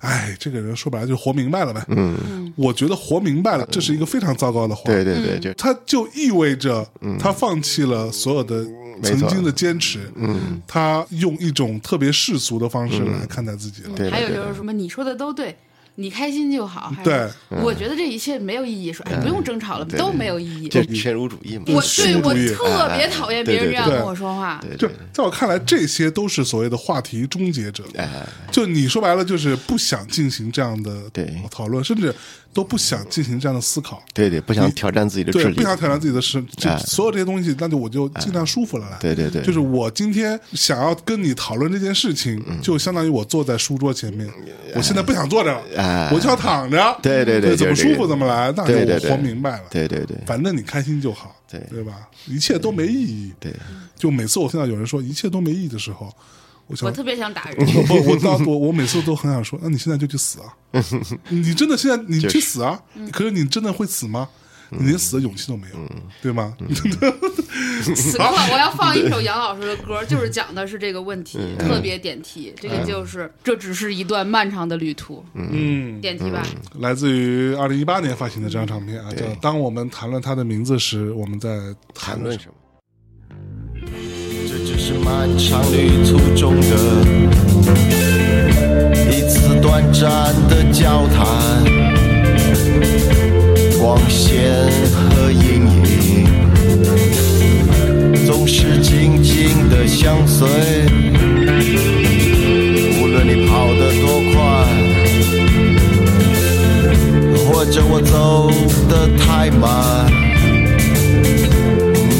哎，这个人说白了就活明白了呗。嗯，我觉得活明白了，这是一个非常糟糕的话。对对嗯对，就它就意味着嗯他放弃了所有的曾经的坚持，嗯，他用一种特别世俗的方式来看待自己了。嗯对 *laughs* 还有对就是什么，你说的都对，你开心就好。还是对，我觉得这一切没有意义，说哎不用争吵了，对都没有意义。嗯这是犬儒主义嘛。我虚对无我主义特别讨厌别人这样跟我说话，对就对在我看来，这些都是所谓的话题终结者。哎就你说白了，就是不想进行这样的对讨论，甚至都不想进行这样的思考。对对，不想挑战自己的智对，力不，想挑战自己的事，这哎所有这些东西，那就我就尽量舒服了来。对对对就是我今天想要跟你讨论这件事情，嗯就相当于我坐在书桌前面，我现在不想坐着了哎，我就要躺着。对对对，对怎么就是这舒个服怎么来，那就对对我对活明白了。对对对反正你开心就好，对对吧？一切都没意义。对，就每次我听到有人说一切都没意义的时候，我想我特别想打人。 *laughs* 不，不我 *laughs* 到我我每次都很想说，那你现在就去死啊！你真的现在你就去是死啊！可是你真的会死吗？你连死的勇气都没有，嗯对吗？此刻我要放一首杨老师的歌，就是讲的是这个问题，特别点题。这个就是这只是一段漫长的旅途，嗯，点题吧。 *laughs* 来自于二零一八年发行的这张唱片啊，叫《当我们谈论它的名字时，我们在谈谈论论什么》。什么？这只是漫长旅途中的一次短暂的交谈，光线和阴影总是紧紧的相随。无论你跑得多快，或者我走得太慢，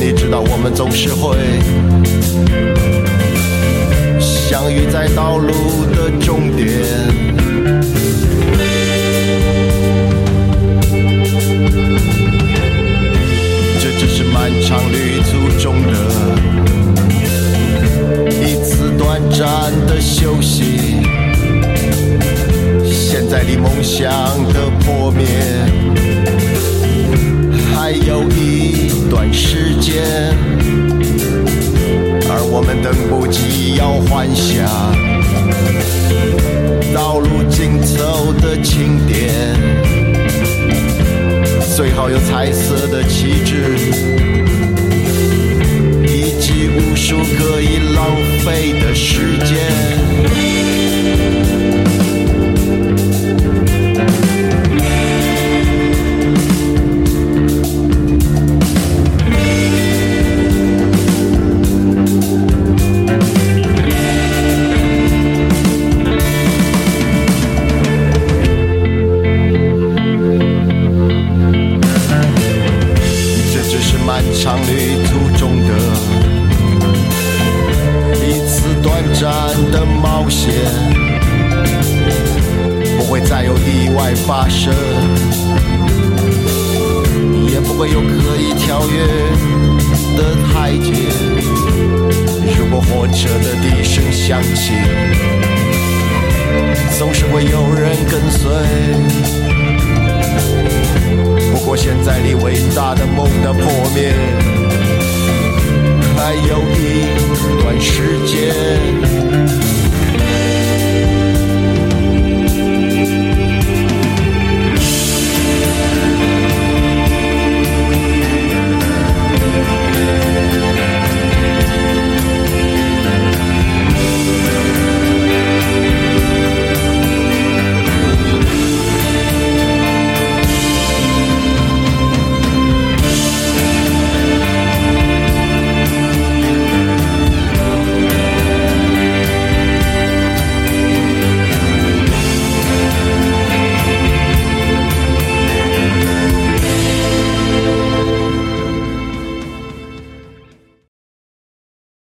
你知道我们总是会。相遇在道路的终点。这只是漫长旅途中的一次短暂的休息，现在离梦想的破灭还有一段时间。而我们等不及要幻想道路尽头的庆典，最好有彩色的旗帜，以及无数可以浪费的时间。的冒险，不会再有意外发生，也不会有可以跳跃的台阶。如果火车的笛声响起，总是会有人跟随。不过现在离伟大的梦的破灭还有一段时